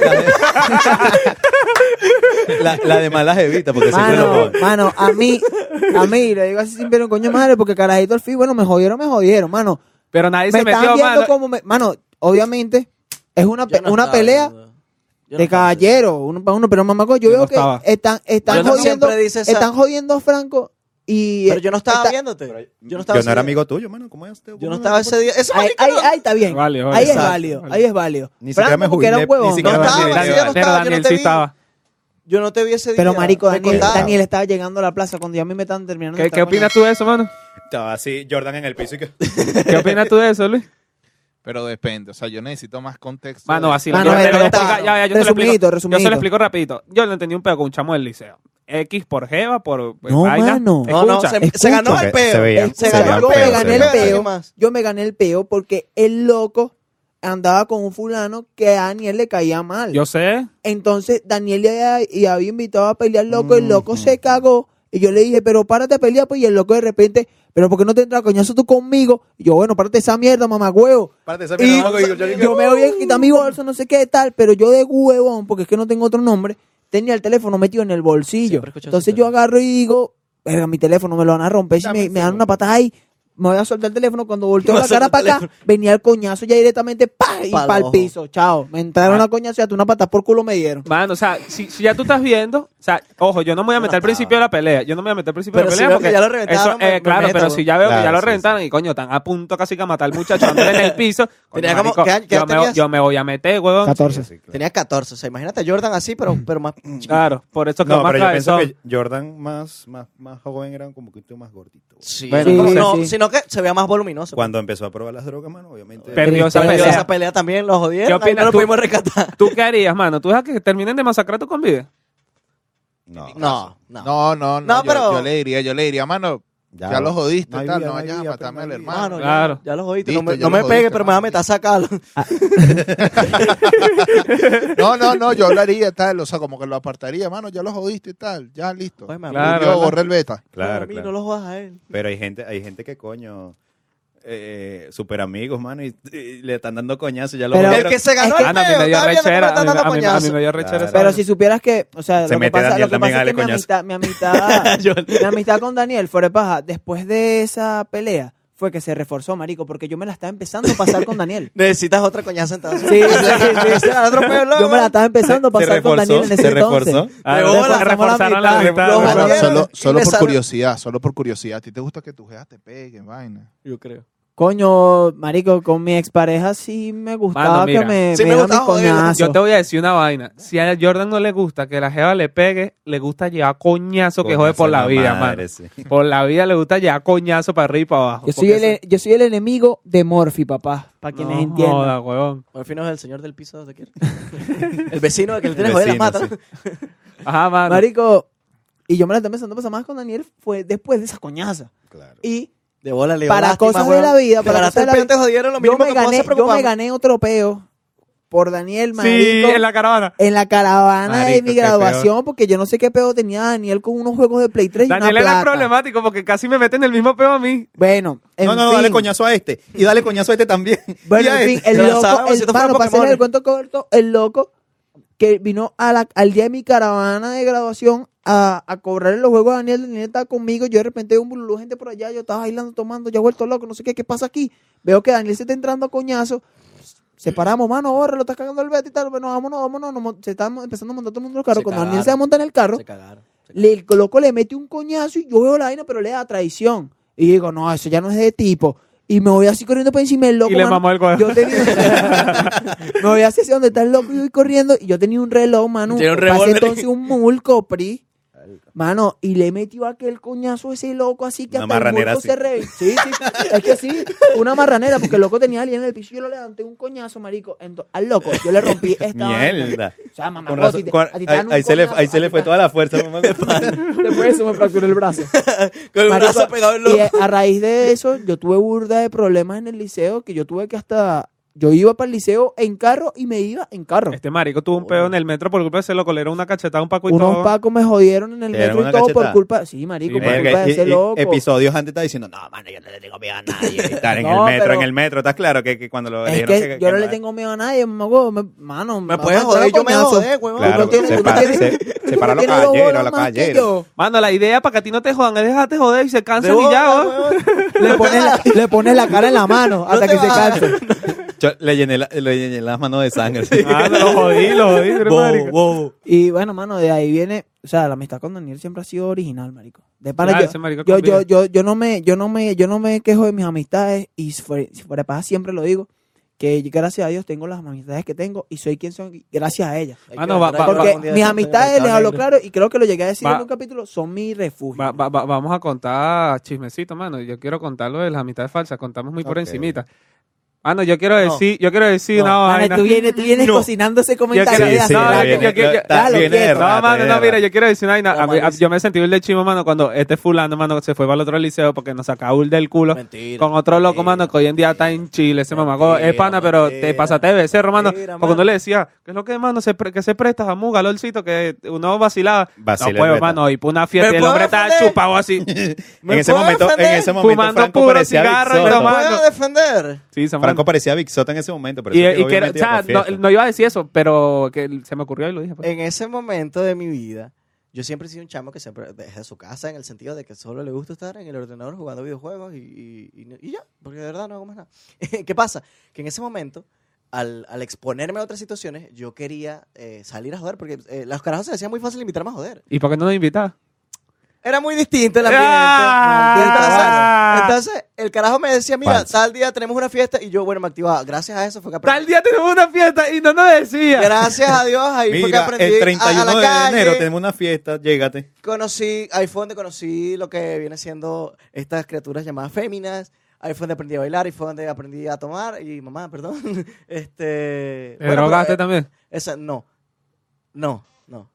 Speaker 3: La, la de *laughs* malas evitas, porque siempre lo
Speaker 1: Mano,
Speaker 3: joden.
Speaker 1: mano, a mí, a mí, le digo así sin ver un coño de madre, porque carajito al fin, bueno, me jodieron, me jodieron, mano.
Speaker 2: Pero nadie
Speaker 1: me
Speaker 2: se
Speaker 1: están
Speaker 2: metió,
Speaker 1: viendo
Speaker 2: mano.
Speaker 1: como me- mano, obviamente, es una, pe-
Speaker 4: Yo no
Speaker 1: una
Speaker 4: estaba,
Speaker 1: pelea
Speaker 4: yo no- yo no
Speaker 1: de
Speaker 4: estaba.
Speaker 1: caballero, uno para uno, pero mamá, yo,
Speaker 2: Yo
Speaker 1: veo
Speaker 2: no
Speaker 1: que
Speaker 2: estaba.
Speaker 1: están, están
Speaker 4: Yo no-
Speaker 1: jodiendo,
Speaker 4: siempre dice esa-
Speaker 1: están jodiendo a Franco y
Speaker 4: Pero yo no estaba
Speaker 1: está-
Speaker 4: viéndote. Yo no
Speaker 3: Yo
Speaker 4: estaba
Speaker 3: no era
Speaker 4: ese día.
Speaker 3: amigo tuyo, mano. ¿Cómo es? este?
Speaker 4: Yo no estaba ese día. Eso
Speaker 1: ahí, ahí- ahí está bien,
Speaker 2: Vale, vale,
Speaker 1: ahí es
Speaker 2: exacto,
Speaker 1: válido,
Speaker 2: vale.
Speaker 1: ahí es válido.
Speaker 3: Ni siquiera me
Speaker 1: porque era un
Speaker 3: jubilé, ni
Speaker 1: huevón.
Speaker 3: siquiera
Speaker 4: No
Speaker 3: me
Speaker 4: estaba,
Speaker 3: jubilé.
Speaker 4: ese día no
Speaker 2: Pero
Speaker 4: estaba, yo no
Speaker 2: Daniel
Speaker 4: te
Speaker 2: sí
Speaker 4: vi.
Speaker 2: estaba.
Speaker 4: Yo no te vi ese día.
Speaker 1: Pero marico,
Speaker 4: Me
Speaker 1: Daniel,
Speaker 4: contaron.
Speaker 1: Daniel estaba llegando a la plaza cuando ya a mí me estaban terminando. de
Speaker 2: ¿Qué,
Speaker 1: estar
Speaker 2: qué
Speaker 1: coñando.
Speaker 2: opinas tú de eso, mano?
Speaker 3: Estaba así, Jordan en el piso y que. *laughs*
Speaker 2: ¿Qué opinas tú de eso, Luis?
Speaker 5: Pero depende, o sea, yo necesito más contexto.
Speaker 2: Mano,
Speaker 5: de-
Speaker 2: así no.
Speaker 1: Mano,
Speaker 2: yo,
Speaker 1: a ver,
Speaker 2: te lo voy a
Speaker 1: contá.
Speaker 2: explicar, ya, ya, yo se lo
Speaker 1: Resumidito,
Speaker 2: explico. Yo se
Speaker 1: resumidito.
Speaker 2: lo explico rapidito. Yo le entendí un pedo con un chamo del liceo. X por Jeva, por por
Speaker 1: No,
Speaker 2: vaina.
Speaker 1: mano.
Speaker 4: No, no,
Speaker 2: Escucha.
Speaker 4: se, se
Speaker 1: escucha.
Speaker 4: ganó el
Speaker 3: Se-
Speaker 4: peo.
Speaker 3: se veía,
Speaker 4: Se
Speaker 1: se
Speaker 4: ganó
Speaker 1: veía
Speaker 4: el
Speaker 1: un peo,
Speaker 4: peo.
Speaker 1: se
Speaker 4: se
Speaker 1: veía.
Speaker 4: ganó
Speaker 1: peo.
Speaker 4: más.
Speaker 1: yo me gané el peo porque el loco andaba con un fulano que a Daniel le caía mal.
Speaker 2: Yo sé.
Speaker 1: Entonces Daniel ya, ya había invitado a pelear al loco, el loco se cagó. Y yo le dije, pero párate a pelear, pues. Y el loco de repente, pero ¿por qué no te entras coñazo tú conmigo? Y yo, bueno, párate esa mierda, mamá huevo.
Speaker 3: Parte esa
Speaker 1: Y
Speaker 3: mierda, mano, yo- "Uh". yo- yo-
Speaker 1: yo me voy a quitar mi bolso, no sé qué tal, pero yo de huevón, porque es que no tengo otro nombre, tenía el teléfono metido en el bolsillo.
Speaker 4: Siempre escucho esa
Speaker 1: Entonces yo
Speaker 4: historia.
Speaker 1: agarro y digo, verga, mi teléfono me lo van a romper si me, me dan una patada ahí. me voy a soltar el teléfono. Cuando volteo
Speaker 4: Voy a
Speaker 1: la cara
Speaker 4: soltar el
Speaker 1: para acá, venía el coñazo ya directamente pa y
Speaker 4: Pa'l
Speaker 1: para el
Speaker 4: ojo.
Speaker 1: piso. Chao. Me entraron
Speaker 4: Ah.
Speaker 1: a coñazo y hasta una patada por culo me dieron.
Speaker 2: Mano, o sea, si, si ya tú estás viendo, o sea, ojo, yo no me voy a meter al principio de la pelea. Yo no me voy a meter al principio de
Speaker 4: Pero
Speaker 2: la
Speaker 4: si
Speaker 2: pelea
Speaker 4: veo que
Speaker 2: porque.
Speaker 4: ya lo reventaron, pues,
Speaker 2: eso, eh,
Speaker 4: me- me
Speaker 2: claro,
Speaker 4: meto,
Speaker 2: pero
Speaker 4: bro.
Speaker 2: si ya veo que ya
Speaker 3: Claro,
Speaker 2: lo
Speaker 3: sí,
Speaker 2: reventaron y coño, están a punto casi que a matar al muchacho Andrés en
Speaker 4: *laughs*
Speaker 2: el piso. Coño,
Speaker 4: Tenía como-
Speaker 2: marico,
Speaker 4: ¿qué año- qué
Speaker 2: yo,
Speaker 4: edad
Speaker 2: me, voy-
Speaker 4: tenías?
Speaker 2: yo me voy a meter, huevón.
Speaker 1: 14.
Speaker 3: Sí, claro.
Speaker 4: Tenía 14, o sea, imagínate a Jordan así, pero, pero más...
Speaker 2: Claro, por eso que
Speaker 3: No,
Speaker 2: más
Speaker 3: pero yo pienso
Speaker 2: cabezón.
Speaker 3: que Jordan más, más, más joven era como que un poquito más gordito.
Speaker 4: Sí,
Speaker 2: Bueno,
Speaker 4: no,
Speaker 2: sí,
Speaker 4: no,
Speaker 1: sí.
Speaker 4: sino que se vea más voluminoso.
Speaker 3: Cuando empezó a probar las drogas, mano, obviamente.
Speaker 2: Pero- Perdió esa
Speaker 4: Perdió
Speaker 2: pelea.
Speaker 4: esa pelea también, lo jodieron.
Speaker 2: ¿Qué
Speaker 4: ahí
Speaker 2: opinas
Speaker 4: no lo
Speaker 2: tú?
Speaker 4: pudimos rescatar.
Speaker 2: ¿Tú qué harías, mano? ¿Tú dejas que terminen de masacrar tu convive?
Speaker 3: no,
Speaker 4: No, no.
Speaker 5: No, no, no.
Speaker 4: No,
Speaker 5: yo,
Speaker 4: pero-
Speaker 5: yo le diría, yo le diría, mano, ya, lo jodiste,
Speaker 3: No hay
Speaker 5: tal,
Speaker 3: vida,
Speaker 5: no
Speaker 3: no hay
Speaker 5: vayas
Speaker 3: vida,
Speaker 5: a
Speaker 3: pero
Speaker 5: matarme al
Speaker 3: no hay vida.
Speaker 5: hermano.
Speaker 4: Mano, ya-
Speaker 2: Claro.
Speaker 4: ya, los oíste. no
Speaker 5: Listo,
Speaker 4: me,
Speaker 5: ya
Speaker 4: no
Speaker 5: los
Speaker 4: me
Speaker 5: jodiste,
Speaker 4: pegues, pero me
Speaker 5: mano,
Speaker 4: va a meter a sacarlo.
Speaker 5: No, no, no, yo hablaría, tal, o sea, como que lo apartaría, mano, ya lo jodiste y tal, ya listo.
Speaker 4: Oye, me
Speaker 2: Claro,
Speaker 5: Yo
Speaker 2: ¿verdad?
Speaker 5: borré el beta.
Speaker 3: Claro,
Speaker 4: a mí
Speaker 3: claro.
Speaker 4: no lo jodas a él.
Speaker 3: Pero hay gente, hay gente que coño. Eh, super amigos, mano, y, y le están dando coñazo. Ya lo
Speaker 1: Pero-
Speaker 4: El
Speaker 3: volaron.
Speaker 4: que se ganó el
Speaker 2: Ah, no, a mí me
Speaker 4: peo,
Speaker 2: dio
Speaker 4: está viendo cómo le
Speaker 2: rechera. A
Speaker 4: están
Speaker 2: mí,
Speaker 4: dando
Speaker 2: a mí- a mí
Speaker 4: coñazos.
Speaker 2: me dio rechera.
Speaker 3: Claro.
Speaker 2: esa
Speaker 1: Pero
Speaker 2: vaina.
Speaker 1: si supieras que, o sea,
Speaker 3: Se
Speaker 1: lo que
Speaker 3: mete
Speaker 1: pasa,
Speaker 3: Daniel
Speaker 1: lo que
Speaker 3: también
Speaker 1: pasa
Speaker 3: a
Speaker 1: es que mi
Speaker 3: darle
Speaker 1: amistad, mi *laughs* amistad, mi amistad con Daniel fuera de paja, después de esa pelea, fue que se reforzó, marico, porque yo me la estaba empezando a pasar con Daniel. *laughs*
Speaker 4: Necesitas otra coñazo entonces.
Speaker 1: Sí, sí, sí, sí.
Speaker 4: Se ganó otro peo,
Speaker 1: Yo me la estaba empezando a
Speaker 3: Se
Speaker 1: pasar con
Speaker 3: reforzó,
Speaker 1: Daniel en ese
Speaker 3: se reforzó.
Speaker 1: entonces.
Speaker 2: Ah,
Speaker 4: de
Speaker 2: refor-
Speaker 4: bola, somos la
Speaker 2: reforzaron la
Speaker 4: mitad.
Speaker 2: amistad.
Speaker 4: Los
Speaker 2: ¿verdad?
Speaker 5: Mano,
Speaker 4: jodieron.
Speaker 5: solo
Speaker 4: y
Speaker 5: solo
Speaker 4: me
Speaker 5: por
Speaker 4: sal-
Speaker 5: curiosidad, solo por curiosidad. ¿A ti te gusta que tus jeas te peguen, vaina?
Speaker 4: Yo creo.
Speaker 1: Coño, marico, con mi expareja sí me gustaba
Speaker 2: Mano, mira.
Speaker 1: que me,
Speaker 4: Sí
Speaker 1: me
Speaker 4: me
Speaker 1: dieran mis
Speaker 4: gustaba, eh,
Speaker 1: coñazos.
Speaker 2: Yo te voy a decir una vaina. Si a Jordan no le gusta que la jeva le pegue, le gusta llevar coñazo que
Speaker 3: Coño,
Speaker 2: jode por
Speaker 3: esa
Speaker 2: la vida,
Speaker 3: madre,
Speaker 2: mano.
Speaker 3: sí.
Speaker 2: Por la vida le gusta llevar coñazo para arriba y para abajo.
Speaker 1: Yo soy, el, e, yo soy el enemigo de Morphy, papá, para
Speaker 2: que
Speaker 1: quienes entiendan.
Speaker 2: Joda, huevón.
Speaker 4: Al final es el señor del piso donde quiere. el vecino que le tiene joder las
Speaker 3: vecino,
Speaker 4: mata. ¿no?
Speaker 3: sí.
Speaker 2: Ajá, mano.
Speaker 1: Marico, y yo me la estaba empezando a pasar más con Daniel fue después de esa coñaza.
Speaker 3: Claro.
Speaker 1: Y
Speaker 4: De bola le dio
Speaker 1: Para
Speaker 4: lástima,
Speaker 1: cosas de
Speaker 4: weón.
Speaker 1: la vida,
Speaker 4: Te
Speaker 1: para
Speaker 4: ganaste
Speaker 1: cosas de la
Speaker 4: el peo,
Speaker 1: vida.
Speaker 4: te jodieron lo
Speaker 1: yo
Speaker 4: mínimo
Speaker 1: me,
Speaker 4: que puedo
Speaker 1: gané,
Speaker 4: hacer
Speaker 1: yo me
Speaker 4: preocuparme.
Speaker 1: gané otro peo por Daniel, marico.
Speaker 2: Sí, en la caravana.
Speaker 1: En la caravana de
Speaker 2: Marico,
Speaker 1: mi
Speaker 2: qué
Speaker 1: graduación, porque yo no sé qué peo tenía Daniel con unos juegos de Play 3 y
Speaker 2: Daniel
Speaker 1: una
Speaker 2: era
Speaker 1: plata.
Speaker 2: problemático porque casi me meten el mismo peo a mí.
Speaker 1: Bueno, en
Speaker 3: No, no, no,
Speaker 1: fin.
Speaker 3: dale coñazo a este. Y dale coñazo a
Speaker 1: *laughs*
Speaker 3: este también.
Speaker 1: Bueno,
Speaker 3: Y a
Speaker 1: en fin,
Speaker 3: este.
Speaker 1: el
Speaker 4: Ya
Speaker 1: loco,
Speaker 4: sabemos,
Speaker 1: el,
Speaker 4: si esto fuera
Speaker 1: mano, para hacer el
Speaker 4: Pokémon.
Speaker 1: cuento corto, el loco que vino a la- al día de mi caravana de graduación a, a cobrar los juegos a Daniel, Daniel estaba conmigo, yo de repente veo un bululú de gente por allá, yo estaba bailando, tomando, ya vuelto loco, no sé qué, qué pasa aquí. Veo que Daniel se está entrando a coñazo. Separamos, mano, borre, lo está cagando el Beto y tal. Bueno, vámonos, vámonos. nos mon- se está mo- empezando a montar todo el mundo en el carro.
Speaker 4: Se
Speaker 1: Cuando
Speaker 4: cagaron.
Speaker 1: Daniel se monta en el carro,
Speaker 4: Se cagaron. Se
Speaker 1: le, el loco le mete un coñazo y yo veo la vaina, pero le da traición. Y digo, no, eso ya no es de tipo. Y me voy así corriendo por encima del loco.
Speaker 2: y le
Speaker 1: mano.
Speaker 2: mamó el huevo.
Speaker 1: Yo tenía. *laughs* me voy hacia donde está el loco y voy corriendo. Y yo tenía un reloj, mano.
Speaker 4: Tiene un
Speaker 1: Pasé
Speaker 4: revólver.
Speaker 1: entonces un mulco, pri. Mano, y le metió aquel coñazo a ese loco así que
Speaker 3: Una
Speaker 1: hasta el
Speaker 3: marranera
Speaker 1: mulco
Speaker 3: así.
Speaker 1: se re... Sí, sí. Es que sí, una marranera, porque el loco tenía alguien en el piso y yo lo levanté un coñazo, marico. Ento- al loco, yo le rompí esta. vaina.
Speaker 3: Mierda.
Speaker 1: O sea, mamá,
Speaker 3: Con razón,
Speaker 1: a ti te-
Speaker 3: con-
Speaker 1: a ti te
Speaker 3: ahí,
Speaker 1: dan un
Speaker 3: ahí se le,
Speaker 1: coñazo,
Speaker 3: ahí se
Speaker 1: a
Speaker 3: le
Speaker 1: ti
Speaker 3: fue
Speaker 1: te-
Speaker 3: toda
Speaker 1: *laughs*
Speaker 3: la fuerza. mamá, de pana.
Speaker 1: Después eso me fracturó el brazo.
Speaker 4: Con el
Speaker 1: Marico,
Speaker 4: brazo pegado en
Speaker 1: Y
Speaker 4: loco.
Speaker 1: eh, a raíz *laughs* de eso, yo tuve burda de problemas en el liceo que yo tuve que hasta. Yo iba para el liceo en carro y me iba en carro.
Speaker 2: Este marico tuvo un peo en el metro por culpa de ese loco. Le era una cachetada a un paco y
Speaker 1: Unos
Speaker 2: todo.
Speaker 1: pacos me jodieron en el
Speaker 3: Te dieron
Speaker 1: metro y
Speaker 3: una
Speaker 1: todo por
Speaker 3: cachetada.
Speaker 1: culpa. Sí, marico,
Speaker 2: Sí,
Speaker 1: por
Speaker 3: Verga,
Speaker 1: culpa de
Speaker 3: y-
Speaker 1: ese
Speaker 3: y
Speaker 1: loco.
Speaker 3: Episodios antes está diciendo, no, mano, yo no le tengo miedo a nadie. Y
Speaker 2: *laughs*
Speaker 3: Estar en
Speaker 1: No,
Speaker 3: el metro,
Speaker 1: pero-
Speaker 3: en el metro. Estás claro que, que cuando lo
Speaker 1: Es
Speaker 3: dijeron
Speaker 1: que yo no le
Speaker 3: va-
Speaker 1: tengo miedo a nadie, mamá, huevo, me- mano.
Speaker 4: Me
Speaker 1: mamá,
Speaker 4: puedes joder,
Speaker 1: trago
Speaker 4: yo me
Speaker 1: coñazo.
Speaker 4: jodé, weón.
Speaker 1: Tú no
Speaker 3: Claro,
Speaker 1: tienes- tú
Speaker 3: se
Speaker 1: no
Speaker 3: para,
Speaker 1: tienes-
Speaker 3: se, se para los
Speaker 1: Tiene dos bolas
Speaker 3: caballeros, los
Speaker 1: más que
Speaker 3: caballeros.
Speaker 1: yo.
Speaker 2: Mano, la idea para que a ti no te jodan es déjate joder y se cansan y ya, ¿o?
Speaker 1: Le pones, la, le pones la cara en la *laughs* mano hasta
Speaker 4: te
Speaker 1: que se
Speaker 4: vas a-
Speaker 1: canse.
Speaker 3: Yo le llené, la- le llené las manos de sangre. sí.
Speaker 2: *laughs* Ah, no, lo jodí, lo
Speaker 1: *laughs*
Speaker 2: jodí, pero marico.
Speaker 1: Y bueno, mano, de ahí viene, o sea, la amistad con Daniel siempre ha sido original, marico. De pana,
Speaker 2: Ya,
Speaker 1: yo,
Speaker 2: ese marico
Speaker 1: yo, yo,
Speaker 2: convive.
Speaker 1: yo, yo no me, yo no me, yo no me quejo de mis amistades y si fuera, si fuera de paja siempre lo digo, que gracias a Dios tengo las amistades que tengo y soy quien soy gracias a ellas.
Speaker 4: Hay
Speaker 2: Ah,
Speaker 4: que
Speaker 2: no, va-
Speaker 4: agarrar
Speaker 2: va-
Speaker 1: Porque
Speaker 4: algún día de
Speaker 1: mis
Speaker 4: esto,
Speaker 1: amistades,
Speaker 4: está
Speaker 1: les hablo
Speaker 4: negro.
Speaker 1: claro, y creo que lo llegué a decir
Speaker 2: Va-
Speaker 1: en un capítulo, son mi refugio.
Speaker 2: Va- va- va- vamos a contar chismecito, mano. Yo quiero contar lo de las amistades falsas. Contamos muy por
Speaker 3: Ok.
Speaker 2: encimita. Mano, yo quiero
Speaker 4: No.
Speaker 2: decir, yo quiero decir
Speaker 4: No.
Speaker 2: una
Speaker 1: Mano,
Speaker 2: vaina.
Speaker 1: Ah, tú vienes, tú vienes
Speaker 2: No.
Speaker 1: cocinándose comentario.
Speaker 2: quiero-
Speaker 1: de
Speaker 2: sí,
Speaker 1: hace
Speaker 2: no,
Speaker 1: rato.
Speaker 2: yo- yo- yo-
Speaker 1: Dale, quieto.
Speaker 3: de
Speaker 2: No,
Speaker 3: rato,
Speaker 2: mano,
Speaker 3: viene
Speaker 2: no,
Speaker 3: de
Speaker 2: mira,
Speaker 3: rato.
Speaker 2: yo quiero decir una vaina.
Speaker 4: La
Speaker 2: A mí- a-
Speaker 4: malicia.
Speaker 2: Yo me sentí el de chimo, mano, cuando este fulano, mano, se fue para el otro liceo porque nos sacaba el del culo.
Speaker 4: Mentira.
Speaker 2: Con otro loco,
Speaker 4: mentira,
Speaker 2: mano, que hoy en día está en Chile, ese mamagó. Es
Speaker 4: Mentira,
Speaker 2: pana, pero te
Speaker 4: mentira.
Speaker 2: pasaste de becerro, mano.
Speaker 4: Mentira,
Speaker 2: Porque uno
Speaker 4: mano.
Speaker 2: le decía, ¿qué es lo que, mano? Se pre- que se presta a muga, lolcito, que uno vacilaba.
Speaker 3: Vacila el
Speaker 2: no puedo,
Speaker 3: beta.
Speaker 2: mano, y por una fiesta,
Speaker 4: ¿Me
Speaker 2: y el
Speaker 4: puedo
Speaker 2: hombre estaba
Speaker 4: defender?
Speaker 2: chupado así.
Speaker 3: En ese
Speaker 4: puedo
Speaker 3: momento, en
Speaker 4: defender?
Speaker 3: ese momento,
Speaker 2: Fumando
Speaker 3: Franco
Speaker 2: puro
Speaker 3: parecía
Speaker 2: cigarro y
Speaker 3: Big Soto.
Speaker 2: tomando.
Speaker 4: ¿Puedo defender?
Speaker 2: Sí, Samuel.
Speaker 3: Franco parecía Big Soto en ese momento. pero
Speaker 2: Y,
Speaker 3: eso
Speaker 2: y que, era- o
Speaker 3: obviamente iba
Speaker 2: sea,
Speaker 3: pa'
Speaker 2: no,
Speaker 3: fiesta.
Speaker 2: no iba a decir eso, pero que se me ocurrió y lo dije. pues.
Speaker 4: En ese momento de mi vida, Yo siempre he sido un chamo que siempre desde su casa en el sentido de que solo le gusta estar en el ordenador jugando videojuegos y, y- y no- y ya, porque de verdad no hago más nada. *laughs* ¿Qué pasa? Que en ese momento, al, al exponerme a otras situaciones, yo quería eh, salir a joder, porque eh, los carajos se hacía muy fácil invitarme a joder.
Speaker 2: ¿Y por qué no nos invitas?
Speaker 4: Era muy distinto el ambiente.
Speaker 2: ¡Ah!
Speaker 4: entonces, entonces, el carajo me decía, mira,
Speaker 3: Falso.
Speaker 4: tal día tenemos una fiesta y yo, bueno, me activaba. Gracias a eso fue que aprendí.
Speaker 2: Tal día tenemos una fiesta y no nos decías.
Speaker 4: Gracias a Dios, ahí fue que
Speaker 3: Mira,
Speaker 4: aprendí
Speaker 3: el
Speaker 4: a, a
Speaker 3: 31
Speaker 4: la
Speaker 3: de
Speaker 4: calle.
Speaker 3: enero tenemos una fiesta, llégate.
Speaker 4: Conocí, ahí fue donde conocí lo que viene siendo estas criaturas llamadas féminas. Ahí fue donde aprendí a bailar, ahí fue donde aprendí a tomar. Y mamá, perdón. *laughs* este,
Speaker 2: ¿Te
Speaker 4: bueno,
Speaker 2: drogaste
Speaker 4: pero, eh,
Speaker 2: también?
Speaker 4: Esa, no. No, no.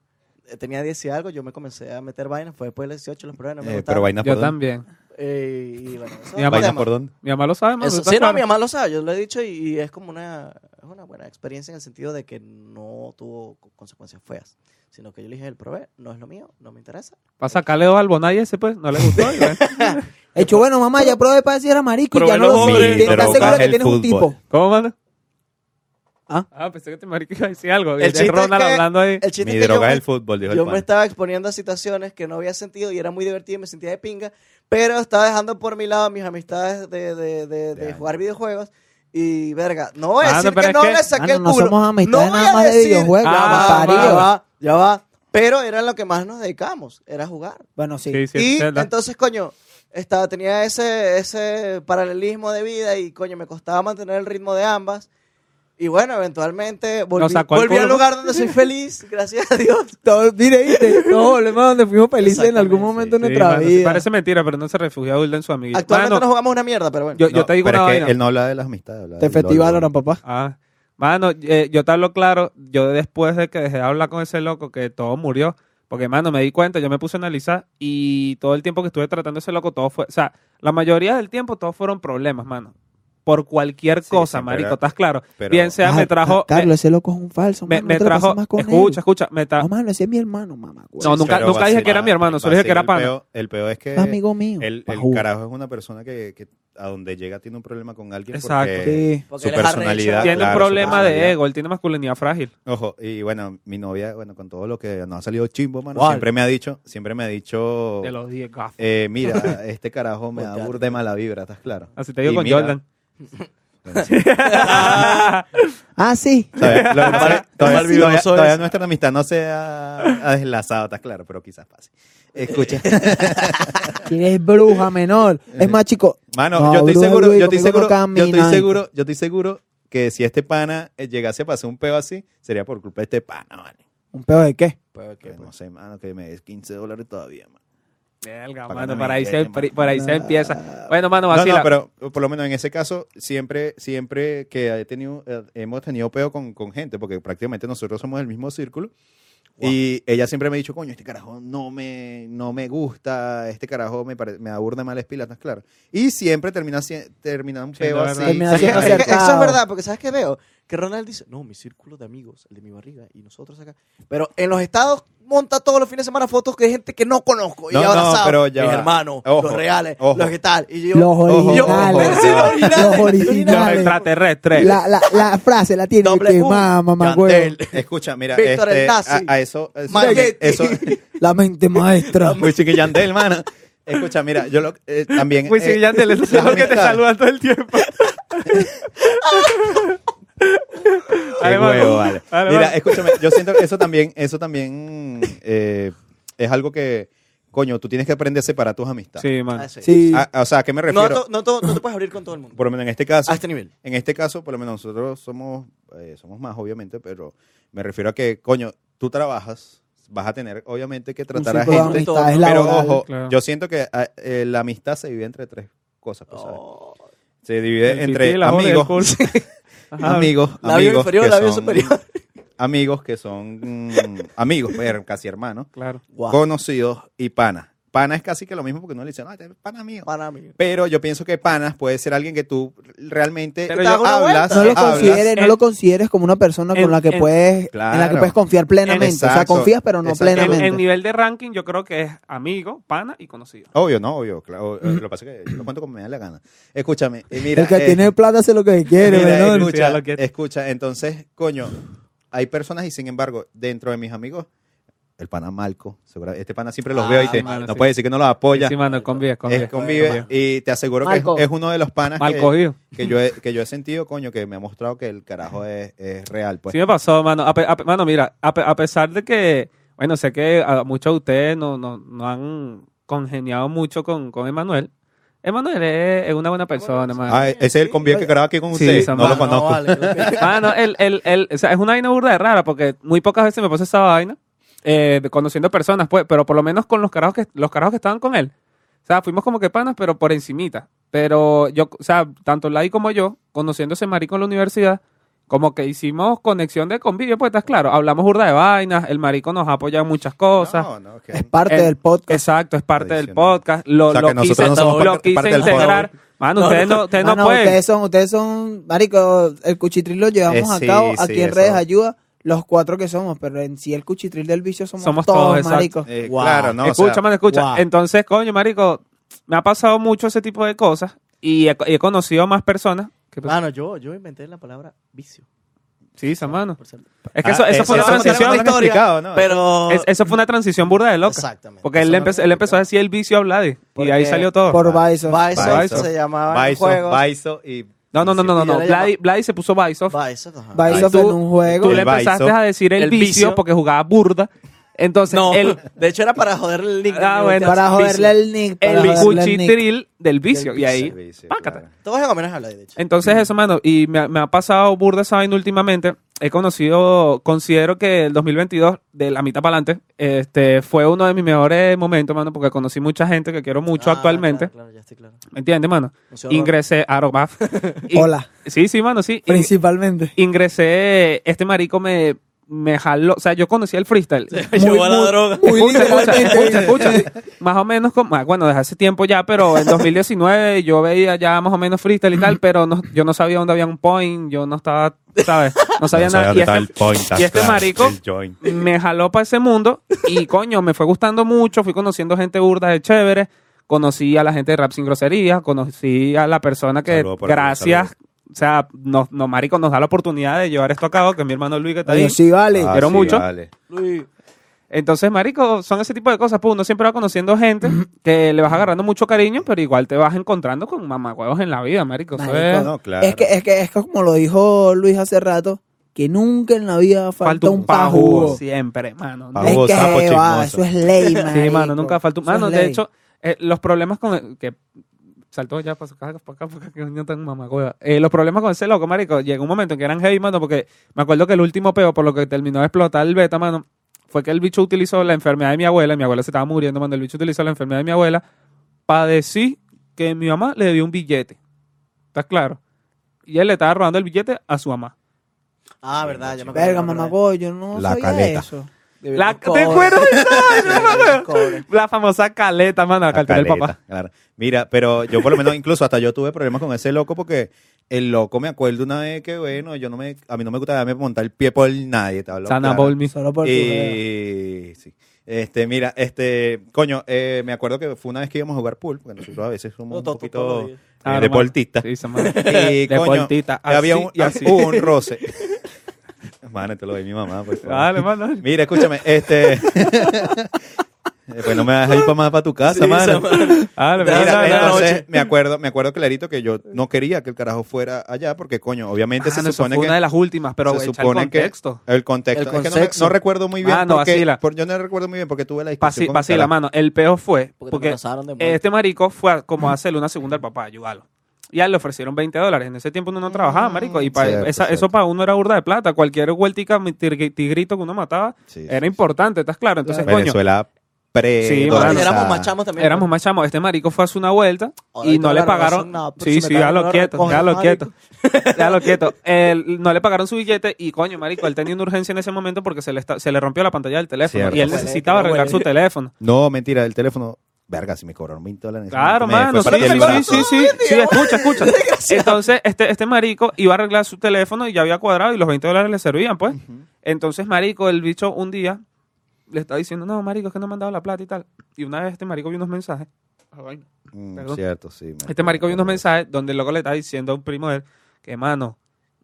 Speaker 4: Eh, Tenía 10 y algo, yo me comencé a meter vainas, fue después de los 18 los problemas, no me
Speaker 3: Eh,
Speaker 4: gustaban.
Speaker 3: pero vainas por
Speaker 2: Yo
Speaker 3: dónde.
Speaker 2: también.
Speaker 4: Eh, y bueno, eso es
Speaker 2: Mi
Speaker 4: otro
Speaker 2: mamá-
Speaker 3: Vainas
Speaker 4: tema.
Speaker 3: por dónde.
Speaker 2: Mi mamá lo sabe, mano.
Speaker 4: Eso-
Speaker 2: ¿estás
Speaker 4: sí, no,
Speaker 2: claro?
Speaker 4: mi mamá lo sabe, yo lo he dicho y, y es como una, es una buena experiencia en el sentido de que no tuvo co- consecuencias feas, sino que yo le dije, el probé, no es lo mío, no me interesa.
Speaker 2: Para sacarle dos al Bonai ese, pues, no le gustó.
Speaker 4: *laughs*
Speaker 2: y bueno.
Speaker 1: Hecho, bueno, mamá, ya probé para decir a marico y
Speaker 2: Probé
Speaker 1: ya no
Speaker 2: los
Speaker 1: lo
Speaker 2: hombres,
Speaker 1: sigues.
Speaker 2: pero
Speaker 1: ¿Estás seguro
Speaker 3: baja
Speaker 1: que
Speaker 3: el
Speaker 1: tienes un
Speaker 3: fútbol.
Speaker 1: tipo?
Speaker 2: ¿Cómo, mano?
Speaker 1: ¿Ah?
Speaker 2: pensé que te marica iba a decir algo.
Speaker 4: El
Speaker 2: El
Speaker 4: chiste es
Speaker 2: Ronald
Speaker 4: que-
Speaker 2: hablando ahí.
Speaker 4: El chiste
Speaker 3: Mi
Speaker 4: es que yo,
Speaker 3: droga es
Speaker 4: me,
Speaker 3: el fútbol, dijo
Speaker 4: yo
Speaker 3: el
Speaker 4: me
Speaker 3: pana.
Speaker 4: estaba exponiendo a situaciones que no había sentido y era muy divertido y me sentía de pinga, pero estaba dejando por mi lado mis amistades de, de- de- de
Speaker 3: años.
Speaker 4: jugar videojuegos y verga, no voy a
Speaker 2: Ah, no,
Speaker 4: decir
Speaker 2: pero
Speaker 4: que
Speaker 2: es
Speaker 4: no
Speaker 2: que-
Speaker 4: le saqué
Speaker 1: Mano,
Speaker 4: el
Speaker 1: no
Speaker 4: culo.
Speaker 1: somos amistades
Speaker 4: voy
Speaker 1: nada
Speaker 4: a
Speaker 1: más de
Speaker 4: decir-
Speaker 1: videojuegos,
Speaker 2: Ah,
Speaker 4: ya va, ya
Speaker 1: parido.
Speaker 4: va, ya va. Pero era lo que más nos dedicamos, era jugar.
Speaker 1: Bueno, sí.
Speaker 2: Sí, sí,
Speaker 4: y
Speaker 2: Zelda.
Speaker 4: entonces, coño, estaba, tenía ese, ese paralelismo de vida y, coño, me costaba mantener el ritmo de ambas. Y bueno, eventualmente volví,
Speaker 2: Nos sacó el
Speaker 4: volví al
Speaker 2: culo.
Speaker 4: lugar donde soy feliz, *laughs* gracias a Dios.
Speaker 1: Todo- mire, viste, todos volvemos a donde fuimos felices en algún
Speaker 4: Exactamente,
Speaker 1: momento
Speaker 4: sí.
Speaker 1: de nuestra
Speaker 2: mano, sí,
Speaker 1: vida.
Speaker 2: Parece mentira, pero no se refugió a Wilda en su amiguito.
Speaker 4: Actualmente
Speaker 2: Mano,
Speaker 4: no jugamos una mierda, pero bueno.
Speaker 2: yo, yo
Speaker 3: No,
Speaker 2: te digo
Speaker 3: pero
Speaker 2: una
Speaker 3: es que
Speaker 2: vaina.
Speaker 3: él no habla de las amistades. habla
Speaker 1: Te
Speaker 3: del LOL.
Speaker 1: festivalaron, Este papá.
Speaker 2: Ah. Mano, eh, yo te hablo claro, yo después de que dejé de hablar con ese loco que todo murió, porque mano, me di cuenta, yo me puse a analizar y todo el tiempo que estuve tratando a ese loco, todo fue, o sea, la mayoría del tiempo todos fueron problemas, mano. Por cualquier
Speaker 3: Sí,
Speaker 2: cosa,
Speaker 3: siempre
Speaker 2: marico,
Speaker 3: era-
Speaker 2: ¿estás claro?
Speaker 3: pero-
Speaker 2: Bien sea, me
Speaker 1: Ah,
Speaker 2: trajo...
Speaker 1: ah, Carlos, ese loco es un falso.
Speaker 2: me,
Speaker 1: mano,
Speaker 2: me
Speaker 1: no te la
Speaker 2: trajo...
Speaker 1: pases más con él.
Speaker 2: escucha, escucha, me trajo...
Speaker 1: No, mano, ese es mi hermano, mamá. güey.
Speaker 2: No, nunca-
Speaker 3: Pero
Speaker 2: nunca dije
Speaker 3: vacila-
Speaker 2: que era mi hermano, solo dije que era
Speaker 3: vacila, el
Speaker 2: pana.
Speaker 3: peo- El peor es que
Speaker 1: Es amigo mío.
Speaker 3: el, el
Speaker 1: Pajú.
Speaker 3: carajo es una persona que, que a donde llega tiene un problema con alguien.
Speaker 2: Exacto.
Speaker 3: Porque
Speaker 1: Sí.
Speaker 4: Porque
Speaker 3: su
Speaker 4: él es arrecho.
Speaker 3: personalidad.
Speaker 2: Tiene
Speaker 3: claro,
Speaker 2: un
Speaker 3: su
Speaker 2: problema de
Speaker 3: personalidad.
Speaker 2: ego, él tiene masculinidad frágil.
Speaker 3: Ojo, y bueno, mi novia, bueno, con todo lo que nos ha salido chimbo, mano,
Speaker 4: ¿Cuál?
Speaker 3: siempre me ha dicho, siempre me ha dicho,
Speaker 2: De los 10 gafas.
Speaker 3: Oh. eh,
Speaker 2: *laughs*
Speaker 3: mira, este carajo me da
Speaker 4: Volteate.
Speaker 3: burde mala vibra, ¿estás claro?
Speaker 2: Así te digo
Speaker 3: Y
Speaker 2: con
Speaker 3: mira, *laughs*
Speaker 2: Jordan.
Speaker 3: bueno, sí.
Speaker 1: Ah, sí.
Speaker 3: Todavía, lo que pasa
Speaker 1: *laughs*
Speaker 3: es que todavía-
Speaker 4: Mal vibroso
Speaker 3: todavía-
Speaker 4: es.
Speaker 3: todavía nuestra amistad no se ha, ha deslazado, ¿estás claro? Pero quizás pase. Escucha.
Speaker 1: Eres bruja menor. Es más, chico.
Speaker 3: Mano,
Speaker 1: No,
Speaker 3: yo estoy
Speaker 1: Bruno
Speaker 3: seguro,
Speaker 1: Luis
Speaker 3: yo
Speaker 1: conmigo
Speaker 3: estoy
Speaker 1: no
Speaker 3: seguro, yo estoy
Speaker 1: camina.
Speaker 3: seguro, yo estoy seguro que si este pana eh, llegase a pasar un peo así, sería por culpa de este pana, vale.
Speaker 1: ¿Un pedo de qué?
Speaker 3: Que
Speaker 2: pues.
Speaker 3: no sé, mano, que me des 15 dólares todavía, mano.
Speaker 2: Verga,
Speaker 3: Para
Speaker 2: mano,
Speaker 3: que
Speaker 2: para ahí, se,
Speaker 3: me quede,
Speaker 2: por ahí se empieza. Bueno, mano,
Speaker 3: No,
Speaker 2: vacila.
Speaker 3: no, pero por lo menos en ese caso, siempre, siempre que he tenido, eh, hemos tenido peo con, con gente, porque prácticamente nosotros somos del mismo círculo. Y ella siempre me ha dicho, coño, este carajo no me, no me gusta, este carajo me, pare- me aburre mal espilas, claro. Y siempre termina, si- termina un
Speaker 2: Sí,
Speaker 3: peo
Speaker 2: la
Speaker 3: así.
Speaker 2: verdad.
Speaker 1: Termina
Speaker 3: Sí, *laughs*
Speaker 1: siendo
Speaker 3: es-
Speaker 4: Es que eso es
Speaker 1: acertado.
Speaker 4: verdad, porque ¿sabes qué veo? Que Ronald dice, no, mi círculo de amigos, el de mi barriga y nosotros acá. Pero en los estados monta todos los fines de semana fotos que hay gente que no conozco. Y
Speaker 3: No, no,
Speaker 4: abrazado,
Speaker 3: pero ya
Speaker 4: mis
Speaker 3: va.
Speaker 4: hermanos,
Speaker 3: Ojo,
Speaker 4: los reales,
Speaker 3: ojo.
Speaker 4: los que tal. Y yo,
Speaker 1: Los
Speaker 3: yo-
Speaker 1: originales.
Speaker 3: Sí, los
Speaker 1: Los
Speaker 4: originales,
Speaker 2: Los
Speaker 1: originales.
Speaker 2: extraterrestres.
Speaker 1: La, la, la frase la tiene
Speaker 4: Doble
Speaker 1: usted,
Speaker 4: U,
Speaker 1: mamá, mamá,
Speaker 4: Yandel.
Speaker 1: güey.
Speaker 3: uh, *laughs* Escucha, mira,
Speaker 4: Víctor el
Speaker 3: este,
Speaker 4: Nazi.
Speaker 3: a, a eso, eso,
Speaker 4: Maguete.
Speaker 3: eso
Speaker 1: La mente
Speaker 4: *laughs*
Speaker 1: maestra.
Speaker 3: muy chiquillandel, hermano. Escucha, mira, yo lo eh, también
Speaker 2: Pues
Speaker 3: eh, *laughs*
Speaker 2: sí, Yandel, eso es
Speaker 3: las
Speaker 2: lo que te
Speaker 3: amistades.
Speaker 2: saluda todo
Speaker 3: *laughs*
Speaker 2: el tiempo.
Speaker 3: Qué
Speaker 2: Dale, mano.
Speaker 3: huevo, vale.
Speaker 2: Dale,
Speaker 3: Mira,
Speaker 2: mano.
Speaker 3: escúchame, yo siento que eso también, eso también eh, es algo que, coño, tú tienes que aprender a separar tus amistades.
Speaker 2: Sí,
Speaker 4: Ah,
Speaker 2: man.
Speaker 4: sí.
Speaker 1: Sí.
Speaker 3: Ah, o sea, ¿a qué me
Speaker 4: No,
Speaker 3: refiero?
Speaker 4: to- no, to- no te puedes abrir con todo el mundo.
Speaker 3: por lo menos en este caso,
Speaker 4: A este nivel.
Speaker 3: en este caso, por lo menos nosotros somos, eh, somos más, obviamente, pero me refiero a que, coño, tú trabajas, vas a tener, obviamente, que
Speaker 1: Un
Speaker 3: tratar a
Speaker 1: círculo de
Speaker 3: gente.
Speaker 4: todo,
Speaker 1: amistades
Speaker 3: Pero
Speaker 1: laborales.
Speaker 3: ojo,
Speaker 2: Claro.
Speaker 3: yo siento que ah, eh, la amistad se divide entre tres cosas. pues, ¿sabes?
Speaker 4: Oh,
Speaker 3: Se divide
Speaker 2: El
Speaker 3: entre
Speaker 2: pipí, la bola y el
Speaker 3: amigos,
Speaker 2: culo.
Speaker 3: *laughs*
Speaker 2: Ajá.
Speaker 3: amigos,
Speaker 4: Labio
Speaker 3: amigos,
Speaker 4: inferior,
Speaker 3: que
Speaker 4: labio
Speaker 3: son-
Speaker 4: superior.
Speaker 3: amigos que son mm, amigos, pero casi hermanos,
Speaker 2: Claro.
Speaker 4: guau.
Speaker 3: conocidos y panas. Pana es casi que lo mismo porque no le dicen, ah, este es pana mío.
Speaker 4: Pana mío.
Speaker 3: Pero yo pienso que panas puede ser alguien que tú realmente
Speaker 2: Pero
Speaker 3: te
Speaker 2: yo-
Speaker 3: hablas,
Speaker 1: No lo
Speaker 3: hablas.
Speaker 1: consideres, no
Speaker 2: en-
Speaker 1: lo consideres como una persona
Speaker 2: en-
Speaker 1: con la que
Speaker 2: en-
Speaker 1: puedes, en la que
Speaker 3: Claro.
Speaker 1: puedes confiar plenamente. o sea,
Speaker 3: Exacto.
Speaker 1: confías pero no
Speaker 3: Exacto.
Speaker 2: En,
Speaker 1: plenamente.
Speaker 2: en nivel de ranking, yo creo que es amigo, pana y conocido.
Speaker 3: Obvio, no, obvio. Claro, eh, Lo que pasa es que yo lo cuento como me da la gana. Escúchame, eh, mira.
Speaker 1: el que
Speaker 3: eh,
Speaker 1: tiene plata hace lo que quiere,
Speaker 3: mira, eh,
Speaker 1: ¿no?
Speaker 2: Sí, a lo
Speaker 3: escucha,
Speaker 2: que-
Speaker 3: escucha, entonces, coño, hay personas y sin embargo, dentro de mis amigos, el pana Malco. segura- Este pana siempre los
Speaker 4: Ah,
Speaker 3: veo y te,
Speaker 2: mano,
Speaker 3: no
Speaker 2: sí.
Speaker 3: puede decir que no los apoya.
Speaker 2: Sí, mano, convive,
Speaker 3: Oh, es
Speaker 2: convive.
Speaker 3: convive y te aseguro
Speaker 1: Malco.
Speaker 3: que es, es uno de los panas
Speaker 2: Mal
Speaker 3: que,
Speaker 2: cogido.
Speaker 3: que yo he, que yo he sentido, coño, que me ha mostrado que el carajo es, es real. Pues.
Speaker 2: Sí me pasó, mano. A pe- a pe- mano, mira, a, pe- a pesar de que, bueno, sé que a muchos de ustedes no, no, no han congeniado mucho con, con Emanuel. Emanuel es, es una buena persona, mano.
Speaker 3: Ah, ese es el convive que graba aquí con
Speaker 2: Sí,
Speaker 3: ustedes.
Speaker 2: esa
Speaker 3: no
Speaker 2: mano,
Speaker 3: lo conozco.
Speaker 4: vale, creo
Speaker 3: *laughs*
Speaker 4: que-
Speaker 2: Mano, el, el, el, o sea, es una vaina burda de rara porque muy pocas veces me pasa esa vaina eh, de- conociendo personas, pues, pero por lo menos con los carajos que los carajos que estaban con él. O sea, fuimos como que panas, pero por encimita. Pero yo, o sea, tanto Lai como yo, conociéndose marico en la universidad, como que hicimos conexión de convivio, pues estás claro, hablamos burda de vainas, el marico nos ha apoyado en muchas cosas.
Speaker 3: No, no, que-
Speaker 1: Es parte
Speaker 2: el-
Speaker 1: del podcast.
Speaker 2: Exacto, es parte del
Speaker 3: Tradicional.
Speaker 2: podcast. Lo,
Speaker 3: O sea,
Speaker 2: lo
Speaker 3: que nosotros
Speaker 2: quise,
Speaker 3: no somos
Speaker 2: lo
Speaker 3: parte-
Speaker 2: quise
Speaker 3: parte del
Speaker 2: integrar. Mano, ustedes no, ustedes no
Speaker 1: Mano,
Speaker 2: pueden.
Speaker 1: ustedes son, ustedes son, marico, el cuchitril lo llevamos
Speaker 3: Eh,
Speaker 1: a
Speaker 3: sí,
Speaker 1: cabo,
Speaker 3: sí,
Speaker 1: aquí en
Speaker 3: eso.
Speaker 1: redes ayuda, los cuatro que somos, pero en sí el cuchitril del bicho somos,
Speaker 2: Somos todos,
Speaker 1: todos,
Speaker 2: exacto.
Speaker 1: marico.
Speaker 3: eh,
Speaker 4: Wow.
Speaker 3: Claro, no. o
Speaker 2: escucha,
Speaker 3: sea,
Speaker 2: mano, escucha.
Speaker 4: wow.
Speaker 2: Entonces, coño, marico, me ha pasado mucho ese tipo de cosas y he, he conocido a más personas. que- pues,
Speaker 4: Mano, yo, yo inventé la palabra vicio.
Speaker 2: sí, esa mano.
Speaker 4: por cierto.
Speaker 2: Es que eso,
Speaker 3: ah,
Speaker 2: eso fue una
Speaker 4: eso no tenemos
Speaker 2: transición.
Speaker 4: historia,
Speaker 3: explicado, ¿no?
Speaker 4: Pero.
Speaker 2: es- eso fue una transición burda de loca.
Speaker 4: Exactamente.
Speaker 2: Porque él,
Speaker 4: Eso no
Speaker 2: empezó,
Speaker 4: lo
Speaker 2: él empezó a decir el vicio a Vladi y
Speaker 4: Porque-
Speaker 2: ahí salió todo.
Speaker 1: Por
Speaker 3: Ah,
Speaker 1: Bison.
Speaker 4: Bison,
Speaker 3: Bison.
Speaker 4: se llamaba en el
Speaker 3: Baiso,
Speaker 4: juego.
Speaker 3: Baiso y.
Speaker 2: No, no, no, no, no.
Speaker 4: Y yo
Speaker 2: no.
Speaker 4: le
Speaker 2: Vladi, Vladi se puso Bison.
Speaker 4: Bison, ajá.
Speaker 1: Bison
Speaker 2: Tú-
Speaker 1: en un juego.
Speaker 2: Tú le
Speaker 3: El Baiso.
Speaker 2: empezaste a decir el,
Speaker 4: El
Speaker 2: vicio,
Speaker 4: vicio.
Speaker 2: porque jugaba burda. Entonces,
Speaker 4: No,
Speaker 2: él,
Speaker 4: de hecho era para joderle el link.
Speaker 2: Ah, bueno.
Speaker 1: para joderle al Nick. Para
Speaker 2: el
Speaker 1: joderle al Nick.
Speaker 2: cuchitril del vicio. Y ahí,
Speaker 3: Servicio,
Speaker 2: pácata.
Speaker 3: claro.
Speaker 4: Todos en homenaje a Vladi, de hecho.
Speaker 2: Entonces, eso, mano, y me, ha- me ha pasado burda esa vaina últimamente. He conocido, considero que el 2022, de la mitad para adelante, este, fue uno de mis mejores momentos, mano, porque conocí mucha gente que quiero mucho
Speaker 4: Ah,
Speaker 2: actualmente.
Speaker 4: Claro, claro, ya estoy claro.
Speaker 2: ¿Me entiendes, mano?
Speaker 4: No soy horror.
Speaker 2: Ingresé a
Speaker 4: *laughs*
Speaker 2: Arobaf. Y-
Speaker 1: Hola,
Speaker 2: Sí, sí, mano, sí. In-
Speaker 1: principalmente.
Speaker 2: ingresé, este marico me, me jaló, o sea, yo conocí el freestyle.
Speaker 4: Se llevó a la droga.
Speaker 1: Muy
Speaker 2: Escucha, escucha,
Speaker 1: literalmente.
Speaker 2: escucha, escucha. Más o menos, como, ah, bueno, desde hace tiempo ya, pero en 2019 yo veía ya más o menos freestyle y tal, pero no- yo no sabía dónde había un point, yo no estaba, ¿sabes? No sabía
Speaker 3: No sabía
Speaker 2: nada.
Speaker 3: dónde
Speaker 2: Y
Speaker 3: estaba
Speaker 2: este,
Speaker 3: el point,
Speaker 2: y este
Speaker 3: claro,
Speaker 2: marico-
Speaker 3: el joint.
Speaker 2: me jaló para ese mundo y coño, me fue gustando mucho, fui conociendo gente burda de chévere, conocí a la gente de Rap Sin Grosería, conocí a la persona que
Speaker 3: Saludo por aquí,
Speaker 2: gracias, o sea, nos, nos, marico nos da la oportunidad de llevar esto a cabo, que es mi hermano Luis que está ahí.
Speaker 1: Oye, sí, vale.
Speaker 3: Ah,
Speaker 2: Quiero
Speaker 3: sí,
Speaker 2: mucho.
Speaker 3: vale.
Speaker 2: *laughs*
Speaker 4: Luis,
Speaker 2: Entonces, marico, son ese tipo de cosas. Pues uno siempre va conociendo gente que le vas agarrando mucho cariño, pero igual te vas encontrando con mamagüevos en la vida, marico. Eso
Speaker 1: Marico,
Speaker 2: Ah, es-
Speaker 3: No, claro.
Speaker 1: Es que es que es que como lo dijo Luis hace rato, que nunca en la vida falta, un pajugo.
Speaker 2: Siempre, mano.
Speaker 3: Pa'
Speaker 1: Es
Speaker 3: Pajugo,
Speaker 1: que
Speaker 3: sapo,
Speaker 1: va,
Speaker 3: chismoso.
Speaker 1: eso es ley, man.
Speaker 2: Sí, mano, nunca falta un... Mano, de hecho, eh, los problemas con... el- que saltó ya para acá, para acá, porque no tan mamagüeva. Eh, los problemas con ese loco, marico, llegó un momento en que eran heavy, mano, porque me acuerdo que el último peo por lo que terminó de explotar el beta, mano, fue que el bicho utilizó la enfermedad de mi abuela, y mi abuela se estaba muriendo, mano, el bicho utilizó la enfermedad de mi abuela para decir que mi mamá le debió un billete. ¿Estás claro? Y él le estaba robando el billete a su mamá.
Speaker 4: Ah, verdad, ya me acuerdo.
Speaker 1: Verga,
Speaker 4: ya me
Speaker 1: mamá,
Speaker 4: acordé.
Speaker 1: yo no
Speaker 3: La
Speaker 1: sabía
Speaker 3: caleta.
Speaker 1: eso.
Speaker 2: La- ¿Te
Speaker 4: Cobre.
Speaker 2: acuerdas de esa vaina, mano?
Speaker 4: Cobre.
Speaker 2: La famosa caleta, mano, la cartera del
Speaker 3: Caleta,
Speaker 2: papá.
Speaker 3: claro. Mira, pero yo por lo menos incluso hasta yo tuve problemas con ese loco porque el loco me acuerdo una vez que bueno, yo no me a mí no me gusta darme montar el pie por nadie, te hablo
Speaker 2: Sana
Speaker 3: claro.
Speaker 2: Bol, mi-
Speaker 1: Solo por tu verga.
Speaker 3: Eh, sí. Este, mira, este, coño, eh, me acuerdo que fue una vez que íbamos a jugar pool, porque nosotros a veces somos
Speaker 4: No,
Speaker 3: un
Speaker 4: todo- todo
Speaker 3: poquito
Speaker 4: bien.
Speaker 3: eh,
Speaker 2: Ah, hermano.
Speaker 3: deportistas.
Speaker 2: Sí, esa madre.
Speaker 3: *laughs*
Speaker 2: *laughs*
Speaker 3: Y, coño,
Speaker 2: Deportista, así
Speaker 3: *laughs* había un,
Speaker 2: y así.
Speaker 3: hubo un roce. *laughs* Mano, te lo doy mi mamá,
Speaker 2: *laughs*
Speaker 3: por favor.
Speaker 2: Dale, mano.
Speaker 3: Mira, escúchame, este. *laughs* Pues no me vas a ir para más para tu casa,
Speaker 4: Sí,
Speaker 3: mano.
Speaker 4: esa mano.
Speaker 2: Dale,
Speaker 3: Mira,
Speaker 2: mano,
Speaker 4: Te vas a
Speaker 2: dale,
Speaker 4: ver la
Speaker 2: dale.
Speaker 3: entonces
Speaker 4: noche.
Speaker 3: me acuerdo, me acuerdo clarito que yo no quería que el carajo fuera allá porque coño, obviamente
Speaker 2: Ah,
Speaker 3: se
Speaker 2: no, eso
Speaker 3: supone
Speaker 2: fue
Speaker 3: que
Speaker 2: una de las últimas, pero
Speaker 3: se
Speaker 2: echa
Speaker 3: supone
Speaker 2: el contexto.
Speaker 3: que el contexto,
Speaker 4: El
Speaker 3: Es que no me-
Speaker 4: contexto.
Speaker 3: no, recuerdo muy bien
Speaker 2: Mano,
Speaker 3: porque
Speaker 2: Ah, vacila.
Speaker 3: por- yo no recuerdo muy bien porque tuve la discusión
Speaker 2: Pasi,
Speaker 3: con el
Speaker 2: pasi la
Speaker 3: carajo.
Speaker 2: mano. El peo fue
Speaker 4: Porque, te
Speaker 2: porque
Speaker 4: pasaron de moda.
Speaker 2: este marico fue a- como a hacerle una segunda al papá, ayudarlo. Y a él le ofrecieron 20 dólares. En ese tiempo uno no trabajaba, marico. Y pa-
Speaker 3: cierto,
Speaker 2: esa- eso
Speaker 3: cierto.
Speaker 2: para uno era burda de plata. Cualquier vueltica, mi tir- tigrito que uno mataba,
Speaker 3: Sí, sí,
Speaker 2: era importante, ¿estás claro? Entonces, coño,
Speaker 3: Venezuela pre
Speaker 2: Sí, mano.
Speaker 4: Porque
Speaker 3: dolarizada.
Speaker 4: éramos machamos también.
Speaker 2: éramos más chamos. Este marico fue a hacer una vuelta
Speaker 4: Ahora
Speaker 2: y
Speaker 4: ahorita
Speaker 2: no le
Speaker 4: la
Speaker 2: pagaron.
Speaker 4: relación, no, pero
Speaker 2: sí,
Speaker 4: si me
Speaker 2: sí,
Speaker 4: están
Speaker 2: déjalo
Speaker 4: dando
Speaker 2: quieto,
Speaker 4: recoge,
Speaker 2: déjalo
Speaker 4: marico.
Speaker 2: quieto. *laughs* Déjalo quieto. Él- no le pagaron su billete y, coño, marico, él tenía una urgencia en ese momento porque se le, esta- se le rompió la pantalla del teléfono
Speaker 3: Cierto.
Speaker 2: y él
Speaker 3: Huele,
Speaker 2: necesitaba
Speaker 4: que no
Speaker 2: arreglar su
Speaker 4: huele.
Speaker 2: teléfono.
Speaker 3: No, mentira, el teléfono, verga, si me cobraron 20 dólares. en ese
Speaker 2: Claro,
Speaker 3: momento, me
Speaker 2: mano,
Speaker 3: fue
Speaker 2: sí,
Speaker 3: parte del
Speaker 2: sí,
Speaker 3: brazo.
Speaker 2: sí, sí, sí, escucha,
Speaker 4: *laughs*
Speaker 2: escucha. Entonces, este, este marico iba a arreglar su teléfono y ya había cuadrado y los 20 dólares le servían, pues. Entonces, marico, el bicho un día le está diciendo, no, marico, es que no me han dado la plata y tal. Y una vez este marico vio unos mensajes.
Speaker 3: Mm,
Speaker 2: Perdón.
Speaker 3: cierto, sí. me
Speaker 2: Este marico vio unos
Speaker 3: acuerdo.
Speaker 2: mensajes donde el loco le está diciendo a un primo de él que, mano,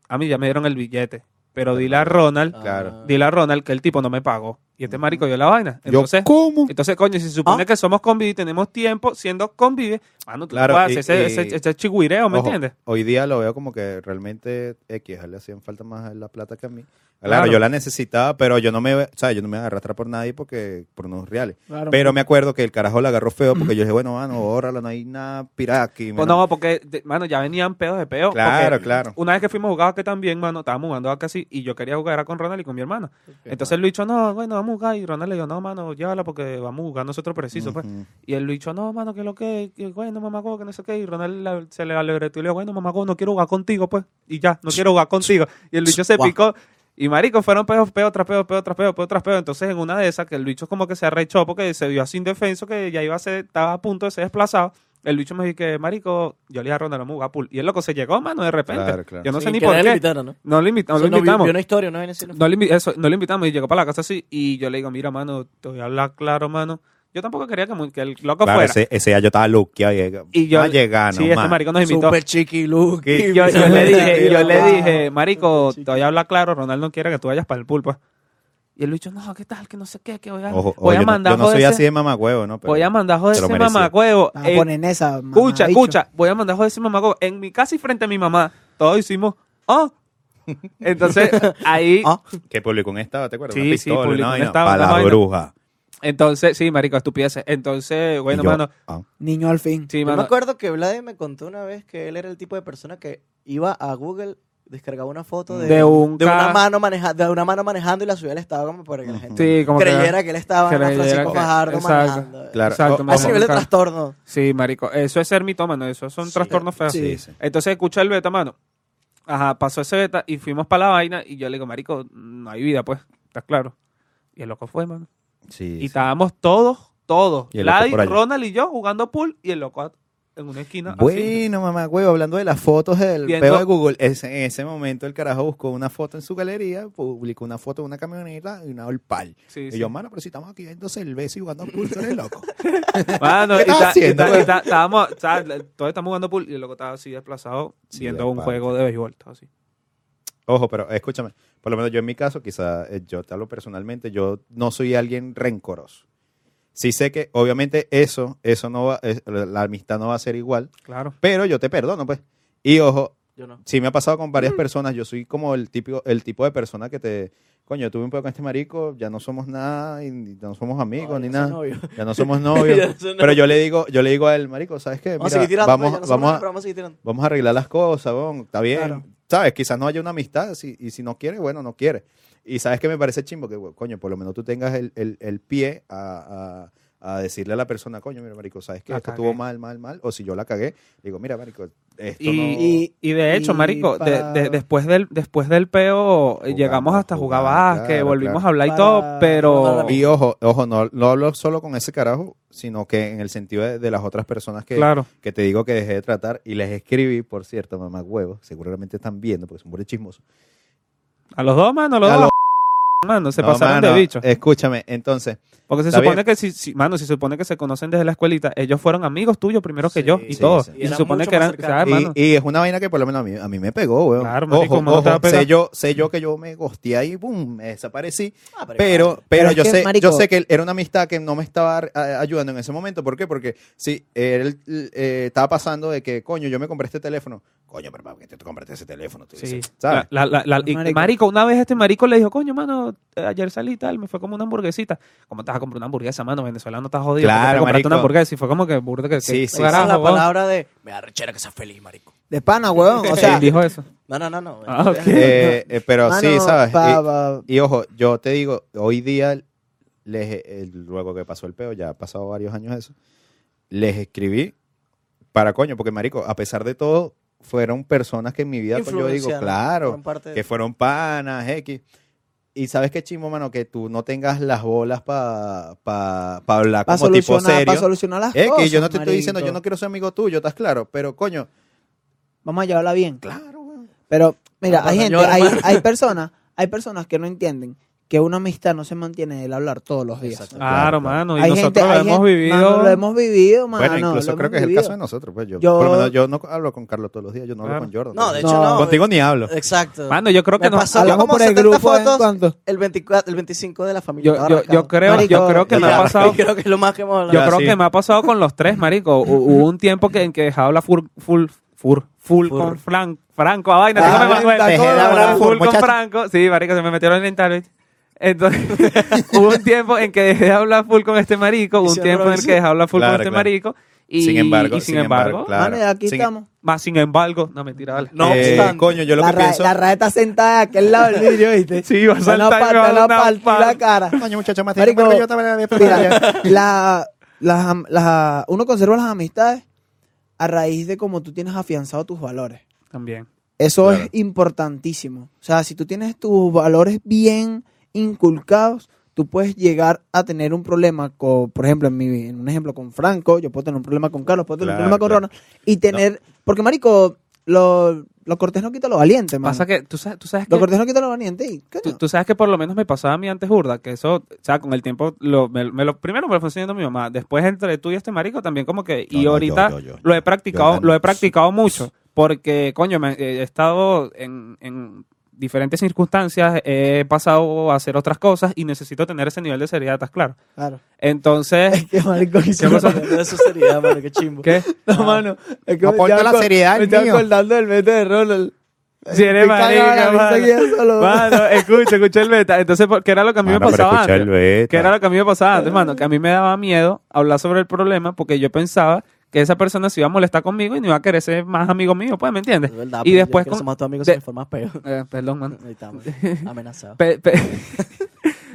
Speaker 2: a mí ya me dieron el billete, pero dile a Ronald,
Speaker 4: Ah.
Speaker 3: Claro.
Speaker 2: dile a Ronald que el tipo no me pagó. Y este marico dio la vaina. Entonces, este
Speaker 3: Yo, ¿Ah? ¿cómo?
Speaker 2: entonces coño, si se supone que somos convives y tenemos tiempo siendo convives, mano, tú
Speaker 3: Claro,
Speaker 2: claro,
Speaker 3: y-
Speaker 2: ese,
Speaker 3: y-
Speaker 2: ese, ese chigüireo, ¿me
Speaker 3: Ojo,
Speaker 2: entiendes?
Speaker 3: Hoy día lo veo como que realmente X, a él le hacían falta más a él la plata que a mí. Claro,
Speaker 2: Claro.
Speaker 3: yo la necesitaba, pero yo no me, o sea, yo no me iba a arrastrar por nadie porque por unos reales.
Speaker 1: Claro.
Speaker 3: Pero me acuerdo que el carajo la agarró feo porque yo
Speaker 2: *clears throat*
Speaker 3: dije, bueno, mano, bórrala, no hay nada pirata aquí.
Speaker 2: Pues
Speaker 3: mano.
Speaker 2: no, porque, de- mano, ya venían pedos de peo.
Speaker 3: claro,
Speaker 2: porque
Speaker 3: claro.
Speaker 2: Una vez que fuimos a jugar que también, mano, estábamos jugando a casi y yo quería jugar era con Ronald y con mi hermano. Entonces el dicho, no, bueno, vamos a jugar. Y Ronald le dijo, no, mano, llévala porque vamos a jugar nosotros precisos. pues.
Speaker 3: Ujú.
Speaker 2: Y el dicho, no, mano, que lo que, que bueno, mamagó, que no sé qué. Y Ronald la- se le alegró y le dijo, bueno, mamagó, no quiero jugar contigo, pues. Y ya, no quiero jugar contigo. Y el bicho se
Speaker 3: Guau.
Speaker 2: picó. Y marico, fueron peos, peo, tras peo, peo, tras peo, peo, tras peo. Entonces, en una de esas, que el bicho como que se arrechó porque se vio así indefenso, que ya iba a ser, estaba a punto de ser desplazado. El bicho me dijo que, marico, yo le dije a Ronald, vamos a jugar pool. Y el loco se llegó, mano, de repente.
Speaker 3: Claro, claro.
Speaker 2: Yo no sé
Speaker 4: Sin
Speaker 2: ni
Speaker 4: que
Speaker 2: por
Speaker 4: nadie lo
Speaker 2: qué.
Speaker 4: invitara, ¿no?
Speaker 2: No lo, invit- no
Speaker 4: O sea,
Speaker 2: lo
Speaker 4: no vi-
Speaker 2: invitamos.
Speaker 4: vi una historia, una vaina así, ¿no?
Speaker 2: No le, invi- eso, no le invitamos y llegó para la casa así. Y yo le digo, mira, mano, te voy a hablar claro, mano. Yo tampoco quería que, mu- que el loco
Speaker 3: Claro,
Speaker 2: fuera.
Speaker 3: ese, ese día yo estaba luqueado y, "Ah,
Speaker 2: Y yo-
Speaker 3: va a llegar,
Speaker 2: sí,
Speaker 3: no
Speaker 2: este
Speaker 3: más.
Speaker 2: marico nos invitó.
Speaker 4: Super chiqui look.
Speaker 3: Y
Speaker 2: Yo, yo le dije, yo le
Speaker 1: Wow.
Speaker 2: dije, marico, te voy a hablar claro, Ronaldo no quiere que tú vayas para el pulpa. Y él dicho, no, ¿qué tal? Que no sé qué, que voy a,
Speaker 3: Ojo,
Speaker 2: voy
Speaker 3: ojo,
Speaker 2: a
Speaker 3: yo no-
Speaker 2: mandar
Speaker 3: yo no, soy
Speaker 2: joderse-
Speaker 3: así de mamagüevo, ¿no? Pero-
Speaker 2: voy a mandar joder
Speaker 3: se lo
Speaker 2: ese
Speaker 3: merecía.
Speaker 2: mamacuevo.
Speaker 1: Vas
Speaker 2: en-
Speaker 1: a poner en esa. mamá,
Speaker 2: eh, Escucha,
Speaker 1: bicho.
Speaker 2: escucha, voy a mandar joder ese mamacuevo. En mi casa y frente a mi mamá, todos hicimos, ah.
Speaker 1: *laughs*
Speaker 2: Entonces, ahí,
Speaker 4: Ah.
Speaker 3: Que publicó un estado, ¿te acuerdas?
Speaker 2: Sí,
Speaker 3: una
Speaker 2: sí,
Speaker 3: pistola,
Speaker 2: publicó
Speaker 3: una
Speaker 2: un
Speaker 3: vaina,
Speaker 2: estado,
Speaker 3: pa'
Speaker 2: una
Speaker 3: la
Speaker 2: vaina.
Speaker 3: bruja.
Speaker 2: entonces, sí, marico, estupideces. Entonces, bueno,
Speaker 3: Y yo,
Speaker 2: mano,
Speaker 3: ah.
Speaker 1: Niño al fin.
Speaker 2: sí,
Speaker 4: Yo me
Speaker 2: mano.
Speaker 4: acuerdo que Vlade me contó una vez que él era el tipo de persona que iba a Google, descargaba una foto de,
Speaker 2: De un
Speaker 4: de una
Speaker 2: ca-
Speaker 4: mano maneja- de una mano manejando y la subía al estado como para que la
Speaker 3: Ujú.
Speaker 4: gente
Speaker 2: Sí, como que-
Speaker 4: creyera que él estaba en
Speaker 2: creyera
Speaker 4: Francisco
Speaker 2: que-
Speaker 4: Fajardo
Speaker 2: exacto.
Speaker 4: manejando.
Speaker 3: Claro.
Speaker 2: Exacto,
Speaker 3: O-
Speaker 4: A ese
Speaker 2: mano.
Speaker 4: nivel de
Speaker 2: Claro.
Speaker 4: trastorno.
Speaker 2: Sí, marico, eso es ser mitómano, eso son trastornos feos.
Speaker 3: Sí, sí.
Speaker 2: Entonces escucha el beta, mano. Ajá, pasó ese beta y fuimos para la vaina y yo le digo, marico, no hay vida, pues, ¿estás claro? Y el loco fue, mano.
Speaker 3: Sí,
Speaker 2: y
Speaker 3: sí.
Speaker 2: estábamos todos, todos,
Speaker 3: Y el loco
Speaker 2: Vladi,
Speaker 3: por allá.
Speaker 2: Ronald y yo jugando pool y el loco en una esquina. así.
Speaker 3: Bueno, mamá, huevo, hablando de las fotos del
Speaker 2: Viendo-
Speaker 3: peo de Google, ese- en ese momento el carajo buscó una foto en su galería, publicó una foto de una camioneta y una Olpal.
Speaker 2: Sí,
Speaker 3: y
Speaker 2: sí.
Speaker 3: yo, mano, pero si estamos aquí viendo cerveza y jugando pool, tú eres loco.
Speaker 2: Mano,
Speaker 3: ¿Qué
Speaker 2: y
Speaker 3: estás
Speaker 2: ta- y
Speaker 3: haciendo,
Speaker 2: ta- y
Speaker 3: güey?
Speaker 2: ta- estábamos, o sea, todos estamos jugando pool y el loco estaba así desplazado
Speaker 3: Sí,
Speaker 2: viendo
Speaker 3: de
Speaker 2: un
Speaker 3: pana.
Speaker 2: juego de béisbol. estaba así.
Speaker 3: *laughs* Ojo, pero eh, escúchame, por lo menos yo en mi caso, quizá eh, yo te hablo personalmente, yo no soy alguien rencoroso. Sí sé que, obviamente, eso, eso no va, es- la la amistad no va a ser igual,
Speaker 2: Claro.
Speaker 3: pero yo te perdono, pues. Y ojo,
Speaker 4: Yo no.
Speaker 3: sí me ha pasado con
Speaker 4: Mm.
Speaker 3: varias personas. Yo soy como el típico, el tipo de persona que te, coño, tuve un poco con este marico, ya no somos nada, y ni- ya no somos amigos
Speaker 4: Ay,
Speaker 3: ni
Speaker 4: ese
Speaker 3: nada, *laughs*
Speaker 4: *laughs* novio.
Speaker 3: ya no somos
Speaker 4: Ya
Speaker 3: novios.
Speaker 4: no soy
Speaker 3: pero yo le digo, yo le digo a él, marico, ¿sabes qué?
Speaker 4: Vamos a
Speaker 3: Mira,
Speaker 4: seguir tirando. pues,
Speaker 3: vamos,
Speaker 4: ya no somos
Speaker 3: vamos
Speaker 4: nada,
Speaker 3: a,
Speaker 4: pero vamos a seguir tirando.
Speaker 3: vamos a arreglar las cosas, bon, está bien.
Speaker 1: Claro.
Speaker 3: ¿Sabes? Quizás no haya una amistad si- y si no quiere, bueno, no quiere. Y sabes que me parece chimbo que, bueno, coño, por lo menos tú tengas el, el- el pie a, a- a decirle a la persona, coño, mira, marico, ¿sabes que
Speaker 2: La
Speaker 3: esto
Speaker 2: cagué.
Speaker 3: estuvo mal, mal, mal? O si yo la cagué, digo, mira, marico, esto no...
Speaker 2: Y, y de hecho,
Speaker 1: y
Speaker 2: marico, de-
Speaker 1: para-
Speaker 2: de- después, del, después del peo eh,
Speaker 3: Jugamos,
Speaker 2: llegamos hasta jugar
Speaker 3: jugamos,
Speaker 2: básquet,
Speaker 3: claro,
Speaker 2: volvimos
Speaker 3: claro.
Speaker 2: a hablar y
Speaker 1: Para-
Speaker 2: todo, pero...
Speaker 4: para-
Speaker 3: Y ojo, ojo, no, no hablo solo con ese carajo, sino que en el sentido de, de las otras personas que,
Speaker 2: Claro.
Speaker 3: que te digo que dejé de tratar y les escribí, por cierto, mamá huevos, seguramente están viendo porque son muy chismosos.
Speaker 2: A los dos, mano, a los
Speaker 3: A
Speaker 2: dos.
Speaker 3: los-
Speaker 2: Mano, se
Speaker 3: No,
Speaker 2: pasaron
Speaker 3: mano,
Speaker 2: de bicho.
Speaker 3: Escúchame, entonces,
Speaker 2: Porque se
Speaker 3: está
Speaker 2: supone
Speaker 3: bien.
Speaker 2: que si, si- mano, se supone que se conocen desde la escuelita, ellos fueron amigos tuyos primero que
Speaker 4: Sí,
Speaker 2: yo y
Speaker 3: sí,
Speaker 2: todo.
Speaker 3: sí.
Speaker 2: Y,
Speaker 4: Y
Speaker 2: se
Speaker 4: eran
Speaker 2: supone
Speaker 4: mucho
Speaker 2: que
Speaker 4: más
Speaker 2: eran,
Speaker 4: cercanos.
Speaker 2: ¿sabes,
Speaker 3: y,
Speaker 2: mano?
Speaker 3: y es una vaina que por lo menos a mí, a mí me pegó, weón.
Speaker 2: Claro, marico,
Speaker 3: ojo,
Speaker 2: ¿cómo no te va a
Speaker 3: ojo,
Speaker 2: pegar?
Speaker 3: sé yo, sé yo que yo me gosteé ahí, boom, me desaparecí,
Speaker 4: Ah,
Speaker 3: pero, pero,
Speaker 1: Pero es
Speaker 3: yo
Speaker 1: que,
Speaker 3: sé,
Speaker 1: marico-
Speaker 3: yo sé que era una amistad que no me estaba eh, ayudando en ese momento. ¿Por qué? Porque si él eh, estaba pasando de que, coño, yo me compré este teléfono. Coño, pero ¿por qué te compraste ese teléfono? Tú
Speaker 2: Sí.
Speaker 3: dices,
Speaker 2: La, *laughs*
Speaker 3: ¿sabes?
Speaker 2: la- la- la- y- marico.
Speaker 1: Marico.
Speaker 2: una vez este marico le dijo, coño, mano, eh, ayer salí y tal, me fue como una hamburguesita. ¿Cómo te vas a comprar una hamburguesa, mano? Venezolano estás jodido.
Speaker 3: Claro,
Speaker 2: ¿por qué te compraste una
Speaker 3: marico.
Speaker 2: hamburguesa y fue como que burda que...
Speaker 3: Sí,
Speaker 2: que-
Speaker 3: sí,
Speaker 4: Esa es la
Speaker 2: carajo, weón.
Speaker 4: palabra de. Me da rechera que seas feliz, marico.
Speaker 1: De pana, weón. O
Speaker 2: Sí,
Speaker 4: *laughs*
Speaker 1: sea,
Speaker 2: dijo eso.
Speaker 4: No, no, no, no.
Speaker 2: Ah, ok.
Speaker 3: Eh, eh, pero sí,
Speaker 1: mano,
Speaker 3: ¿sabes? Eh,
Speaker 1: pa-
Speaker 3: Y-
Speaker 1: pa-
Speaker 3: Y ojo, yo te digo, hoy día, les, eh, luego que pasó el peo, ya ha pasado varios años eso, les escribí para coño, porque marico, a pesar de todo, fueron personas que en mi vida, coño, pues, yo digo,
Speaker 4: Influenciaron,
Speaker 3: claro,
Speaker 4: fueron parte de-
Speaker 3: que fueron panas, X. Y sabes qué chimo, mano, que tú no tengas las bolas para pa, pa hablar
Speaker 1: pa
Speaker 3: como tipo
Speaker 1: solucionar-
Speaker 3: serio.
Speaker 1: pa solucionar las
Speaker 3: Eh,
Speaker 1: cosas.
Speaker 3: que yo no te estoy diciendo,
Speaker 1: marico.
Speaker 3: yo no quiero ser amigo tuyo, ¿estás claro? Pero coño,
Speaker 1: Vamos a llevarla bien.
Speaker 3: claro, weón.
Speaker 1: Pero, mira,
Speaker 4: No,
Speaker 1: hay
Speaker 4: no,
Speaker 1: gente,
Speaker 4: llora,
Speaker 1: hay,
Speaker 4: hermano.
Speaker 1: hay personas, hay personas que no entienden que una amistad no se mantiene el hablar todos los días.
Speaker 4: Exacto.
Speaker 2: Claro,
Speaker 3: Claro, claro.
Speaker 2: mano. Y
Speaker 1: Hay
Speaker 2: nosotros
Speaker 1: gente-
Speaker 2: lo
Speaker 1: hay
Speaker 2: hemos
Speaker 1: gente-
Speaker 2: vivido.
Speaker 1: mano, lo hemos vivido, mano.
Speaker 3: Bueno, incluso
Speaker 1: lo
Speaker 3: creo
Speaker 1: hemos
Speaker 3: que es el
Speaker 1: vivido.
Speaker 3: caso de nosotros. Pues yo,
Speaker 1: Yo-
Speaker 3: por lo menos yo no hablo con Carlos todos los días, yo no
Speaker 2: Claro.
Speaker 3: hablo con Jordan.
Speaker 4: No, de
Speaker 1: No.
Speaker 4: hecho no. eh,
Speaker 3: Contigo ni hablo.
Speaker 4: Exacto.
Speaker 2: Mano, yo creo que
Speaker 4: Me
Speaker 2: no.
Speaker 4: pasó
Speaker 1: Hablamos
Speaker 4: como
Speaker 1: por el
Speaker 4: 70
Speaker 1: grupo ¿eh?
Speaker 4: fotos.
Speaker 1: en cuanto.
Speaker 4: El, 24, el 25 de la familia.
Speaker 2: Yo,
Speaker 4: estaba
Speaker 2: yo,
Speaker 4: arrancado.
Speaker 2: yo
Speaker 4: *laughs*
Speaker 2: creo, yo
Speaker 1: Marico,
Speaker 2: creo que me ha
Speaker 3: ya.
Speaker 2: pasado.
Speaker 4: Creo que es lo más que hemos hablado.
Speaker 2: Yo
Speaker 3: Ya,
Speaker 2: creo
Speaker 3: sí.
Speaker 2: que me ha pasado con los tres, marico. Hu- Hubo un tiempo que, en que dejaba hablar full, full, full, full
Speaker 4: Fur.
Speaker 2: con Fran- Franco. Ah, vaina,
Speaker 1: Ah,
Speaker 2: tengo que me
Speaker 1: dejé
Speaker 2: acuerdo.
Speaker 1: de hablar
Speaker 2: full
Speaker 3: full,
Speaker 2: con
Speaker 3: muchacho.
Speaker 2: Franco. Sí, marico, se me metieron en el internet. Entonces, *laughs* hubo un tiempo en que dejé de hablar full con este marico, hubo un
Speaker 4: Hicieron
Speaker 2: tiempo en el que
Speaker 4: Robinson.
Speaker 2: dejé de hablar full
Speaker 3: Claro,
Speaker 2: con este
Speaker 3: claro.
Speaker 2: marico. Y,
Speaker 3: sin embargo,
Speaker 2: y sin, embargo,
Speaker 3: claro.
Speaker 1: Mano, y aquí
Speaker 3: Sin-
Speaker 1: estamos.
Speaker 2: más sin embargo, no mentira, vale.
Speaker 4: No
Speaker 3: Eh,
Speaker 4: obstante.
Speaker 3: coño, yo lo
Speaker 1: la,
Speaker 3: que
Speaker 1: ra-
Speaker 3: pienso.
Speaker 1: la rata sentada de aquel lado del
Speaker 3: *laughs*
Speaker 1: vidrio, ¿viste?
Speaker 2: Sí, va a
Speaker 1: Te van
Speaker 2: saltar y me va a
Speaker 1: par- te
Speaker 2: dar
Speaker 1: van a
Speaker 2: una
Speaker 1: partir
Speaker 2: pal-
Speaker 1: la cara.
Speaker 3: Coño, muchacho, más
Speaker 1: Marico,
Speaker 3: tiene que yo también la
Speaker 1: Mira, la, las am- las- uno conserva las amistades a raíz de cómo tú tienes afianzado tus valores.
Speaker 2: También.
Speaker 1: Eso
Speaker 3: Claro.
Speaker 1: es importantísimo. O sea, si tú tienes tus valores bien inculcados, tú puedes llegar a tener un problema con, por ejemplo, en, mi, en un ejemplo con Franco, yo puedo tener un problema con Carlos, puedo tener
Speaker 3: Claro,
Speaker 1: un problema con
Speaker 3: claro.
Speaker 1: Ronald, y tener, porque marico, lo, lo cortés no quita lo valiente, mano.
Speaker 2: Pasa que tú sabes, tú sabes que
Speaker 1: Lo cortés no quita lo valiente y, coño,
Speaker 2: Tú, tú sabes que por lo menos me pasaba a mí antes burda, que eso, o sea, con el tiempo, lo, me, me lo, primero me lo fue enseñando mi mamá, después entre tú y este marico también como que,
Speaker 3: No,
Speaker 2: y
Speaker 3: no,
Speaker 2: ahorita
Speaker 3: yo, yo, yo,
Speaker 2: lo he
Speaker 3: yo,
Speaker 2: practicado,
Speaker 3: yo,
Speaker 2: lo he
Speaker 3: yo,
Speaker 2: practicado mucho, porque, coño, me- he estado en, en diferentes circunstancias, he pasado a hacer otras cosas y necesito tener ese nivel de seriedad, ¿estás claro?
Speaker 1: claro. *laughs*
Speaker 2: Entonces,
Speaker 1: Qué marico,
Speaker 2: ¿Qué pasó?
Speaker 4: De eso sería, mano, qué chimbo.
Speaker 2: ¿qué?
Speaker 1: No, mano. Es que
Speaker 3: Aporta
Speaker 1: me
Speaker 3: la
Speaker 1: acu-
Speaker 3: seriedad,
Speaker 1: Me estoy
Speaker 3: niño.
Speaker 1: acordando del mete de Ronald.
Speaker 2: Si eres
Speaker 1: Me cagaba la
Speaker 2: marica,
Speaker 1: risa
Speaker 2: mano.
Speaker 1: que yo solo-
Speaker 2: Mano, escucha, escucha el beta. Entonces, ¿por- ¿qué era lo que a mí me pasaba antes? Que era lo que a mí me pasaba antes, mano. Que a mí me daba miedo hablar sobre el problema porque yo pensaba que esa persona se iba a molestar conmigo y no iba a querer ser más amigo mío, pues, ¿me entiendes?
Speaker 4: Es verdad,
Speaker 2: Y
Speaker 4: pues,
Speaker 2: después
Speaker 4: ya
Speaker 2: con-
Speaker 4: que somos tus amigos,
Speaker 2: de-
Speaker 4: se me formas peor.
Speaker 2: Eh, perdón, mano.
Speaker 4: Ahí estamos, amenazado.
Speaker 2: Pe- pe- *laughs*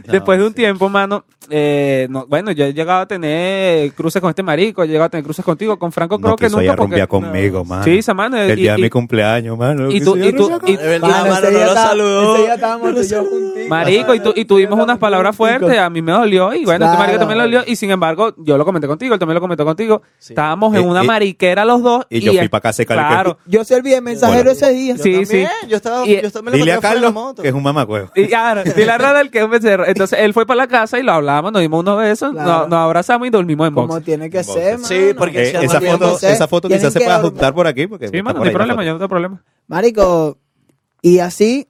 Speaker 2: Después de un
Speaker 3: sí.
Speaker 2: tiempo, mano, eh, no- bueno, yo he llegado a tener cruces con este marico, he llegado a tener cruces contigo, con Franco creo que nunca porque...
Speaker 3: conmigo, mano.
Speaker 2: Sí, esa mano.
Speaker 3: El
Speaker 2: y-
Speaker 3: día de
Speaker 2: y-
Speaker 3: mi cumpleaños, mano.
Speaker 2: y tú- y tú- y-
Speaker 4: Es verdad,
Speaker 1: Mano,
Speaker 4: mano,
Speaker 1: ese
Speaker 4: no
Speaker 1: día
Speaker 4: lo
Speaker 1: está-
Speaker 4: saludó.
Speaker 1: ese día estábamos tú y yo juntitos.
Speaker 2: Marico, y, tu- y tuvimos unas palabras fuertes, a mí me dolió, y bueno, este
Speaker 1: Claro.
Speaker 2: marico también le dolió, y sin embargo, yo lo comenté contigo, él también lo comentó contigo,
Speaker 4: Sí.
Speaker 2: estábamos en
Speaker 3: Y-
Speaker 2: una
Speaker 3: y-
Speaker 2: mariquera los dos,
Speaker 3: Eh, y yo fui pa' casa de Cali que-
Speaker 2: Claro,
Speaker 1: Yo serví de mensajero
Speaker 3: Bueno.
Speaker 1: ese día.
Speaker 4: Yo
Speaker 2: Sí,
Speaker 4: también,
Speaker 2: sí.
Speaker 4: Yo estaba,
Speaker 2: Y-
Speaker 4: yo estaba me lo
Speaker 3: Dile a
Speaker 4: encontré fuera de la
Speaker 3: Carlos
Speaker 4: moto.
Speaker 3: que es un mamacuevo.
Speaker 2: Y ahora, dile a Ronald que es un becerro. Entonces él fue para la casa y lo hablábamos, nos dimos unos besos,
Speaker 1: Claro.
Speaker 2: nos, nos abrazamos y dormimos en
Speaker 1: Como
Speaker 2: box.
Speaker 1: tiene que
Speaker 3: En boxer.
Speaker 1: ser, mano.
Speaker 4: Sí, porque
Speaker 3: Eh,
Speaker 4: se
Speaker 3: esa,
Speaker 4: llama-
Speaker 3: foto,
Speaker 1: Tienen
Speaker 3: esa foto quizás se
Speaker 1: que
Speaker 3: pueda
Speaker 1: dormir.
Speaker 3: juntar por aquí. Porque
Speaker 2: Sí,
Speaker 3: está
Speaker 2: mano,
Speaker 3: por
Speaker 2: no hay
Speaker 3: ahí la
Speaker 2: problema,
Speaker 3: foto.
Speaker 2: yo no tengo problema.
Speaker 1: Marico, y así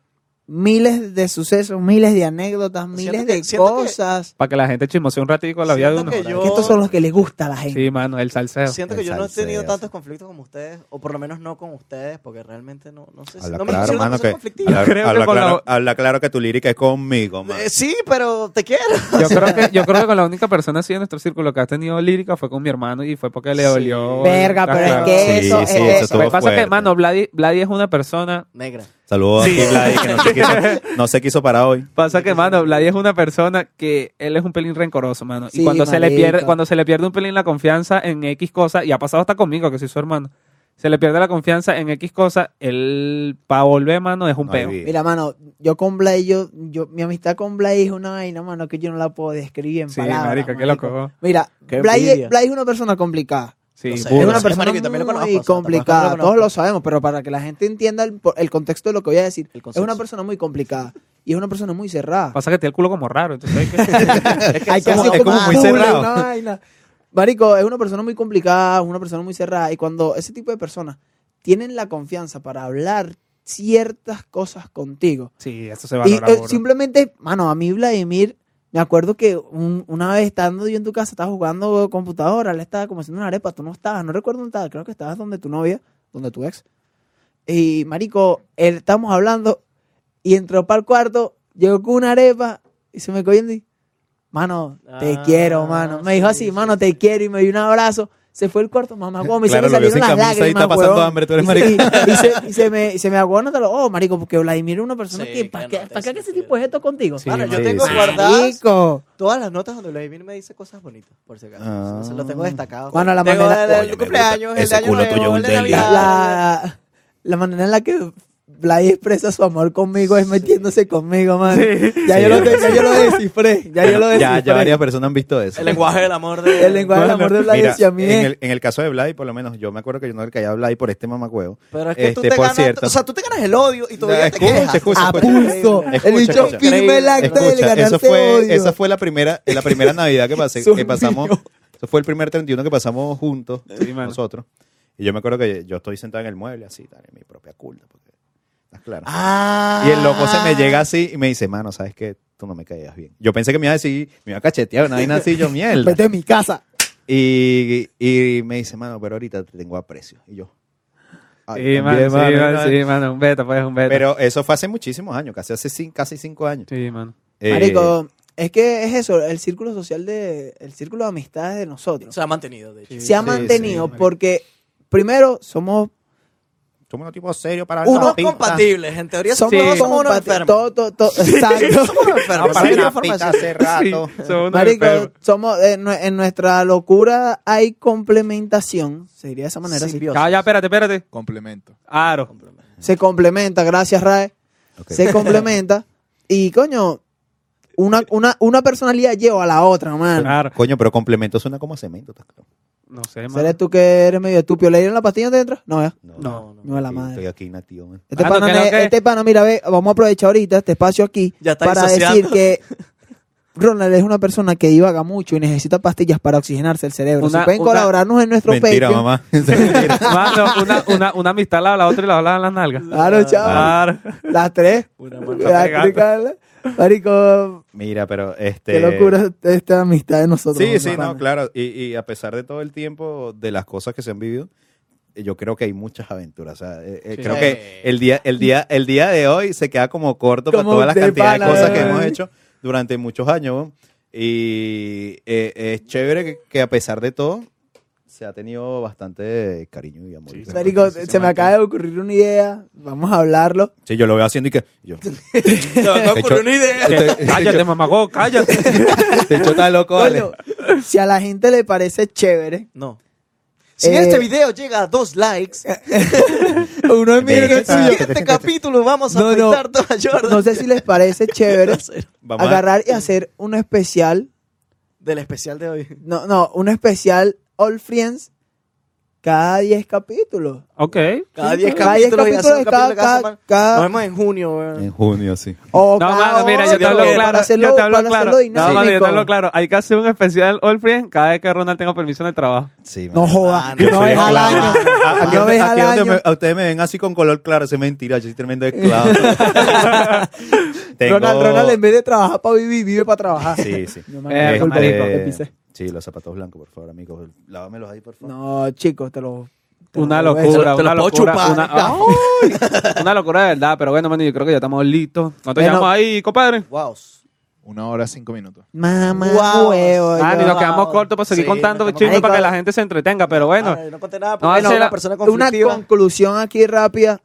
Speaker 1: miles de sucesos, miles de anécdotas, miles
Speaker 4: que-
Speaker 1: de
Speaker 4: siento que-
Speaker 1: cosas.
Speaker 2: Para que la gente chismose un ratico la vida de
Speaker 4: Siento
Speaker 2: uno.
Speaker 4: que
Speaker 1: Que,
Speaker 4: yo-
Speaker 1: estos son los que les gusta a la gente.
Speaker 2: Sí, mano, el salseo.
Speaker 4: Siento
Speaker 3: El
Speaker 4: que yo no he tenido
Speaker 3: salseo,
Speaker 4: tantos
Speaker 3: sí.
Speaker 4: conflictos como ustedes, o por lo menos no con ustedes, porque realmente no, no sé si...
Speaker 3: Habla
Speaker 4: no
Speaker 3: claro,
Speaker 4: considero una
Speaker 3: mano,
Speaker 4: persona
Speaker 3: que,
Speaker 4: conflictiva.
Speaker 3: habla,
Speaker 2: creo que
Speaker 3: habla
Speaker 2: con la-
Speaker 3: claro, habla claro que tu lírica es conmigo, mano.
Speaker 4: Eh, sí, pero te quiero.
Speaker 2: Yo creo, que, yo creo que con la única persona así en nuestro círculo que ha tenido lírica fue con mi hermano y fue porque le
Speaker 4: Sí.
Speaker 2: dolió.
Speaker 1: Verga,
Speaker 2: Está
Speaker 1: pero es
Speaker 2: claro.
Speaker 1: que eso
Speaker 3: sí,
Speaker 1: es
Speaker 3: eso
Speaker 1: eso.
Speaker 2: Lo que
Speaker 3: estuvo
Speaker 2: pasa es que,
Speaker 3: fuerte.
Speaker 2: mano, Vladi, Vladi es una persona.
Speaker 4: Negra.
Speaker 3: Saludos a ti, Vladi, que no se, quiso, no se quiso para hoy.
Speaker 2: Pasa que, mano, Vladi es una persona que él es un pelín rencoroso, mano. y
Speaker 1: Sí,
Speaker 2: cuando se le pierde,
Speaker 1: marico.
Speaker 2: cuando se le pierde un pelín la confianza en X cosa, y ha pasado hasta conmigo, que soy su hermano, se le pierde la confianza en X cosa, él para volver, mano, es un
Speaker 3: No hay
Speaker 2: peo.
Speaker 3: vida.
Speaker 1: Mira, mano, yo con Blay, yo, yo, mi amistad con Blay es una vaina, mano, que yo no la puedo describir en
Speaker 2: Sí,
Speaker 1: palabras.
Speaker 2: marica, qué
Speaker 1: marico.
Speaker 2: loco.
Speaker 1: Mira,
Speaker 4: Qué
Speaker 1: Blay
Speaker 4: envidia.
Speaker 1: es, Blay es una persona complicada.
Speaker 2: Sí,
Speaker 4: No sé,
Speaker 2: burda.
Speaker 1: es
Speaker 4: Burda.
Speaker 1: una persona
Speaker 4: Marico, yo también lo conozco, o
Speaker 1: muy
Speaker 4: sea, tampoco es que lo
Speaker 1: complicada.
Speaker 4: conozco.
Speaker 1: Todos lo sabemos, pero para que la gente entienda el, por- el contexto de lo que voy a decir,
Speaker 4: El
Speaker 1: es
Speaker 4: consenso.
Speaker 1: una persona muy complicada y es una persona muy cerrada.
Speaker 2: Pasa que tiene el culo como raro. Entonces hay que...
Speaker 1: Hay que
Speaker 3: como-
Speaker 1: hacer
Speaker 3: es como
Speaker 1: como
Speaker 3: muy
Speaker 1: un culo,
Speaker 3: cerrado.
Speaker 1: una vaina. Marico, es una persona muy complicada, es una persona muy cerrada. Y cuando ese tipo de personas tienen la confianza para hablar ciertas cosas contigo.
Speaker 2: sí, eso se
Speaker 1: Y
Speaker 2: valora.
Speaker 1: eh,
Speaker 2: burda.
Speaker 1: simplemente, mano, a mí Vladimir, me acuerdo que un- una vez estando yo en tu casa, estaba jugando computadora, él estaba como haciendo una arepa, tú no estabas, no recuerdo dónde estabas, creo que estabas donde tu novia, donde tu ex. Y, marico, él, estábamos hablando y entró para el cuarto, llegó con una arepa y se me cogió y mano, te
Speaker 4: Ah,
Speaker 1: quiero, mano. Me dijo
Speaker 4: sí,
Speaker 1: así,
Speaker 4: sí,
Speaker 1: mano,
Speaker 4: sí.
Speaker 1: te quiero y me dio un abrazo. Se fue el cuarto,
Speaker 3: *laughs*
Speaker 1: mamá, guau, y se
Speaker 3: Claro,
Speaker 1: me
Speaker 3: lo vio
Speaker 1: salieron
Speaker 3: sin
Speaker 1: las
Speaker 3: camisa
Speaker 1: lágrimas,
Speaker 3: y está pasando
Speaker 1: huevón.
Speaker 3: hambre, tú eres
Speaker 1: Y-
Speaker 3: marico.
Speaker 1: y, y se, y se me, y se me aguó, anótalo. Oh, marico, porque Vladimir es una persona
Speaker 4: Sí,
Speaker 1: que... ¿Para
Speaker 4: que
Speaker 1: qué
Speaker 4: no te
Speaker 1: pa' qué hace ese
Speaker 4: sirve.
Speaker 1: tipo de gestos contigo?
Speaker 2: Sí,
Speaker 4: Mano, yo
Speaker 2: sí,
Speaker 4: tengo
Speaker 2: sí.
Speaker 4: guardadas
Speaker 1: Marico.
Speaker 4: todas las notas donde Vladimir me dice cosas bonitas, por si acaso.
Speaker 3: Ah.
Speaker 4: Entonces, lo tengo destacado.
Speaker 1: Bueno, la
Speaker 4: Tengo
Speaker 1: manera-
Speaker 3: Coño,
Speaker 4: el- el,
Speaker 3: me gusta.
Speaker 4: cumpleaños, el
Speaker 3: Ese
Speaker 4: de año
Speaker 3: culo
Speaker 4: nuevo,
Speaker 3: tuyo es un
Speaker 4: el de
Speaker 3: delito.
Speaker 1: La,
Speaker 4: Navidad.
Speaker 1: la, la manera en la que Blay expresa su amor conmigo es metiéndose conmigo, mano. Ya,
Speaker 3: Sí.
Speaker 1: yo lo, te- ya yo lo descifré. Ya yo lo descifré.
Speaker 3: ya, ya varias personas han visto eso.
Speaker 4: El lenguaje del amor de...
Speaker 1: El lenguaje del
Speaker 2: Bueno,
Speaker 1: amor de Blay
Speaker 3: Mira,
Speaker 1: hacia mí
Speaker 3: en,
Speaker 1: es-
Speaker 3: el, en el caso de Vlad, por lo menos yo me acuerdo que yo no le caía a Vlad por este mamacuevo.
Speaker 4: Pero es que tú
Speaker 3: Este,
Speaker 4: te
Speaker 3: por
Speaker 4: ganas...
Speaker 3: cierto.
Speaker 4: O sea, tú te ganas el odio y todavía te
Speaker 3: Escucha,
Speaker 4: quejas. Ah, pues, eh,
Speaker 3: escucha,
Speaker 1: a
Speaker 3: escucha.
Speaker 1: pulso.
Speaker 3: Escucha,
Speaker 1: El bicho
Speaker 3: escucha.
Speaker 1: firme el acta del
Speaker 3: Escucha,
Speaker 1: ganarse
Speaker 3: eso fue,
Speaker 1: odio.
Speaker 3: esa fue la primera, la primera Navidad
Speaker 1: *laughs*
Speaker 3: que, pasé,
Speaker 1: Dios
Speaker 3: que pasamos.
Speaker 1: mío.
Speaker 3: Eso fue el primer 31 que pasamos juntos,
Speaker 2: Sí, mano.
Speaker 3: nosotros. Y yo me acuerdo que yo estoy sentado en el mueble, así, tal, en mi propia culpa. Porque, ¿Estás claro?
Speaker 4: Ah.
Speaker 3: Y el loco se me llega así y me dice, mano, ¿sabes qué? Tú no me caías bien. Yo pensé que me iba a decir, me iba a cachetear, una vaina así,
Speaker 1: *laughs*
Speaker 3: yo mierda.
Speaker 1: Vete de mi casa.
Speaker 3: Y, y me dice, mano, pero ahorita te tengo aprecio. Y yo. "Ah, "Ay,
Speaker 2: Sí,
Speaker 3: también,
Speaker 2: mano, sí,
Speaker 3: mano,
Speaker 2: mano,
Speaker 3: mano".
Speaker 2: sí, mano, un beta, pues un beta.
Speaker 3: Pero eso fue hace muchísimos años, casi hace cin- casi cinco años.
Speaker 2: sí, mano.
Speaker 3: Eh,
Speaker 1: Marico, es que es eso, el círculo social de, el círculo de amistades de nosotros.
Speaker 4: Se ha mantenido, de hecho.
Speaker 1: se ha
Speaker 3: sí,
Speaker 1: mantenido
Speaker 3: sí, marico.
Speaker 1: porque, primero, somos
Speaker 3: somos unos tipos serios para
Speaker 1: Uno
Speaker 4: Somos
Speaker 3: Unos
Speaker 4: compatibles, en teoría
Speaker 1: somos
Speaker 4: somos, todos somos unos
Speaker 1: compati-
Speaker 4: enfermos.
Speaker 1: todo- todo- todo- exacto.
Speaker 4: *laughs* Somos unos enfermos.
Speaker 1: Aparte-
Speaker 4: sí.
Speaker 3: hace
Speaker 2: Sí,
Speaker 1: *laughs*
Speaker 2: son unos
Speaker 1: Marico,
Speaker 2: enfermos.
Speaker 1: somos, en, nue- en nuestra locura hay complementación, se diría de esa manera. sí.
Speaker 4: Simbiosis.
Speaker 2: Ah, Ya, ya, espérate, espérate.
Speaker 5: Complemento.
Speaker 2: Aro.
Speaker 1: Se complementa, gracias Rae, se complementa y coño, una, una, una personalidad lleva a la otra, man.
Speaker 2: Claro.
Speaker 3: Coño, pero complemento suena como cemento. ¿estás claro?
Speaker 2: No sé, mano.
Speaker 1: ¿Serás tú que eres medio estúpido? ¿Le dieron la pastilla dentro? No, ¿eh?
Speaker 2: No,
Speaker 1: no, a la
Speaker 3: sí,
Speaker 1: madre.
Speaker 3: Estoy Ah, aquí nativo. man.
Speaker 1: Este,
Speaker 2: Mano,
Speaker 1: pana
Speaker 2: ¿qué es lo
Speaker 1: me-
Speaker 2: que es?
Speaker 1: este pana, mira, ve, vamos a aprovechar ahorita este espacio aquí
Speaker 4: Ya está
Speaker 1: para decir
Speaker 4: disociando.
Speaker 1: que Ronald es una persona que divaga mucho y necesita pastillas para oxigenarse el cerebro.
Speaker 2: Una-
Speaker 1: si pueden
Speaker 2: una-
Speaker 1: colaborarnos en nuestro
Speaker 3: Mentira,
Speaker 1: Patreon.
Speaker 3: mamá. Mentira.
Speaker 2: Mano, una, una, una amistad la habla la otra y la habla en las nalgas.
Speaker 3: Ah,
Speaker 1: Claro, chaval.
Speaker 2: Claro.
Speaker 1: Las tres.
Speaker 4: Una
Speaker 1: Las tres, Carla. Marico,
Speaker 3: Mira, pero este.
Speaker 1: qué locura esta amistad de nosotros.
Speaker 3: Sí,
Speaker 1: ¿no,
Speaker 3: sí,
Speaker 1: pana?
Speaker 3: no, claro. Y, y a pesar de todo el tiempo, de las cosas que se han vivido, eh, yo creo que hay muchas aventuras. O sea, eh, eh,
Speaker 2: Sí.
Speaker 3: creo que el día, el, día, el día de hoy se queda como corto
Speaker 1: Como
Speaker 3: para todas las
Speaker 1: de
Speaker 3: cantidades de
Speaker 1: pana, eh.
Speaker 3: cosas que
Speaker 1: ¿verdad?
Speaker 3: hemos hecho durante muchos años. weón. Y eh, es chévere que, que a pesar de todo, se ha tenido bastante cariño y amor.
Speaker 5: Sí,
Speaker 3: Sí,
Speaker 1: Marico, se,
Speaker 5: Sí,
Speaker 1: me
Speaker 5: mantiene.
Speaker 1: acaba de ocurrir una idea. Vamos a hablarlo.
Speaker 3: yo lo veo haciendo y que. Yo, *laughs* de
Speaker 4: Se me acaba de eh, ocurrir una idea.
Speaker 1: Este,
Speaker 2: Cállate, mamagó, cállate.
Speaker 3: hecho, está loco, vale.
Speaker 1: Coño, si a la gente le parece chévere,
Speaker 4: No. Si
Speaker 1: Eh, Ah,
Speaker 4: este video llega a dos likes,
Speaker 1: uno es
Speaker 3: De
Speaker 1: mío y
Speaker 3: hecho,
Speaker 1: uno es
Speaker 3: está-
Speaker 1: suyo.
Speaker 4: este capítulo vamos a
Speaker 1: No, no.
Speaker 4: afectar todo a Jordan.
Speaker 1: No sé si les parece chévere
Speaker 3: *laughs* Vamos a-
Speaker 1: agarrar y hacer un especial
Speaker 4: Del especial de hoy.
Speaker 1: No, no, un especial All Friends cada 10 capítulos.
Speaker 2: Ok.
Speaker 4: Cada
Speaker 1: Sí,
Speaker 4: 10
Speaker 1: cada 10
Speaker 4: capítulos, y hacer un
Speaker 1: capítulos, Eh. cada-
Speaker 4: capítulo cada
Speaker 1: cada-
Speaker 4: semana.
Speaker 1: cada-
Speaker 4: Nos vemos en junio, weón.
Speaker 3: En junio, sí.
Speaker 1: O
Speaker 2: No,
Speaker 1: cada
Speaker 2: mano, mira, yo te
Speaker 1: ocho,
Speaker 2: hablo
Speaker 1: para
Speaker 2: claro.
Speaker 1: hacerlo-
Speaker 2: yo te hablo
Speaker 1: para
Speaker 2: claro.
Speaker 1: hacerlo
Speaker 2: No, mano, yo te hablo
Speaker 1: dinámico.
Speaker 2: claro. Hay que hacer un especial All Friends cada vez que Ronald tenga permiso en el trabajo.
Speaker 3: Sí,
Speaker 1: No
Speaker 3: man.
Speaker 1: jodas,
Speaker 4: Yo
Speaker 1: no
Speaker 4: soy
Speaker 1: es al
Speaker 4: esclavo.
Speaker 1: año.
Speaker 3: A- Aquí,
Speaker 1: Una
Speaker 3: donde-
Speaker 1: vez al
Speaker 3: aquí donde
Speaker 1: año.
Speaker 3: me- a ustedes me ven así con color claro, eso es mentira, yo soy tremendo esclavo. Tengo-
Speaker 1: Ronald, Ronald, en vez de trabajar para vivir, vive para trabajar.
Speaker 3: Sí, sí.
Speaker 1: No, me
Speaker 2: Eh,
Speaker 1: disculpa,
Speaker 2: marico,
Speaker 1: te
Speaker 3: Este,
Speaker 1: pisé.
Speaker 3: Sí, los zapatos blancos, por favor, amigos. Lávamelos ahí, por favor.
Speaker 1: No, chicos, te lo. te lo
Speaker 2: Una
Speaker 1: beso.
Speaker 2: locura,
Speaker 4: te lo
Speaker 2: una
Speaker 4: puedo
Speaker 2: locura.
Speaker 4: chupar,
Speaker 2: Una, Ah.
Speaker 4: claro.
Speaker 2: ¡Ay! Una locura de verdad, pero bueno, mano, yo creo que ya estamos listos. ¿Cuánto
Speaker 1: Bueno.
Speaker 2: llevamos ahí, compadre?
Speaker 4: Wow.
Speaker 5: Una hora, cinco minutos.
Speaker 1: Mamá,
Speaker 4: Wow.
Speaker 1: huevo.
Speaker 2: Ah,
Speaker 1: yo.
Speaker 2: ni nos
Speaker 4: wow.
Speaker 2: quedamos cortos para seguir
Speaker 4: Sí,
Speaker 2: contando
Speaker 4: nos quedamos-
Speaker 2: chismes para que
Speaker 1: Marico.
Speaker 2: la gente se entretenga, pero bueno.
Speaker 4: Ahora, no conté nada
Speaker 2: No,
Speaker 4: porque no,
Speaker 2: ese
Speaker 4: una
Speaker 2: era-
Speaker 4: persona
Speaker 1: Una
Speaker 4: conflictiva.
Speaker 1: conclusión aquí rápida.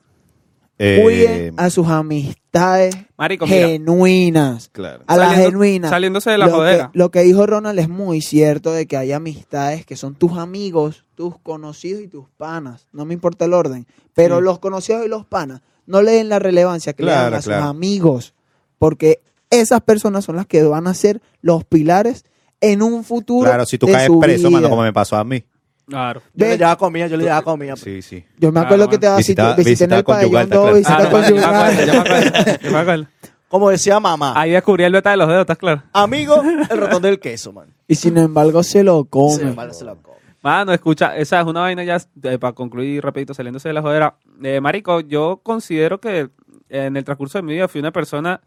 Speaker 3: Eh,
Speaker 1: Cuiden a sus amistades
Speaker 2: Marico, mira.
Speaker 1: genuinas.
Speaker 3: Claro.
Speaker 1: A las
Speaker 2: Saliendo-
Speaker 1: genuinas.
Speaker 2: Saliéndose de la
Speaker 1: lo que,
Speaker 2: jodera.
Speaker 1: lo que dijo Ronald es muy cierto de que hay amistades que son tus amigos, tus conocidos y tus panas. No me importa el orden. Pero
Speaker 2: Sí.
Speaker 1: los conocidos y los panas no le den la relevancia que le
Speaker 3: Claro,
Speaker 1: dan a
Speaker 3: claro.
Speaker 1: sus amigos. Porque esas personas son las que van a ser los pilares en un futuro.
Speaker 3: Claro, si tú
Speaker 1: de
Speaker 3: caes
Speaker 1: su
Speaker 3: preso,
Speaker 1: vida.
Speaker 3: mano, como me pasó a mí.
Speaker 2: Claro.
Speaker 4: Yo le
Speaker 1: Ve,
Speaker 4: llevaba comida, yo le llevaba comida.
Speaker 3: Sí, sí.
Speaker 1: yo me acuerdo
Speaker 2: Claro,
Speaker 1: que te
Speaker 3: mano.
Speaker 1: vas visita,
Speaker 3: Visita-
Speaker 1: visita en
Speaker 3: visita
Speaker 1: el pabellón
Speaker 3: conyugal, está
Speaker 1: dos,
Speaker 3: claro.
Speaker 1: visita
Speaker 2: Ah, no, vale,
Speaker 1: conyugal.
Speaker 2: yo me acuerdo, yo me acuerdo, yo me acuerdo.
Speaker 4: Como decía mamá,
Speaker 2: Ahí descubrí el beta de los dedos, ¿estás claro?
Speaker 4: amigo, el ratón del queso, man.
Speaker 1: Y sin embargo se lo come.
Speaker 4: Sin embargo, se la come.
Speaker 2: Mano, escucha, esa es una vaina ya para concluir rapidito, saliéndose de la jodera. Eh, marico, yo considero que en el transcurso de mi vida fui una persona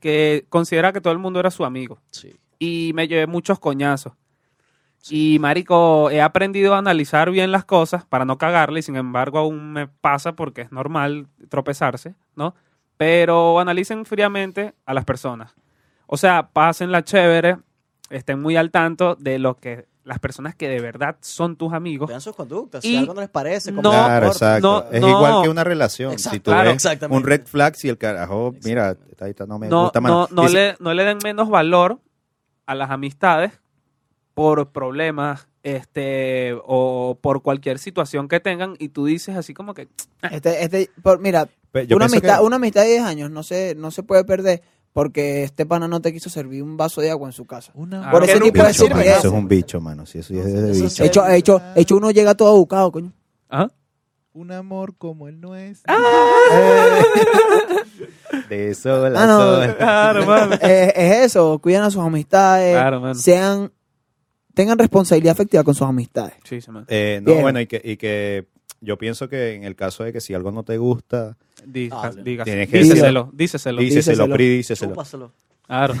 Speaker 2: que considera que todo el mundo era su amigo.
Speaker 4: Sí.
Speaker 2: y me llevé muchos coñazos. Y marico, he aprendido a analizar bien las cosas para no cagarle, y sin embargo aún me pasa porque es normal tropezarse, ¿no? Pero analicen fríamente a las personas. O sea, pásenla chévere, estén muy al tanto de lo que las personas que de verdad son tus amigos.
Speaker 4: Vean sus conductas,
Speaker 2: Y
Speaker 4: si algo no les parece. cómo
Speaker 2: no-
Speaker 4: se
Speaker 3: claro,
Speaker 4: comportan.
Speaker 3: exacto.
Speaker 2: no,
Speaker 3: es
Speaker 2: no.
Speaker 3: igual que una relación.
Speaker 4: Exacto,
Speaker 3: si tú
Speaker 2: claro,
Speaker 3: ves
Speaker 4: exactamente.
Speaker 3: un red flag, si el carajo, mira, esta, esta no me
Speaker 2: No,
Speaker 3: gusta, mano.
Speaker 2: no, no
Speaker 3: Y si-
Speaker 2: le, no le den menos valor a las amistades por problemas este o por cualquier situación que tengan y tú dices así como que
Speaker 1: Este, este, por- mira,
Speaker 3: Pe- yo
Speaker 1: una,
Speaker 3: pienso que-
Speaker 1: amistad, una amistad de 10 años no se, no se puede perder porque este pana no te quiso servir un vaso de agua en su casa.
Speaker 5: Una
Speaker 1: Por
Speaker 2: Porque
Speaker 1: ese
Speaker 2: nunca
Speaker 1: tipo de
Speaker 3: Bicho, mano,
Speaker 1: estupideces.
Speaker 3: eso es un bicho, mano. Si eso ya es de
Speaker 4: Eso
Speaker 3: bicho.
Speaker 4: sí.
Speaker 1: Hecho, hecho, hecho uno llega todo abucado, coño.
Speaker 2: Ajá.
Speaker 5: Un amor como el nuestro.
Speaker 3: De sol a
Speaker 1: Ah, no.
Speaker 3: sol.
Speaker 2: Claro, mano.
Speaker 1: Eh, es eso, cuiden a sus amistades,
Speaker 2: Claro, mano.
Speaker 1: sean, tengan responsabilidad afectiva con sus amistades.
Speaker 2: *laughs* Sí, sí, mano.
Speaker 3: Eh, no,
Speaker 1: Bien.
Speaker 3: bueno, y que, y que yo pienso que en el caso de que si algo no te gusta,
Speaker 2: Dí-
Speaker 4: Hable.
Speaker 2: digas-
Speaker 3: Tienes que-
Speaker 2: Díceselo, díceselo.
Speaker 3: díseselo,
Speaker 1: díseselo.
Speaker 3: Pri, díseselo.
Speaker 4: Chúpaselo.
Speaker 2: Claro.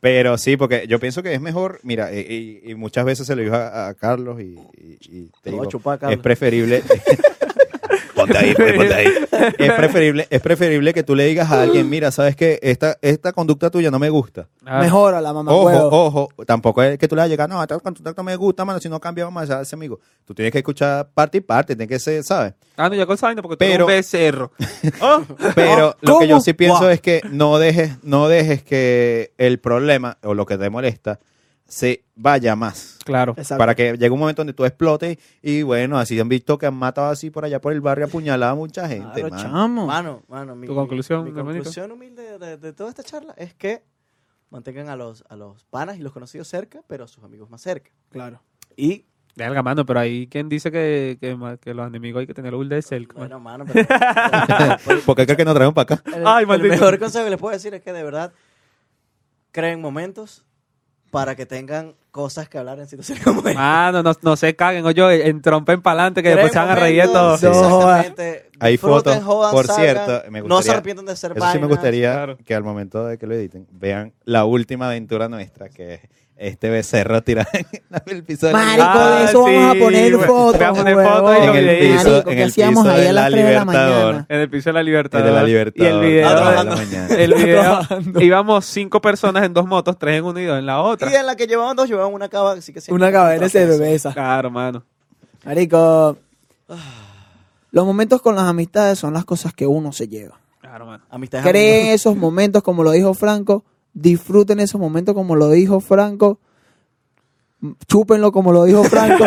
Speaker 3: Pero sí, porque yo pienso que es mejor, mira, eh, y, y- y muchas veces se lo digo a, a Carlos y, y- y te
Speaker 4: Te lo
Speaker 3: digo,
Speaker 4: voy a chupar acá.
Speaker 3: es preferible... Ponte ahí, pues, ponte ahí. *laughs* Es preferible, es preferible que tú le digas a alguien, mira, sabes que esta, esta conducta tuya no me gusta.
Speaker 2: Claro.
Speaker 1: Mejora la mamá. huevo.
Speaker 3: Ojo, ojo, tampoco es que tú le vas a llegar, no, esta conducta me gusta, mano, si no cambia, vamos a dejar a ese amigo. Tú tienes que escuchar parte y parte, tienes que ser, ¿sabes?
Speaker 2: Ah, no, ya con esa vaina porque tú eres
Speaker 3: Pero- *laughs*
Speaker 2: un becerro. Oh.
Speaker 3: Pero lo
Speaker 1: ¿Cómo?
Speaker 3: que yo sí pienso
Speaker 1: Guau.
Speaker 3: es que no dejes, no dejes que el problema o lo que te molesta se vaya más.
Speaker 2: Claro.
Speaker 1: Exacto.
Speaker 3: Para que llegue un momento donde tú explotes y bueno, así han visto que han matado así por allá por el barrio apuñalado a mucha gente.
Speaker 1: Claro,
Speaker 3: mano. *laughs*
Speaker 1: chamo.
Speaker 4: Mano, mano, mi,
Speaker 2: ¿Tu
Speaker 4: mi-
Speaker 2: conclusión,
Speaker 4: mi
Speaker 2: hermanito?
Speaker 4: conclusión humilde de, de toda esta charla es que mantengan a los, a los panas y los conocidos cerca, pero a sus amigos más cerca.
Speaker 1: Claro.
Speaker 4: Y,
Speaker 2: Verga, mano, pero ahí quien dice que, que, ma- que los enemigos hay que tener un de cerca. mano?
Speaker 4: bueno, mano, pero...
Speaker 2: *laughs*
Speaker 3: ¿Por qué crees que nos traemos para acá?
Speaker 4: El,
Speaker 2: Ay,
Speaker 4: el
Speaker 2: maldito.
Speaker 4: mejor consejo que les puedo decir es que de verdad creen momentos para que tengan cosas que hablar en situaciones como esta.
Speaker 2: Mano, no, no se caguen, oye, en trompen para adelante que después se van a reír de todo.
Speaker 1: momentos. todos.
Speaker 2: ah.
Speaker 4: Exactamente.
Speaker 3: ah. Hay
Speaker 4: Disfruten,
Speaker 3: fotos.
Speaker 4: jodan,
Speaker 3: Por
Speaker 4: salgan.
Speaker 3: cierto, me
Speaker 4: No se
Speaker 3: gustaría-
Speaker 4: arrepientan de ser
Speaker 3: Eso sí me
Speaker 4: vainas.
Speaker 3: gustaría
Speaker 2: claro.
Speaker 3: que al momento de que lo editen vean la última aventura nuestra que es este becerro tirado en el piso de la-
Speaker 1: Marico,
Speaker 2: Ah,
Speaker 1: de eso vamos
Speaker 2: sí,
Speaker 1: a poner
Speaker 2: bueno,
Speaker 1: fotos.
Speaker 2: vamos a poner
Speaker 1: huevón.
Speaker 2: fotos y los
Speaker 3: en el
Speaker 2: videíto.
Speaker 3: piso,
Speaker 1: Marico,
Speaker 3: en
Speaker 1: ¿qué
Speaker 3: el
Speaker 1: hacíamos
Speaker 3: piso
Speaker 1: ahí
Speaker 3: de
Speaker 1: a las
Speaker 3: la
Speaker 1: tres de la
Speaker 3: Libertador.
Speaker 1: mañana?
Speaker 2: En el piso de la libertad.
Speaker 3: El de la libertad.
Speaker 2: Y el video.
Speaker 4: Ah,
Speaker 2: de-
Speaker 4: no,
Speaker 2: el video. íbamos cinco personas en dos motos, tres en una y dos en la otra.
Speaker 4: Y en la que llevaban dos, llevaban una cava. Así que sí.
Speaker 1: Una cabeza se bebe esa.
Speaker 2: Claro, mano.
Speaker 1: Marico. Los momentos con las amistades son las cosas que uno se lleva.
Speaker 2: Claro, mano.
Speaker 4: Amistades
Speaker 1: Creen esos momentos como lo dijo Franco, disfruten esos momentos como lo dijo Franco, chúpenlo como lo dijo
Speaker 2: *laughs*
Speaker 1: Franco.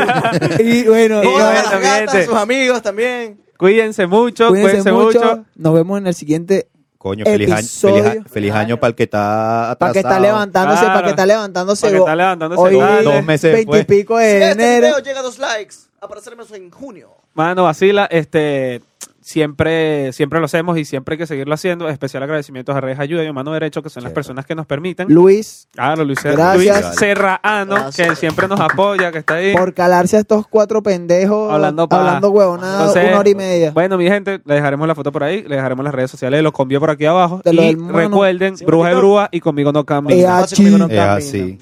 Speaker 1: y bueno,
Speaker 2: Y
Speaker 1: nada,
Speaker 4: Jodan a
Speaker 2: bueno,
Speaker 4: las gatas,
Speaker 2: miente.
Speaker 4: sus amigos también.
Speaker 2: Cuídense mucho,
Speaker 1: cuídense
Speaker 2: cuídense,
Speaker 1: mucho.
Speaker 2: mucho.
Speaker 1: Nos vemos en el siguiente.
Speaker 3: Coño, feliz año, feliz,
Speaker 1: Episodio.
Speaker 3: a- feliz año para el que está atrasado.
Speaker 1: Para que está levantándose,
Speaker 2: Claro.
Speaker 1: para que está levantándose.
Speaker 2: Para que está levantándose
Speaker 1: Hoy,
Speaker 2: tarde.
Speaker 3: Dos meses después.
Speaker 1: veintipico
Speaker 4: Si
Speaker 1: de
Speaker 4: este
Speaker 1: enero.
Speaker 4: video llega a dos likes, apareceremos en junio.
Speaker 2: Mano, vacila, este siempre siempre lo hacemos y siempre hay que seguirlo haciendo. Especial agradecimientos a Redes Ayuda y Humano Derecho, que son las
Speaker 3: Cierto.
Speaker 2: personas que nos permiten.
Speaker 1: Luis,
Speaker 2: Claro, Luis, Ser-
Speaker 1: Gracias.
Speaker 2: Luis Serraano,
Speaker 4: Gracias.
Speaker 2: que siempre nos apoya, que está ahí.
Speaker 1: por calarse a estos cuatro pendejos
Speaker 2: Hablando
Speaker 1: hablando,
Speaker 2: pa-
Speaker 1: huevonadas
Speaker 2: Entonces,
Speaker 1: una hora y media.
Speaker 2: Bueno, mi gente, le dejaremos la foto por ahí, le dejaremos las redes sociales, los convió por aquí abajo.
Speaker 1: De lo
Speaker 2: y
Speaker 1: del mono.
Speaker 2: recuerden,
Speaker 4: Sí,
Speaker 2: bruja de
Speaker 4: bonito.
Speaker 2: brúa y conmigo no
Speaker 1: Eh,
Speaker 2: cambia.
Speaker 1: ah,
Speaker 4: Pase conmigo, no
Speaker 3: Es
Speaker 4: camina.
Speaker 3: así.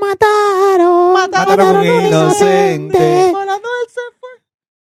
Speaker 1: Mataron,
Speaker 3: Mataron a un inocente.
Speaker 4: Hola, no.